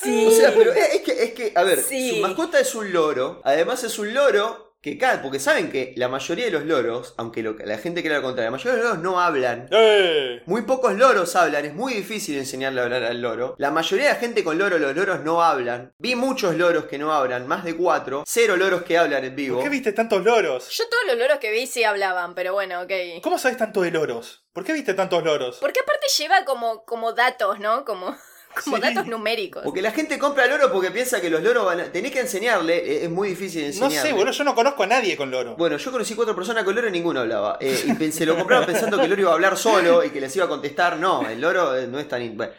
[SPEAKER 3] Sí.
[SPEAKER 4] O sea, pero es es que, es que a ver,
[SPEAKER 3] Sí.
[SPEAKER 4] su mascota es un loro. Además es un loro que cae, porque saben que la mayoría de los loros, aunque lo- la gente crea lo contrario, la mayoría de los loros no hablan.
[SPEAKER 2] ¡Eh!
[SPEAKER 4] Muy pocos loros hablan, es muy difícil enseñarle a hablar al loro. La mayoría de la gente con loro, los loros no hablan. Vi muchos loros que no hablan, más de cuatro. Cero loros que hablan en vivo.
[SPEAKER 2] ¿Por qué viste tantos loros?
[SPEAKER 3] Yo todos los loros que vi sí hablaban, pero bueno, ok.
[SPEAKER 2] ¿Cómo sabes tanto de loros? ¿Por qué viste tantos loros?
[SPEAKER 3] Porque aparte lleva como, como datos, ¿no? Como, como
[SPEAKER 2] Sí.
[SPEAKER 3] datos numéricos.
[SPEAKER 4] Porque la gente compra loro porque piensa que los loros van a... Tenés que enseñarle, eh, es muy difícil
[SPEAKER 2] No
[SPEAKER 4] enseñarle.
[SPEAKER 2] sé, boludo, yo no conozco a nadie con loro.
[SPEAKER 4] Bueno, yo conocí cuatro personas con loro y ninguno hablaba. Eh, y pen- se lo compraron pensando que el loro iba a hablar solo y que les iba a contestar. No, el loro eh, no es tan... in- bueno.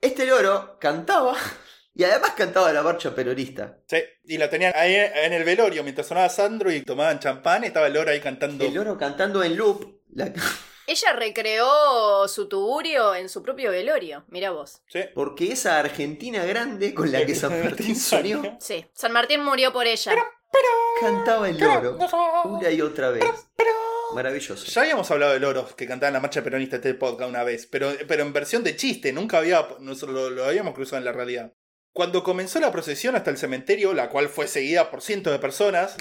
[SPEAKER 4] Este loro cantaba y además cantaba la marcha peronista.
[SPEAKER 2] Sí, y lo tenían ahí en el velorio mientras sonaba Sandro y tomaban champán, estaba el loro ahí cantando.
[SPEAKER 4] El loro cantando en loop. la-
[SPEAKER 3] Ella recreó su tugurio en su propio velorio. Mira vos.
[SPEAKER 2] Sí.
[SPEAKER 4] Porque esa Argentina grande con la que San Martín soñó
[SPEAKER 3] Sí, San Martín murió por ella.
[SPEAKER 4] cantaba el loro una y otra vez. Maravilloso.
[SPEAKER 2] Ya habíamos hablado de loros que cantaban la marcha peronista este podcast una vez, pero, pero en versión de chiste, nunca había, nosotros lo, lo habíamos cruzado en la realidad. Cuando comenzó la procesión hasta el cementerio, la cual fue seguida por cientos de personas,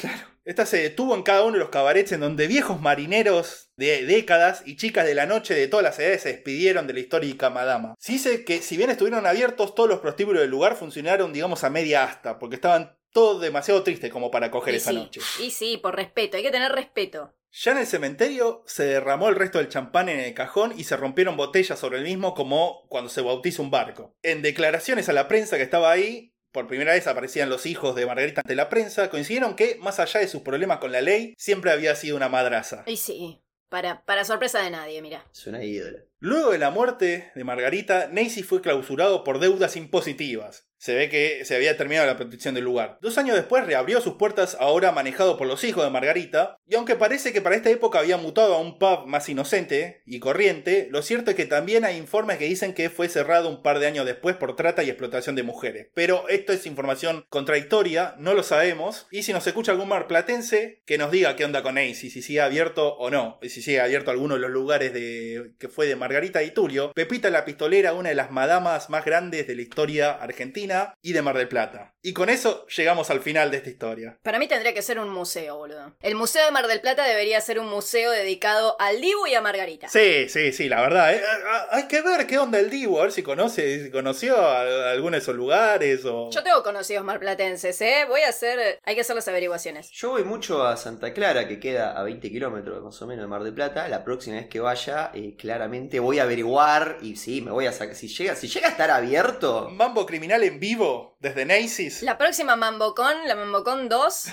[SPEAKER 2] esta se detuvo en cada uno de los cabarets en donde viejos marineros de décadas y chicas de la noche de todas las edades se despidieron de la histórica madama. Se dice que si bien estuvieron abiertos, todos los prostíbulos del lugar funcionaron, digamos, a media asta, porque estaban todos demasiado tristes como para coger
[SPEAKER 3] y,
[SPEAKER 2] esa
[SPEAKER 3] sí,
[SPEAKER 2] noche.
[SPEAKER 3] y sí, por respeto, hay que tener respeto.
[SPEAKER 2] Ya en el cementerio se derramó el resto del champán en el cajón y se rompieron botellas sobre el mismo como cuando se bautiza un barco. En declaraciones a la prensa que estaba ahí, por primera vez aparecían los hijos de Margarita ante la prensa, coincidieron que, más allá de sus problemas con la ley, siempre había sido una madraza.
[SPEAKER 3] Y sí, para, para sorpresa de nadie, mira.
[SPEAKER 4] Es una ídola.
[SPEAKER 2] Luego de la muerte de Margarita, Nacy fue clausurado por deudas impositivas. Se ve que se había terminado la protección del lugar. Dos años después reabrió sus puertas, ahora manejado por los hijos de Margarita, y aunque parece que para esta época había mutado a un pub más inocente y corriente, lo cierto es que también hay informes que dicen que fue cerrado un par de años después por trata y explotación de mujeres. Pero esto es información contradictoria, no lo sabemos, y si nos escucha algún marplatense, que nos diga qué onda con Nacy, si sigue abierto o no, y si sigue abierto alguno de los lugares de que fue de Margarita y Tulio, Pepita la Pistolera, una de las madamas más grandes de la historia argentina y de Mar del Plata. Y con eso llegamos al final de esta historia.
[SPEAKER 3] Para mí tendría que ser un museo, boludo. El Museo de Mar del Plata debería ser un museo dedicado al Dibu y a Margarita.
[SPEAKER 2] Sí, sí, sí, la verdad. eh, ah, ah, Hay que ver qué onda el Divo, a ver si conoce, si conoció a- a alguno de esos lugares o.
[SPEAKER 3] Yo tengo conocidos marplatenses, ¿eh? Voy a hacer... Hay que hacer las averiguaciones.
[SPEAKER 4] Yo voy mucho a Santa Clara, que queda a 20 kilómetros más o menos de Mar del Plata. La próxima vez que vaya, eh, claramente voy a averiguar y sí, me voy a sacar. Si llega, si llega a estar abierto,
[SPEAKER 2] Mambo criminal en vivo desde Nacy's.
[SPEAKER 3] La próxima Mambocón, la Mambocón 2.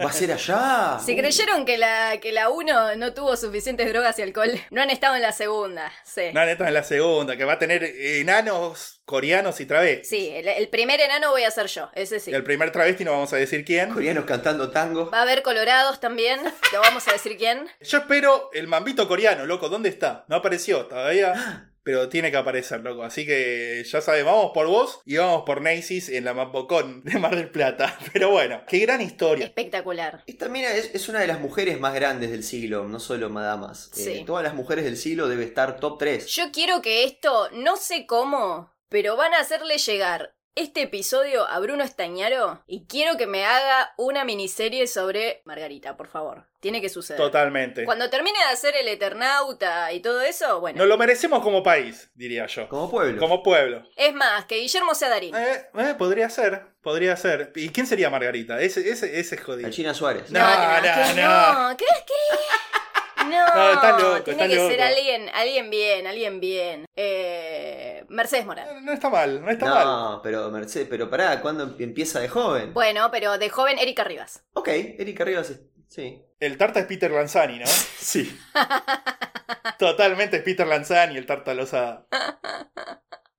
[SPEAKER 4] va a ser
[SPEAKER 2] Ah.
[SPEAKER 4] allá.
[SPEAKER 3] Si creyeron que la, que la 1 no tuvo suficientes drogas y alcohol, no han estado en la segunda. Sí.
[SPEAKER 2] No, neta es la segunda, que va a tener enanos coreanos y travestis.
[SPEAKER 3] Sí, el, el primer enano voy a ser yo, ese sí.
[SPEAKER 2] Y el primer travesti no vamos a decir quién.
[SPEAKER 4] Coreanos cantando tango.
[SPEAKER 3] Va a haber colorados también, no vamos a decir quién.
[SPEAKER 2] Yo espero el mambito coreano, loco, ¿dónde está? No apareció todavía, pero tiene que aparecer, loco. Así que ya sabes, vamos por vos y vamos por Nacy's en la Mambocón de Mar del Plata. Pero bueno, qué gran historia.
[SPEAKER 3] Espectacular.
[SPEAKER 4] Esta mina es, es una de las mujeres más grandes del siglo, no solo madamas. Eh,
[SPEAKER 3] Sí.
[SPEAKER 4] todas las mujeres del siglo debe estar top 3.
[SPEAKER 3] Yo quiero que esto, no sé cómo, pero van a hacerle llegar este episodio a Bruno Estañaro y quiero que me haga una miniserie sobre Margarita, por favor. Tiene que suceder.
[SPEAKER 2] Totalmente.
[SPEAKER 3] Cuando termine de hacer el Eternauta y todo eso, bueno.
[SPEAKER 2] Nos lo merecemos como país, diría yo.
[SPEAKER 4] Como pueblo.
[SPEAKER 2] Como pueblo.
[SPEAKER 3] Es más, que Guillermo sea Darín.
[SPEAKER 2] Eh, eh, podría ser, podría ser. ¿Y quién sería Margarita? Ese, ese, ese es jodido.
[SPEAKER 4] La China Suárez.
[SPEAKER 2] No, no,
[SPEAKER 3] ¿crees que
[SPEAKER 2] no.
[SPEAKER 3] no? ¿Crees que? No,
[SPEAKER 2] No, está loco,
[SPEAKER 3] tiene
[SPEAKER 2] está
[SPEAKER 3] que ser
[SPEAKER 2] loco.
[SPEAKER 3] alguien, alguien bien, alguien bien. Eh, Mercedes Morán.
[SPEAKER 2] No está mal, no está mal.
[SPEAKER 4] No, pero Mercedes, pero pará, ¿cuándo empieza de joven?
[SPEAKER 3] Bueno, pero de joven Erika Rivas.
[SPEAKER 4] Ok, Erika Rivas, es- sí.
[SPEAKER 2] El tarta es Peter Lanzani, ¿no?
[SPEAKER 4] Sí.
[SPEAKER 2] Totalmente es Peter Lanzani el tarta losada.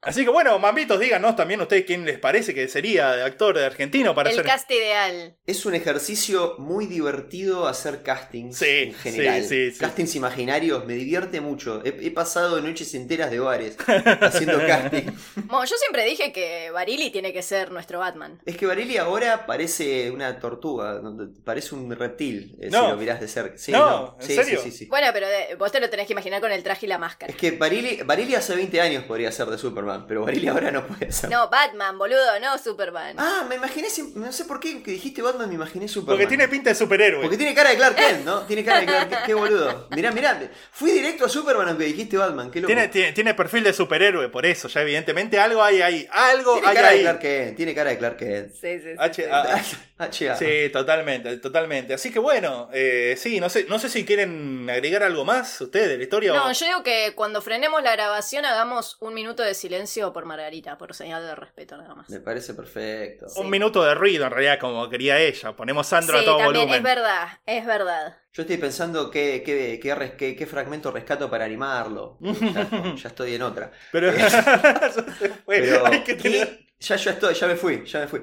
[SPEAKER 2] Así que bueno, mamitos, díganos también ustedes quién les parece que sería de actor de argentino para
[SPEAKER 3] el
[SPEAKER 2] ser.
[SPEAKER 3] cast ideal.
[SPEAKER 4] Es un ejercicio muy divertido hacer castings
[SPEAKER 2] Sí,
[SPEAKER 4] en general.
[SPEAKER 2] sí, sí, sí.
[SPEAKER 4] Castings imaginarios me divierte mucho. He, he pasado noches enteras de bares haciendo casting.
[SPEAKER 3] Bueno, yo siempre dije que Barili tiene que ser nuestro Batman.
[SPEAKER 4] Es que Barelli ahora parece una tortuga, no, parece un reptil, eh,
[SPEAKER 2] No.
[SPEAKER 4] si lo mirás de cerca. Sí,
[SPEAKER 2] No, ¿en
[SPEAKER 4] Sí,
[SPEAKER 2] serio?
[SPEAKER 4] sí, sí, sí.
[SPEAKER 3] Bueno, pero de- vos te lo tenés que imaginar con el traje y la máscara.
[SPEAKER 4] Es que Barelli, Barelli hace 20 años podría ser de Superman, pero Barelli ahora no puede ser.
[SPEAKER 3] No, Batman, boludo, no Superman.
[SPEAKER 4] Ah, me imaginé, sim- no sé por qué que dijiste Batman, me imaginé Superman.
[SPEAKER 2] Porque tiene pinta de superhéroe.
[SPEAKER 4] Porque tiene cara de Clark Kent, ¿no? Tiene cara de Clark Kent, qué boludo. Mirá, mirá, fui directo a Superman aunque dijiste Batman, qué loco.
[SPEAKER 2] Tiene, tiene, tiene perfil de superhéroe, por eso, ya evidentemente algo hay ahí. Algo
[SPEAKER 4] Tiene
[SPEAKER 2] hay
[SPEAKER 4] cara de
[SPEAKER 2] ahí.
[SPEAKER 4] Clark Kent, tiene cara de Clark Kent.
[SPEAKER 3] Sí, sí, sí.
[SPEAKER 2] H- a-
[SPEAKER 4] Ah, che, ah.
[SPEAKER 2] sí, totalmente, totalmente. Así que bueno, eh, sí, no sé, no sé si quieren agregar algo más ustedes de la historia.
[SPEAKER 3] No,
[SPEAKER 2] o-
[SPEAKER 3] yo digo que cuando frenemos la grabación hagamos un minuto de silencio por Margarita, por señal de respeto nada más.
[SPEAKER 4] Me parece perfecto.
[SPEAKER 3] Sí.
[SPEAKER 2] Un minuto de ruido, en realidad, como quería ella. Ponemos Sandro a
[SPEAKER 3] Sí,
[SPEAKER 2] todo
[SPEAKER 3] también es
[SPEAKER 2] volumen.
[SPEAKER 3] verdad, es verdad.
[SPEAKER 4] Yo estoy pensando qué, qué, qué res- qué- qué fragmento rescato para animarlo. Ya, ya estoy en otra.
[SPEAKER 2] Pero. Ya se fue.
[SPEAKER 4] Pero-
[SPEAKER 2] Hay que tener-
[SPEAKER 4] Ya, ya estoy, ya me fui, ya me fui.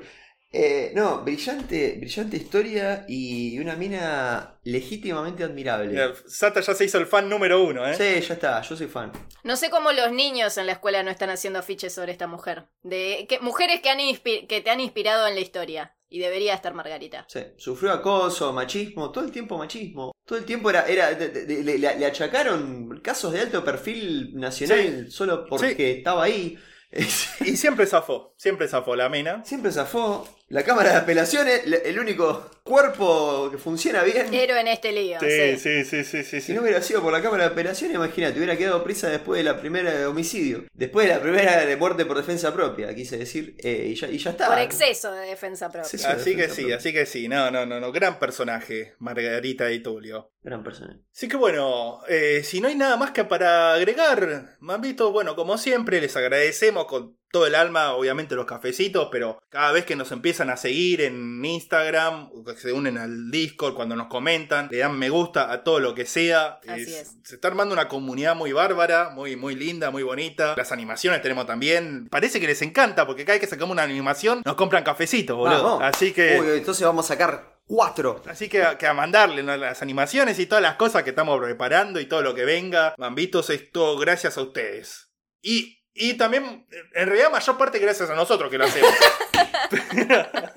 [SPEAKER 4] Eh, no, brillante, brillante historia y una mina legítimamente admirable.
[SPEAKER 2] Sata ya se hizo el fan número uno, ¿eh?
[SPEAKER 4] Sí, ya está, yo soy fan.
[SPEAKER 3] No sé cómo los niños en la escuela no están haciendo afiches sobre esta mujer. De que, mujeres que, han inspi- que te han inspirado en la historia. Y debería estar Margarita.
[SPEAKER 4] Sí, sufrió acoso, machismo, todo el tiempo machismo. Todo el tiempo era, era de- de- de- le, le achacaron casos de alto perfil nacional solo porque estaba ahí.
[SPEAKER 2] Y siempre zafó, siempre zafó la mina.
[SPEAKER 4] Siempre zafó. La Cámara de Apelaciones, le- el único cuerpo que funciona bien.
[SPEAKER 3] Héroe en este lío.
[SPEAKER 2] Sí, sí,
[SPEAKER 3] Sí,
[SPEAKER 2] sí, sí, sí.
[SPEAKER 4] Si
[SPEAKER 2] sí.
[SPEAKER 4] no hubiera sido por la Cámara de Apelaciones, imagínate, hubiera quedado prisa después de la primera de homicidio. Después de la primera de muerte por defensa propia, quise decir. eh, y, ya, y ya está.
[SPEAKER 3] Por exceso de defensa propia.
[SPEAKER 4] Sí, sí.
[SPEAKER 2] Así que
[SPEAKER 4] defensa
[SPEAKER 2] Ah. sí,
[SPEAKER 4] propia.
[SPEAKER 2] así que sí. No, no, no, no. Gran personaje, Margarita de Tulio.
[SPEAKER 4] Gran persona.
[SPEAKER 2] Así que bueno, eh, si no hay nada más que para agregar, Mambito, bueno, como siempre, les agradecemos con todo el alma, obviamente, los cafecitos, pero cada vez que nos empiezan a seguir en Instagram, o que se unen al Discord, cuando nos comentan, le dan me gusta a todo lo que sea.
[SPEAKER 3] Así
[SPEAKER 2] Eh,
[SPEAKER 3] es.
[SPEAKER 2] Se está armando una comunidad muy bárbara, muy, muy linda, muy bonita. Las animaciones tenemos también. Parece que les encanta, porque cada vez que sacamos una animación, nos compran cafecitos, boludo.
[SPEAKER 4] Vamos.
[SPEAKER 2] Así que.
[SPEAKER 4] Uy, entonces vamos a sacar cuatro.
[SPEAKER 2] Así que, que a mandarle ¿no? las animaciones y todas las cosas que estamos preparando y todo lo que venga. Mambitos, es todo gracias a ustedes. Y, y también, en realidad, mayor parte gracias a nosotros que lo hacemos.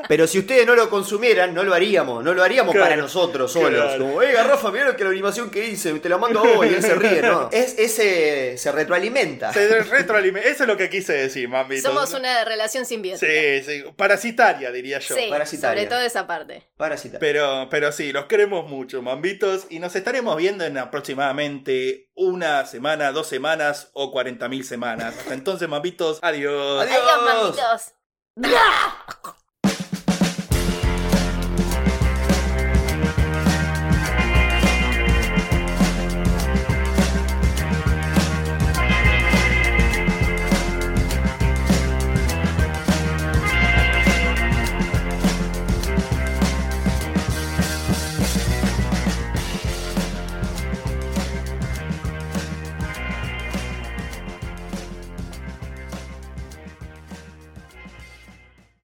[SPEAKER 4] Pero si ustedes no lo consumieran, no lo haríamos. No lo haríamos
[SPEAKER 2] Claro.
[SPEAKER 4] para nosotros solos.
[SPEAKER 2] Claro.
[SPEAKER 4] Como, oiga, Rafa, mirá lo que la animación que hice, te la mando a vos y él se ríe, ¿no? Es, ese se retroalimenta.
[SPEAKER 2] Se retroalime- Eso es lo que quise decir, Mambitos.
[SPEAKER 3] Somos una relación simbiótica.
[SPEAKER 2] Sí, sí, parasitaria, diría yo.
[SPEAKER 3] Sí,
[SPEAKER 4] parasitaria.
[SPEAKER 3] sobre todo esa parte.
[SPEAKER 4] Parasita.
[SPEAKER 2] Pero, pero sí, los queremos mucho, mambitos, y nos estaremos viendo en aproximadamente una semana, dos semanas o 40.000 semanas. Hasta entonces, mambitos, adiós.
[SPEAKER 4] Adiós.
[SPEAKER 3] Adiós, mamitos.